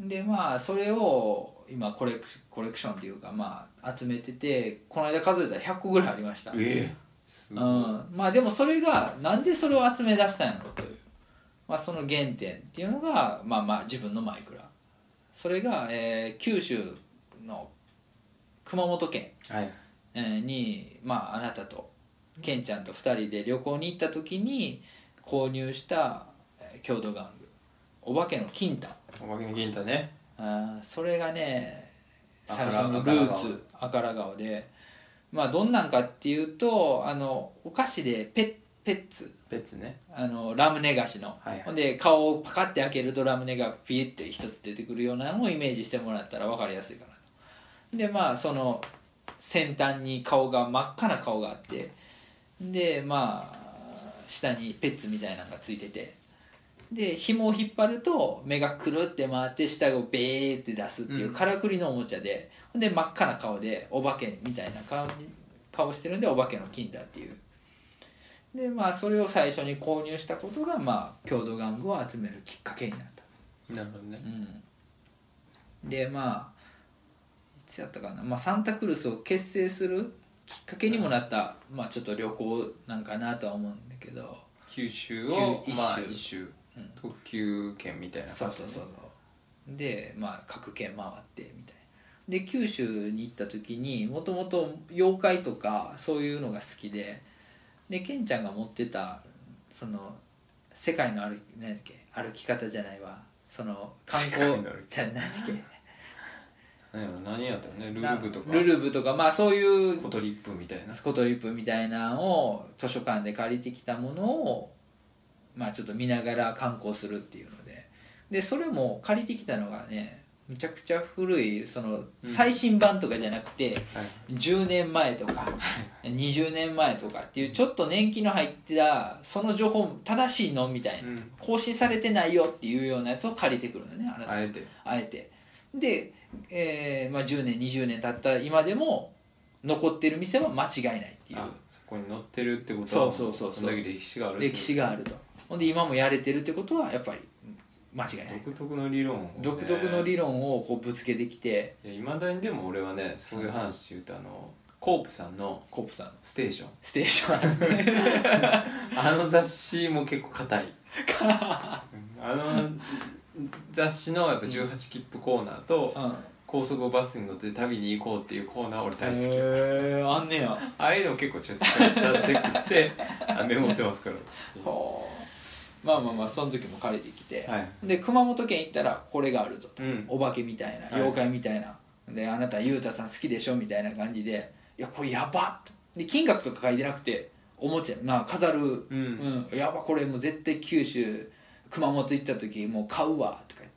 S2: でまあそれを今コレクコレクションというか、まあ、集めててこの間数えたら100個ぐらいありました、
S1: ええす
S2: う
S1: ごい、は
S2: ん、まあでもそれがなんでそれを集め出したんやろという、まあ、その原点っていうのが、まあ、まあ自分のマイクラそれが、えー九州の熊本県
S1: い
S2: えーに、まあ、あなたとケンちゃんと2人で旅行に行った時に購入したえー郷土玩具お化けの金太
S1: おまけの銀太ね
S2: あーそれがね
S1: あ
S2: 最初のルーツあから顔でまあどんなんかっていうとあのお菓子でペッペッツ
S1: 別ね
S2: あのラムネ菓子の、
S1: はいはい
S2: ほんで顔をパカッて開けるとラムネがピーって一つ出てくるようなのをイメージしてもらったら分かりやすいかなとでまあその先端に顔が真っ赤な顔があってでまあ下にペッツみたいなのがついててで紐を引っ張ると目がくるって回って下をベーって出すっていううんからくりのおもちゃで、ほんで真っ赤な顔でお化けみたいな顔に顔してるんでお化けの金だっていうでまあそれを最初に購入したことがまあ郷土玩具を集めるきっかけになった
S1: なるほどね
S2: うん、でまあいつやったかな、まあ、サンタクルスを結成するきっかけにもなった、まあ、ちょっと旅行なんかなとは思うんだけど
S1: 九州を
S2: 九一周
S1: まあ一周、
S2: うん
S1: 特急券みたいな
S2: そう
S1: 感じね
S2: そうそうそうでまあ各県回ってみたいなで九州に行った時にもともと妖怪とかそういうのが好きででケンちゃんが持ってたその世界の歩き何だっけ歩き方じゃないわその観
S1: 世
S2: 光
S1: 界の歩き方
S2: じゃあ何だっけ
S1: 何やろ何やったのねルルブとか
S2: ルルブとかまあそういう
S1: コトリップみたいな
S2: スコトリップみたいなのを図書館で借りてきたものをまあちょっと見ながら観光するっていうのででそれも借りてきたのがねめちゃくちゃ古いその最新版とかじゃなくて、
S1: はい
S2: 10年前とか20年前とかっていうちょっと年季の入ったその情報正しいのみたいな、
S1: うん
S2: 更新されてないよっていうようなやつを借りてくるのねあなた
S1: あえて
S2: あえてで、えーまあ、10年20年経った今でも残ってる店は間違いないってい
S1: あ
S2: う
S1: そこに載ってるってことは
S2: そうそうそうそう
S1: そんだけ歴史がある
S2: 歴史
S1: が
S2: があるとほんで今もやれてるってことはやっぱり間違いない
S1: 独特の理論をね
S2: 独特の理論をこうぶつけてきて
S1: いまだにでも俺はねそういう話で言うとあのコープさんの
S2: コップさん
S1: 「ステーション
S2: ステーションあるね」
S1: あの雑誌も結構硬いあの雑誌のやっぱ18切符コーナーと
S2: うん
S1: 高速バスに乗って旅に行こうっていうコーナー俺大好き
S2: へえあんねや
S1: ああいうの結構ちょっとチェック してあメモってますから
S2: ほうまあまあまあその時も借りてきて、
S1: はい
S2: で熊本県行ったらこれがあるぞと、
S1: うん
S2: お化けみたいな
S1: はい
S2: 妖怪みたいな、であなたゆうたさん好きでしょみたいな感じでいやこれやばっとで金額とか書いてなくておもちゃまあ飾る、うんやばこれもう絶対九州熊本行った時もう買うわとか言っ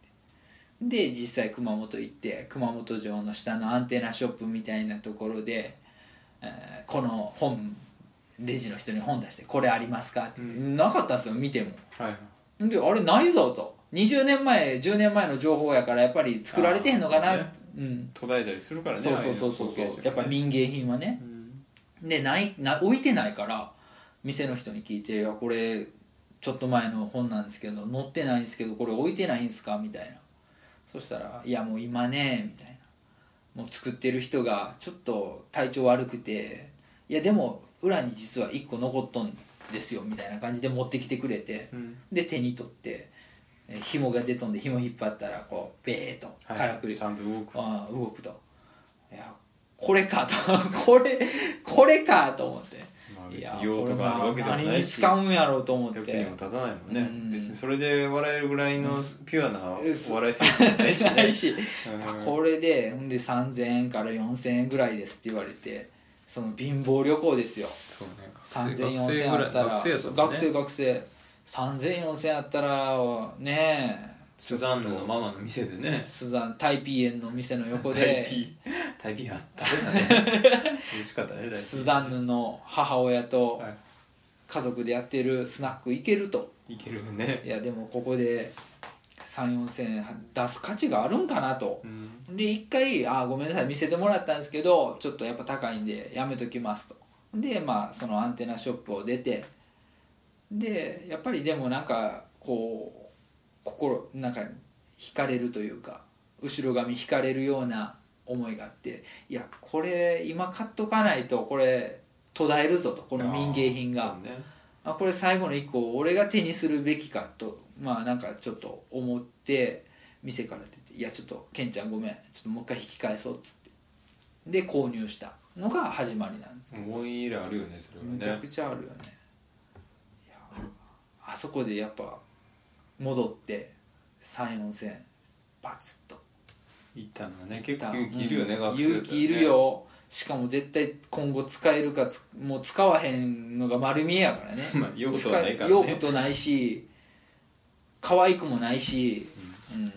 S2: てで実際熊本行って熊本城の下のアンテナショップみたいなところで、えーこの本レジの人に本出して「これありますか?」って言って、なかったんですよ見ても
S1: はい
S2: であれないぞと20年前10年前の情報やからやっぱり作られてへんのかな
S1: あ
S2: う,、
S1: ーそうね
S2: ん
S1: 途絶えたりするからね
S2: そうそうそうそうそう、やっぱ
S1: み
S2: 民芸品はねでないな置いてないから店の人に聞いて「いやこれちょっと前の本なんですけど載ってないんですけどこれ置いてないんですか?」みたいなそしたら「いやもう今ね」みたいなもう作ってる人がちょっと体調悪くて「いやでも裏に実は1個残っとんですよ」みたいな感じで持ってきてくれてで手に取ってえー紐が出とんで紐引っ張ったらこうベーッとからくり、
S1: ちゃんと動く
S2: あー動くといやこれかと これこれかと思って
S1: まあ
S2: い
S1: 別
S2: や
S1: に用
S2: これ
S1: 途があるわけでも
S2: 何
S1: な
S2: に
S1: いし
S2: 使うんやろうと思っ
S1: 役
S2: て
S1: にも立たないもんね、
S2: うん
S1: 別にそれで笑えるぐらいのピュアな
S2: うんそう
S1: お笑いセンスじゃないし
S2: な
S1: ね
S2: いし
S1: うん
S2: あこれでほんで3000円から4000円ぐらいですって言われてその貧乏旅行ですよ
S1: そうね学生学生ぐ
S2: 30004000あ
S1: らい
S2: ったら
S1: 学生やったもん
S2: 学
S1: ね
S2: 生学生30004000あったらねえ
S1: スザンヌのママの店でね
S2: スザンタイピーエンの店の横
S1: タイ
S2: で
S1: ピータイピーあったね 美味しかったねタイピー
S2: スザンヌの母親と
S1: は
S2: 家族でやってるスナック行けると
S1: いいけるね
S2: いやでもここで34000円出す価値があるんかなと
S1: うん
S2: で一回「あーごめんなさい見せてもらったんですけどちょっとやっぱ高いんでやめときます」とでまあそのアンテナショップを出てでやっぱりでもなんかこう心なんか惹かれるというか後ろ髪惹かれるような思いがあっていやこれ今買っとかないとこれ途絶えるぞとこの民芸品が
S1: そうね
S2: あこれ最後の1個を俺が手にするべきかとまあなんかちょっと思って店から出て「いやちょっとケンちゃんごめんちょっともう一回引き返そう」っつってで購入したのが始まりなんです
S1: 思い入れあるよねそれ
S2: めちゃ
S1: は
S2: く
S1: ね
S2: ちゃあるよねいやあそこでやっぱ戻って34000バツッと
S1: 行ったのはね結構勇気いるよね、
S2: うん
S1: 学生だったらね
S2: 勇気いるよしかも絶対今後使えるかつもう使わへんのが丸見え やからね
S1: まあ用途はないからね
S2: 用途ないし可愛くもないし、うん、
S1: で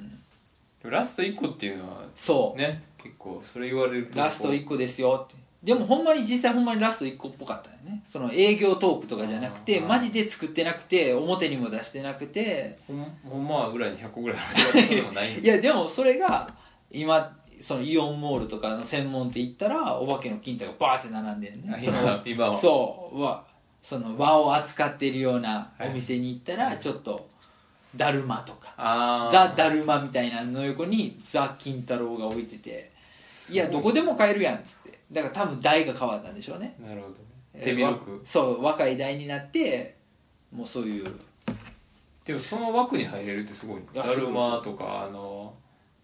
S1: もラスト1個っていうのは
S2: そう、
S1: ね結構それ言われると
S2: ラスト
S1: こう
S2: 1個ですよってでもほんまに実際ほんまにラスト1個っぽかったよねその営業トークとかじゃなくて
S1: あー
S2: マジで作ってなくて表にも出してなくて
S1: ほんほんまは裏に100個ぐらいあることもないんだ
S2: いやでもそれが今そのイオンモールとかの専門店行ったらお化けの金太がバーって並んでるね その
S1: 今今は
S2: そう和その和を扱ってるようなお店に行った
S1: は
S2: ら
S1: い
S2: ちょっとだるまとか
S1: あー
S2: ザ・だるまみたいなのの横にザ・金太郎が置いてていやどこでも買えるやんっつってだから多分代が変わったんでしょうね
S1: なるほどね手広く
S2: わそう若い代になってもうそういう
S1: でもその枠に入れるってすごいね
S2: いや
S1: だ
S2: すごい
S1: るまとかあの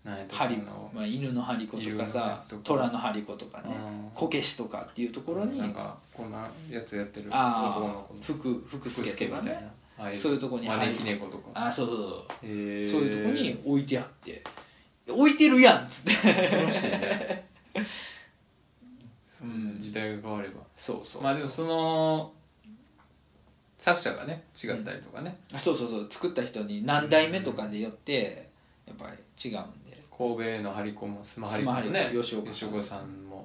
S1: なんやった
S2: 針
S1: の
S2: まあ、犬の張り子とか
S1: 犬の
S2: さ
S1: やつとか
S2: 虎の張り子とかね
S1: うん
S2: こけしとかっていうところに
S1: なんかこんなやつやってる
S2: あ
S1: 男の子の
S2: あ福福
S1: 福
S2: 助
S1: 助
S2: と
S1: み
S2: か
S1: たい
S2: ね
S1: なああい
S2: そういうとこに入る
S1: 招き猫とか
S2: ああそうそうそう
S1: そう
S2: そ
S1: い
S2: ういうとこに置いてあって、置いてるやんっつって。
S1: 楽しいね
S2: うん
S1: 時代が変われば
S2: そうそう。
S1: まあでもその作者がね違ったりとかね
S2: あそうそうそう、作った人に何代目とかでよって、やっぱり違うんで。
S1: 神戸の張り子もスマハリコも
S2: スマハ
S1: ね
S2: リコ吉岡
S1: 吉岡さんも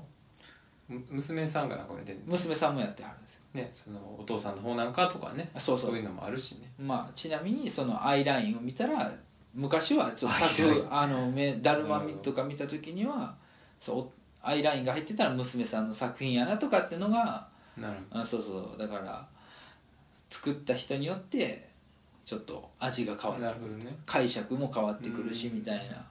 S1: む娘さんがなんか出てる
S2: 娘さんもやってはるんですよ。
S1: ねそのお父さんの方なんかとかね
S2: あそうそ
S1: そういう
S2: う。
S1: のもあるしね
S2: まあ、ちなみにそのアイラインを見たら、昔はちょっと
S1: アイライ
S2: 作、あの、めだるまとか見た時には、そう、アイラインが入ってたら娘さんの作品やなとかってのが、
S1: なるほど
S2: あそうそうだから作った人によってちょっと味が変わ
S1: な
S2: っ
S1: る
S2: て
S1: ほどね
S2: 解釈も変わってくるしみたいな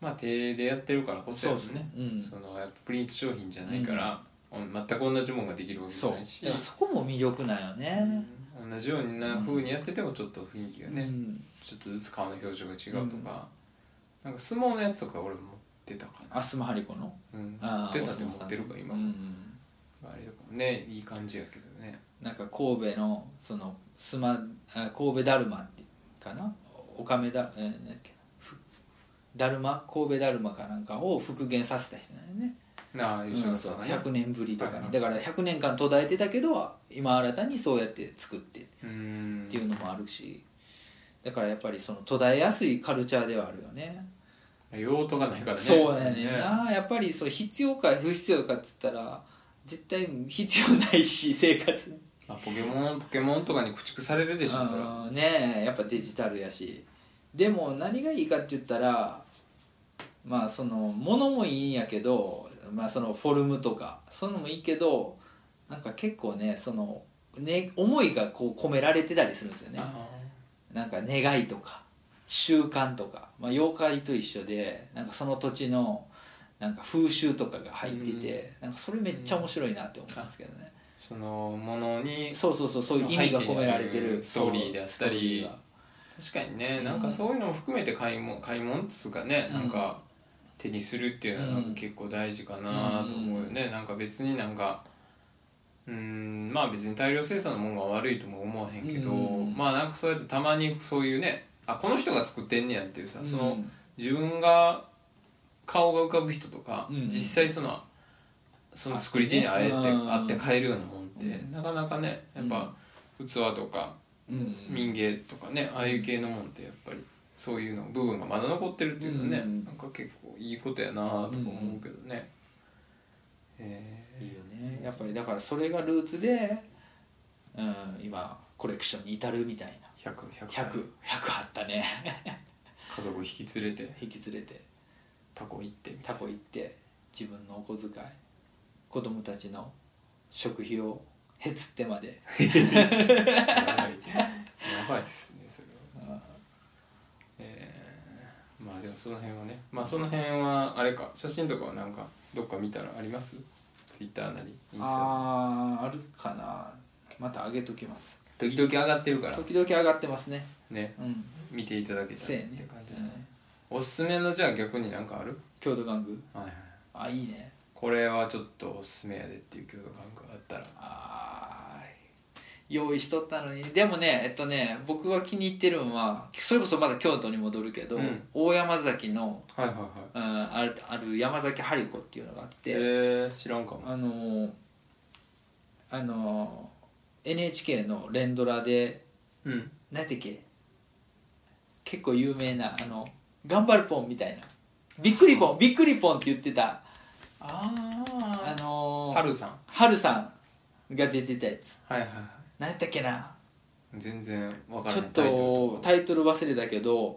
S1: まあ手でやってるからこそやもんね
S2: うん
S1: そのやっぱプリント商品じゃないから、うん全く同じもんができるわけじゃないし
S2: だからそこも魅力なんよね、
S1: 同じような風にやっててもちょっと雰囲気がね、
S2: うん
S1: ちょっとずつ顔の表情が違うとか、なんか相撲のやつとか俺持ってたかな、
S2: アスマハリコの
S1: うん、持
S2: あ
S1: っ
S2: ー
S1: てたって持ってるか今、
S2: うんうん
S1: あれとかもねいい感じやけどね
S2: なんか神戸のそのスマあ神戸だるまってかなおかめだえーなんだっけふだるま神戸だるまかなんかを復元させた人だよね、
S1: なあ
S2: う
S1: 吉野
S2: ん、
S1: さ
S2: そうん
S1: がね
S2: 100年ぶりとか
S1: はいは
S2: に
S1: い
S2: だから100年間途絶えてたけど今新たにそうやって作ってっ
S1: う
S2: ていうんのもあるしだからやっぱりその途絶えやすいカルチャーではあるよね
S1: 用途がないからね
S2: そうやねんな、やっぱりそう必要か不必要かっつったら絶対必要ないし生活に
S1: まあ、ポケモンポケモンとかに駆逐されるでしょそれは
S2: うんねえやっぱデジタルやしでも何がいいかって言ったらまあその物もいいんやけど、まあ、そのフォルムとかそういうのもいいけどなんか結構ねそのね思いがこう込められてたりするんですよね
S1: あ
S2: なんか願いとか習慣とか、まあ、妖怪と一緒でなんかその土地のなんか風習とかが入ってて、なんかそれめっちゃ面白いなって思いますけどね、
S1: ーそのものに
S2: そうそうそうそういう意味が込められて
S1: 背景にあ
S2: る
S1: るストーリーであったり
S2: そうストー
S1: 確
S2: リーが
S1: かにね
S2: うん
S1: なんかそういうのも含めて買い物買い物っつうかねなんか手にするっていうのはなん
S2: うん
S1: か結構大事かなと思うよね、なんか別になんかうんまあ別に大量生産のものが悪いとも思わへんけど、
S2: うん
S1: まあなんかそうやってたまにそういうねあこの人が作ってんねやっていうさ、その
S2: うん
S1: 自分が顔が浮かぶ人とか、
S2: うん
S1: 実際そのその作り手に会えて
S2: あ
S1: 会
S2: うん
S1: って買えるようなもんって、
S2: うん
S1: なかなかねやっぱ器とか
S2: うん
S1: 民芸とかねああいう系のもんってやっぱりそういうの部分がまだ残ってるっていうのはね、
S2: うん
S1: なんか結構いいことやなとか思うけどね、え
S2: いいよねやっぱりだからそれがルーツで、うん、今コレクションに至るみたい
S1: ー、100100
S2: な100100あったね
S1: 家族引き連れて
S2: 引き連れて
S1: タコ行ってみたい
S2: タコ行って自分のお小遣い子供たちの食費をへつってまで、
S1: なやばい やばいっすねそれは。えーまあでもその辺はねまあその辺はあれか写真とかはなんかどっか見たらありますツイッターなりインスタ
S2: あああるかなまた上げときます
S1: 時々上がってるから
S2: 時々上がってますね
S1: ね
S2: うん
S1: 見ていただけた
S2: せ
S1: ら
S2: や
S1: っ
S2: ね
S1: て感じだ
S2: う
S1: ね
S2: ん
S1: おすすめのじゃあ逆になんかある、
S2: 郷土玩具
S1: はいはい、
S2: あいいね
S1: これはちょっとおすすめやでっていう共同感があったら
S2: あー用意しとったのにでもねえっとね僕が気に入ってるのはそれこそまだ京都に戻るけど、
S1: うん
S2: 大山崎の、
S1: はいはいはい
S2: うん、あるある山崎春子っていうのがあって、
S1: えー、知らんかも
S2: あのーあのー NHK の連ドラで
S1: うん
S2: 何てっけ結構有名なあの「頑張るポン」みたいな「びっくりポン」「びっくりポン」って言ってた
S1: あ
S2: あ
S1: あ
S2: のー
S1: はるさん
S2: 春さんが出てたやつ
S1: はいはいはい
S2: 何やったっけな
S1: 全然わから
S2: ち
S1: な
S2: ょ
S1: いタイト
S2: っとタイトル忘れたけど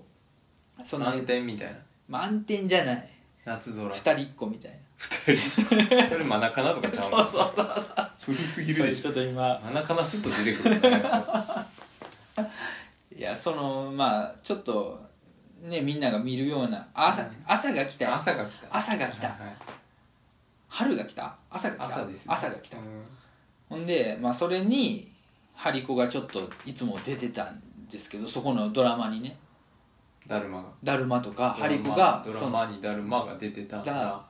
S2: そ
S1: ル
S2: の
S1: 満点みたいな
S2: 満点じゃない
S1: 夏空
S2: 二人っ子みたい
S1: 二人それマナカナとか
S2: な
S1: ち
S2: そ
S1: ゃ
S2: う
S1: う
S2: そうそう
S1: 古すぎ
S2: そ
S1: る
S2: う
S1: でし
S2: ち
S1: ょ
S2: ょっと今
S1: マナカナすっと出てくるね
S2: いやそのまあちょっとねみんなが見るような朝,、
S1: うん
S2: 朝が来たよ
S1: 朝が来た
S2: 朝が来た
S1: はいはい
S2: 春が来た朝が来た
S1: 朝ですね
S2: 朝が来た
S1: うん
S2: ほんで、まあ、それに張り子がちょっといつも出てたんですけどそこのドラマにね
S1: だるまが
S2: だるまとか張り子が
S1: ドラマ
S2: そ
S1: ド
S2: の
S1: ラマにだるまが出てたん
S2: だ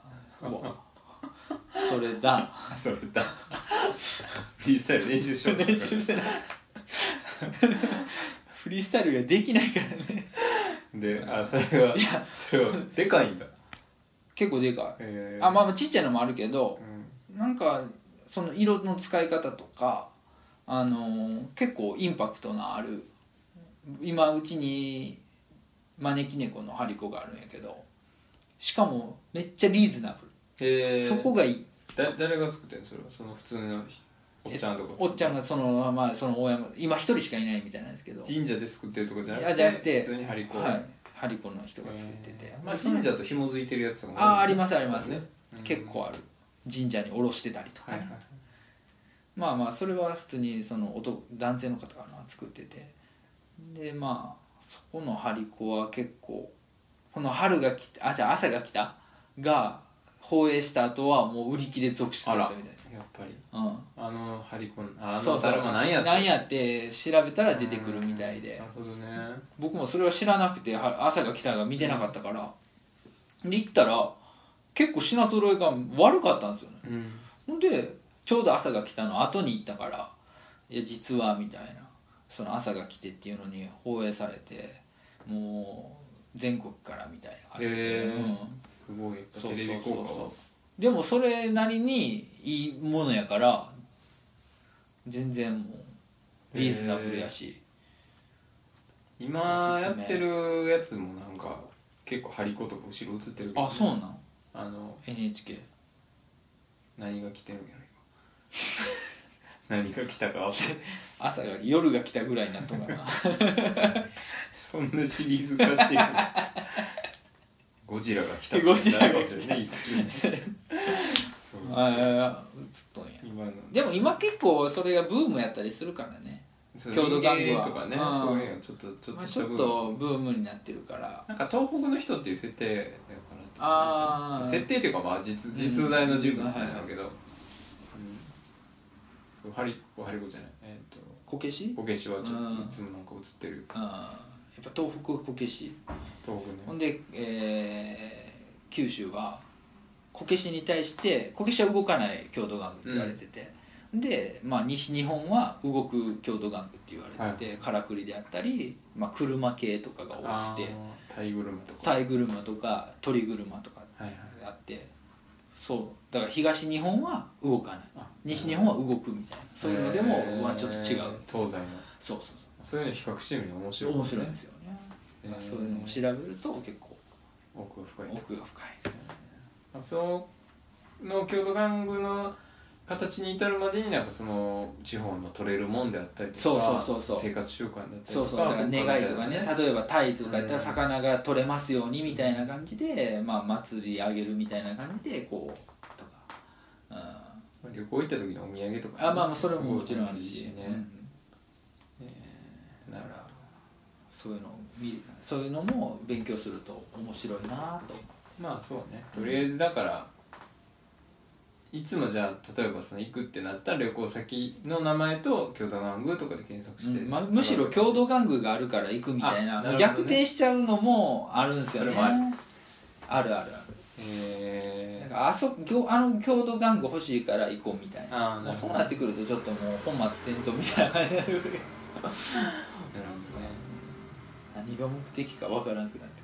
S2: うわそれだ
S1: それだ フリースタイル練習しよう
S2: 練習してない フリースタイルができないからね
S1: であそれはい
S2: や
S1: それはでかいんだ
S2: 結構でかい
S1: えー
S2: あまあまあちっちゃいのもあるけど
S1: うん
S2: なんかその色の使い方とか、あのー結構インパクトのある今うちに招き猫の張り子があるんやけどしかもめっちゃリーズナブル、
S1: えー
S2: そこがいい
S1: だ誰が作ってんのそれはその普通のひおっちゃんとか
S2: おっちゃんがそのまあその大山今一人しかいないみたいなんですけどはい
S1: 神社で作ってるとこじゃ
S2: いやじゃなくて
S1: 普通に張り子
S2: 張り子の人が作ってて、
S1: まあ神社と紐づいてるやつとかも
S2: ああありますあります
S1: ね
S2: 結構ある神社に下ろしてたりとか、
S1: はいはい
S2: まあまあそれは普通にその男男性の方かな作っててでまあそこの張り子は結構この「春が来た」あじゃあ「朝が来た」が放映した後はもう売り切れ続出だったみたい
S1: やっぱり
S2: なうん
S1: あのハリコンあ
S2: そ
S1: の
S2: うそう
S1: 誰もなんや
S2: なんやって調べたら出てくるみたいで
S1: なるほどね
S2: 僕もそれは知らなくては朝が来たが見てなかったからで行ったら結構品揃えが悪かったんですよね
S1: うん
S2: ほんでちょうど朝が来たの後に行ったから「いや実は」みたいなその朝が来てっていうのに放映されてもう全国からみたいな
S1: へえ
S2: うん
S1: すごいやっぱ
S2: そうそうそう
S1: テレビ効果は
S2: でもそれなりにいいものやから全然もうリーズナブルやし、
S1: 今
S2: おすす
S1: や
S2: め
S1: ってるやつもなんか結構ハリコとか後ろ映ってるけどね
S2: あそうなん
S1: あの
S2: NHK
S1: 何が来てるんやろ 今何が来たか忘れ
S2: 朝が夜が来たぐらいになっとか な
S1: そんなシリーズ化してる ゴジラが来た
S2: ゴジラが来た
S1: ねいつにそう
S2: あー映っとんや
S1: 今の
S2: でも今結構それがブームやったりするからね
S1: そう
S2: 郷土玩具は
S1: 民芸とかね
S2: うん
S1: そういうのちょっとちょっ
S2: まあ
S1: とし
S2: ち
S1: た
S2: ょっ
S1: 部分
S2: とブームになってるから
S1: なんか東北の人っていう設定やから
S2: あー
S1: 設定っていうかまあ実
S2: ん
S1: 実在の人物なんだけど、うんそうハリコハリコじゃないえっ、と
S2: こけし
S1: こけしはちょっ
S2: うん
S1: といつもなんか映ってる
S2: うんやっぱ東北こけし
S1: 東
S2: ほ
S1: 北ね
S2: んで、えー九州はこけしに対してこけしは動かない郷土玩具って言われてて、で、まあ、西日本は動く郷土玩具って言われてて、からくりであったり、まあ、車系とかが多くて
S1: あータイグルマとか
S2: タイ車とか鳥車とか
S1: はいはい
S2: あってそうだから東日本は動かない
S1: あ
S2: 西日本は動くみたいなそういうのでも、
S1: へー
S2: まあ、ちょっと違う
S1: 東西の
S2: そうそうそう
S1: そういうの比較してみるの面白い、
S2: 面白いんですよね、
S1: へー
S2: まあそういうのも調べると結構
S1: 奥が深い
S2: 奥が深いです
S1: まあその郷土玩具の形に至るまでになんかその地方の取れるもんであったりとか
S2: そうそうそうそう
S1: 生活習慣だったりとか
S2: そうそうだから願いとかね例えばタイとかやったら魚が取れますようにみたいな感じで、まあ、祭り上げるみたいな感じでこうとか、うん、あ
S1: 旅行行った時のお土産とかね、
S2: まあまあそれももちろんある
S1: す
S2: し
S1: ごいいい
S2: うんう
S1: ね、
S2: ん
S1: なるほ
S2: そういうのを見そういうのも勉強すると面白いなと
S1: どまあそうねとりあえずだからいつもじゃあ例えばその行くってなったら旅行先の名前と郷土玩具とかで検索して、
S2: うんまあ、むしろ
S1: 郷
S2: 共同玩具があるから行くみたいな
S1: あなるほどね
S2: 逆転しちゃうのもあるんですよね
S1: それもある
S2: あるあるあるなん
S1: え
S2: かあそぎょあの共同玩具欲しいから行こうみたい
S1: あ
S2: な
S1: あ
S2: も
S1: な
S2: う
S1: る
S2: そ
S1: ほ
S2: う
S1: ど
S2: なってくるとちょっともう本末転倒みたいな感じになるけど
S1: なるほどね
S2: 何が目的かわからなくなって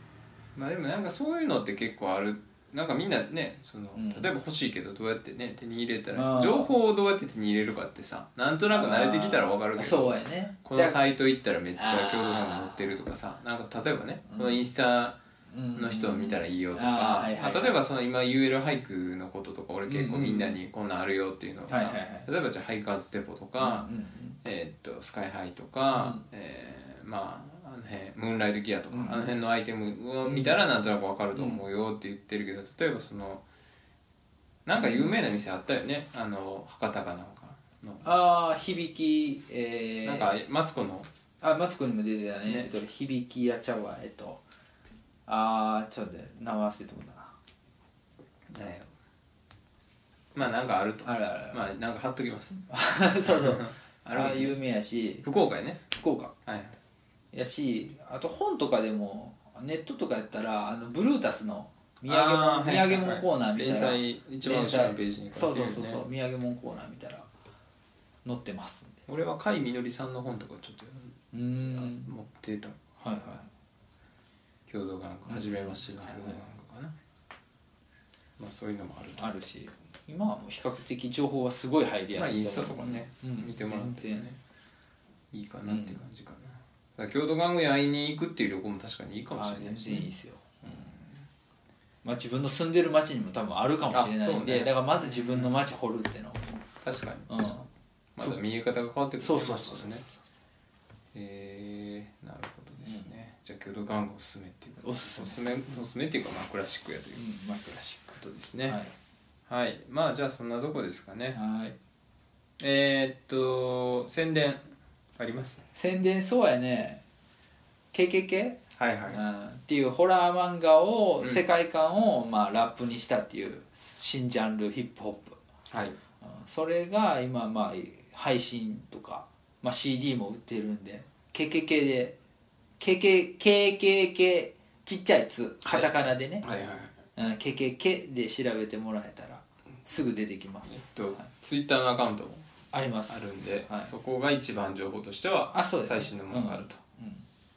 S1: まあでもなんかそういうのって結構あるなんかみんなねその、
S2: うん
S1: 例えば欲しいけどどうやってね手に入れた
S2: あ
S1: ら
S2: ー
S1: 情報をどうやって手に入れるかってさなんとなく慣れてきたら分かるけど
S2: そうやね
S1: この
S2: だ
S1: サイト行ったらめっちゃ
S2: あー
S1: 共同感が載ってるとかさなんか例えばね、
S2: うん
S1: このインスタ
S2: うん
S1: の人を見たらいいよとか、
S2: うんあーはいはいはい
S1: まあ例えばその今 UL 俳句のこととか俺結構みんなにこんなんあるよっていうのをさ、
S2: はいはいはい
S1: 例えばじゃあハイカーズデポとか、
S2: うんうん
S1: えーっとスカイハイとか、えーまああの辺ムーンライトギアとか、
S2: うん
S1: あの辺のアイテムを見たらなんとなくわかると思うよって言ってるけど例えばそのなんか有名な店あったよねあの博多かなんかの
S2: ああ響きえー、
S1: なんかマツコの
S2: あマツコにも出てたね
S1: ね
S2: えっと響きやちゃうわえっとああちょっと待って名前忘れてもだな
S1: 何やろまあなんかあると
S2: あるあるある
S1: まあなんか貼っときます
S2: そうそうあ
S1: ある
S2: れ
S1: あ
S2: は
S1: る
S2: 有名やし
S1: 福岡やね
S2: 福岡
S1: はい
S2: やしあと本とかでもネットとかやったらあのブルータスの土産
S1: あ
S2: 物
S1: ーはい
S2: 土産物コーナーみたいな
S1: 連載一番後ろのページに
S2: 連載そうそうそう
S1: 書いて
S2: そ
S1: るよ
S2: う土産物コーナー見たら載ってますんで
S1: 俺は甲斐みのりさんの本とかちょっと
S2: うーん
S1: 持ってた
S2: はいはい
S1: 共同玩具初めましての共同玩具かな、まあそういうのもあると
S2: あるし今はもう比較的情報はすごい入り
S1: ま
S2: や
S1: あ
S2: す
S1: イ
S2: い
S1: ンス
S2: と
S1: タ
S2: 思
S1: と
S2: う
S1: かね、
S2: うん
S1: 見てもらって
S2: 全
S1: ねいいかなっていう感じかな、だから共同玩具に会いに行くっていう旅行も確かにいいかもし
S2: あ
S1: れな
S2: 全
S1: いし
S2: 然
S1: ね、
S2: いいですよ、まあ、自分の住んでる町にも多分あるかもしれないん
S1: あ
S2: で、
S1: そうね
S2: だからまず自分の町掘るっていうの
S1: 確かに
S2: うん
S1: 確かにまだ見え方が変わってくる
S2: そうそうそう
S1: ま
S2: そ
S1: す
S2: う
S1: ねえー、なるほどですね、じゃあ共同玩具おすすめっていうこと
S2: おすす
S1: お
S2: め
S1: すすめおすすめっていうかまあクラシックやといううん
S2: まあクラシック
S1: ことですね
S2: は
S1: はいい、まあじゃあそんなとこですかね
S2: はい
S1: えー、っと宣伝あります
S2: 宣伝そうやね KKK、
S1: はいはい
S2: うんっていうホラー漫画を、世界観を、まあ、ラップにしたっていう新ジャンルヒップホップ
S1: はい
S2: うんそれが今まあ配信とか、まあ、CD も売ってるんで KKK で KKKKK ちっちゃい「つ」カタカナでね、
S1: はいはい
S2: うん、KKK で調べてもらえたらすぐ出てきます
S1: えっとツイッターのアカウントも
S2: あります
S1: あるんで、
S2: はい
S1: そこが一番情報としては
S2: あそうですね
S1: 最新のものがあると、
S2: うん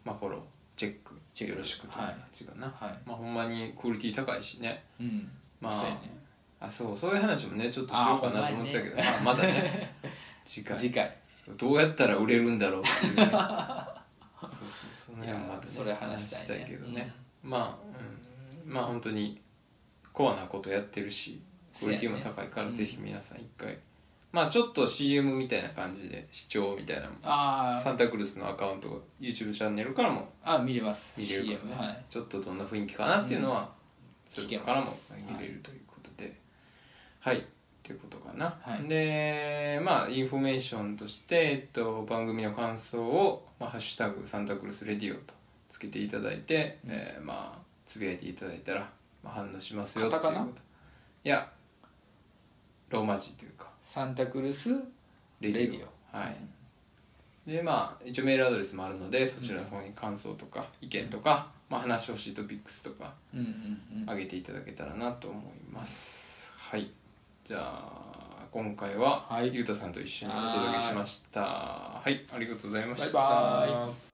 S1: まあフォローチェック
S2: チェック
S1: よろしくという感じかな、
S2: はい
S1: まあほんまにクオリティ高いしね
S2: うん
S1: ま
S2: そうや
S1: あ
S2: ね
S1: あそうそういう話もねちょっとしようかなと思ったけど、
S2: あほん
S1: まあま
S2: ま
S1: だ
S2: にね
S1: ね 次回
S2: 次回
S1: どうやったら売れるんだろうって いうねそうそうその辺もまたね
S2: それ話したいね
S1: 話けどね、まあ、うん、まあ本当にコアなことやってるしクオリティも高いから
S2: そうやね
S1: ぜひ皆さん一回、まあちょっと CM みたいな感じで視聴みたいなのも
S2: あ
S1: サ
S2: ー
S1: ンタクルスのアカウント YouTube チャンネルからも
S2: あ見れます
S1: 見れるからね、
S2: CM はい
S1: ちょっとどんな雰囲気かなっていうのは、そ
S2: 聞
S1: れ
S2: け
S1: からも
S2: ます
S1: 見れるということではい、っていうことかな、
S2: はい
S1: でまあインフォメーションとして、えっと、番組の感想を「まあ、ハッシュタグサンタクルスレディオ」とつけていただいて、
S2: うん
S1: えーまあつぶやいていただいたら、まあ、反応しますよっていう
S2: カ
S1: こと
S2: タカナ
S1: いやローマ字というか
S2: サンタクルス
S1: レディオ
S2: レディ
S1: はいでまあ一応メールアドレスもあるのでそちらの方に感想とか意見とか、まあ、話してほしいトピックスとか
S2: うんうんうん
S1: 上げていただけたらなと思いますはいじゃあ今回は、
S2: はい
S1: ゆうたさんと一緒にお届けしましたはいありがとうございました
S2: バイバイ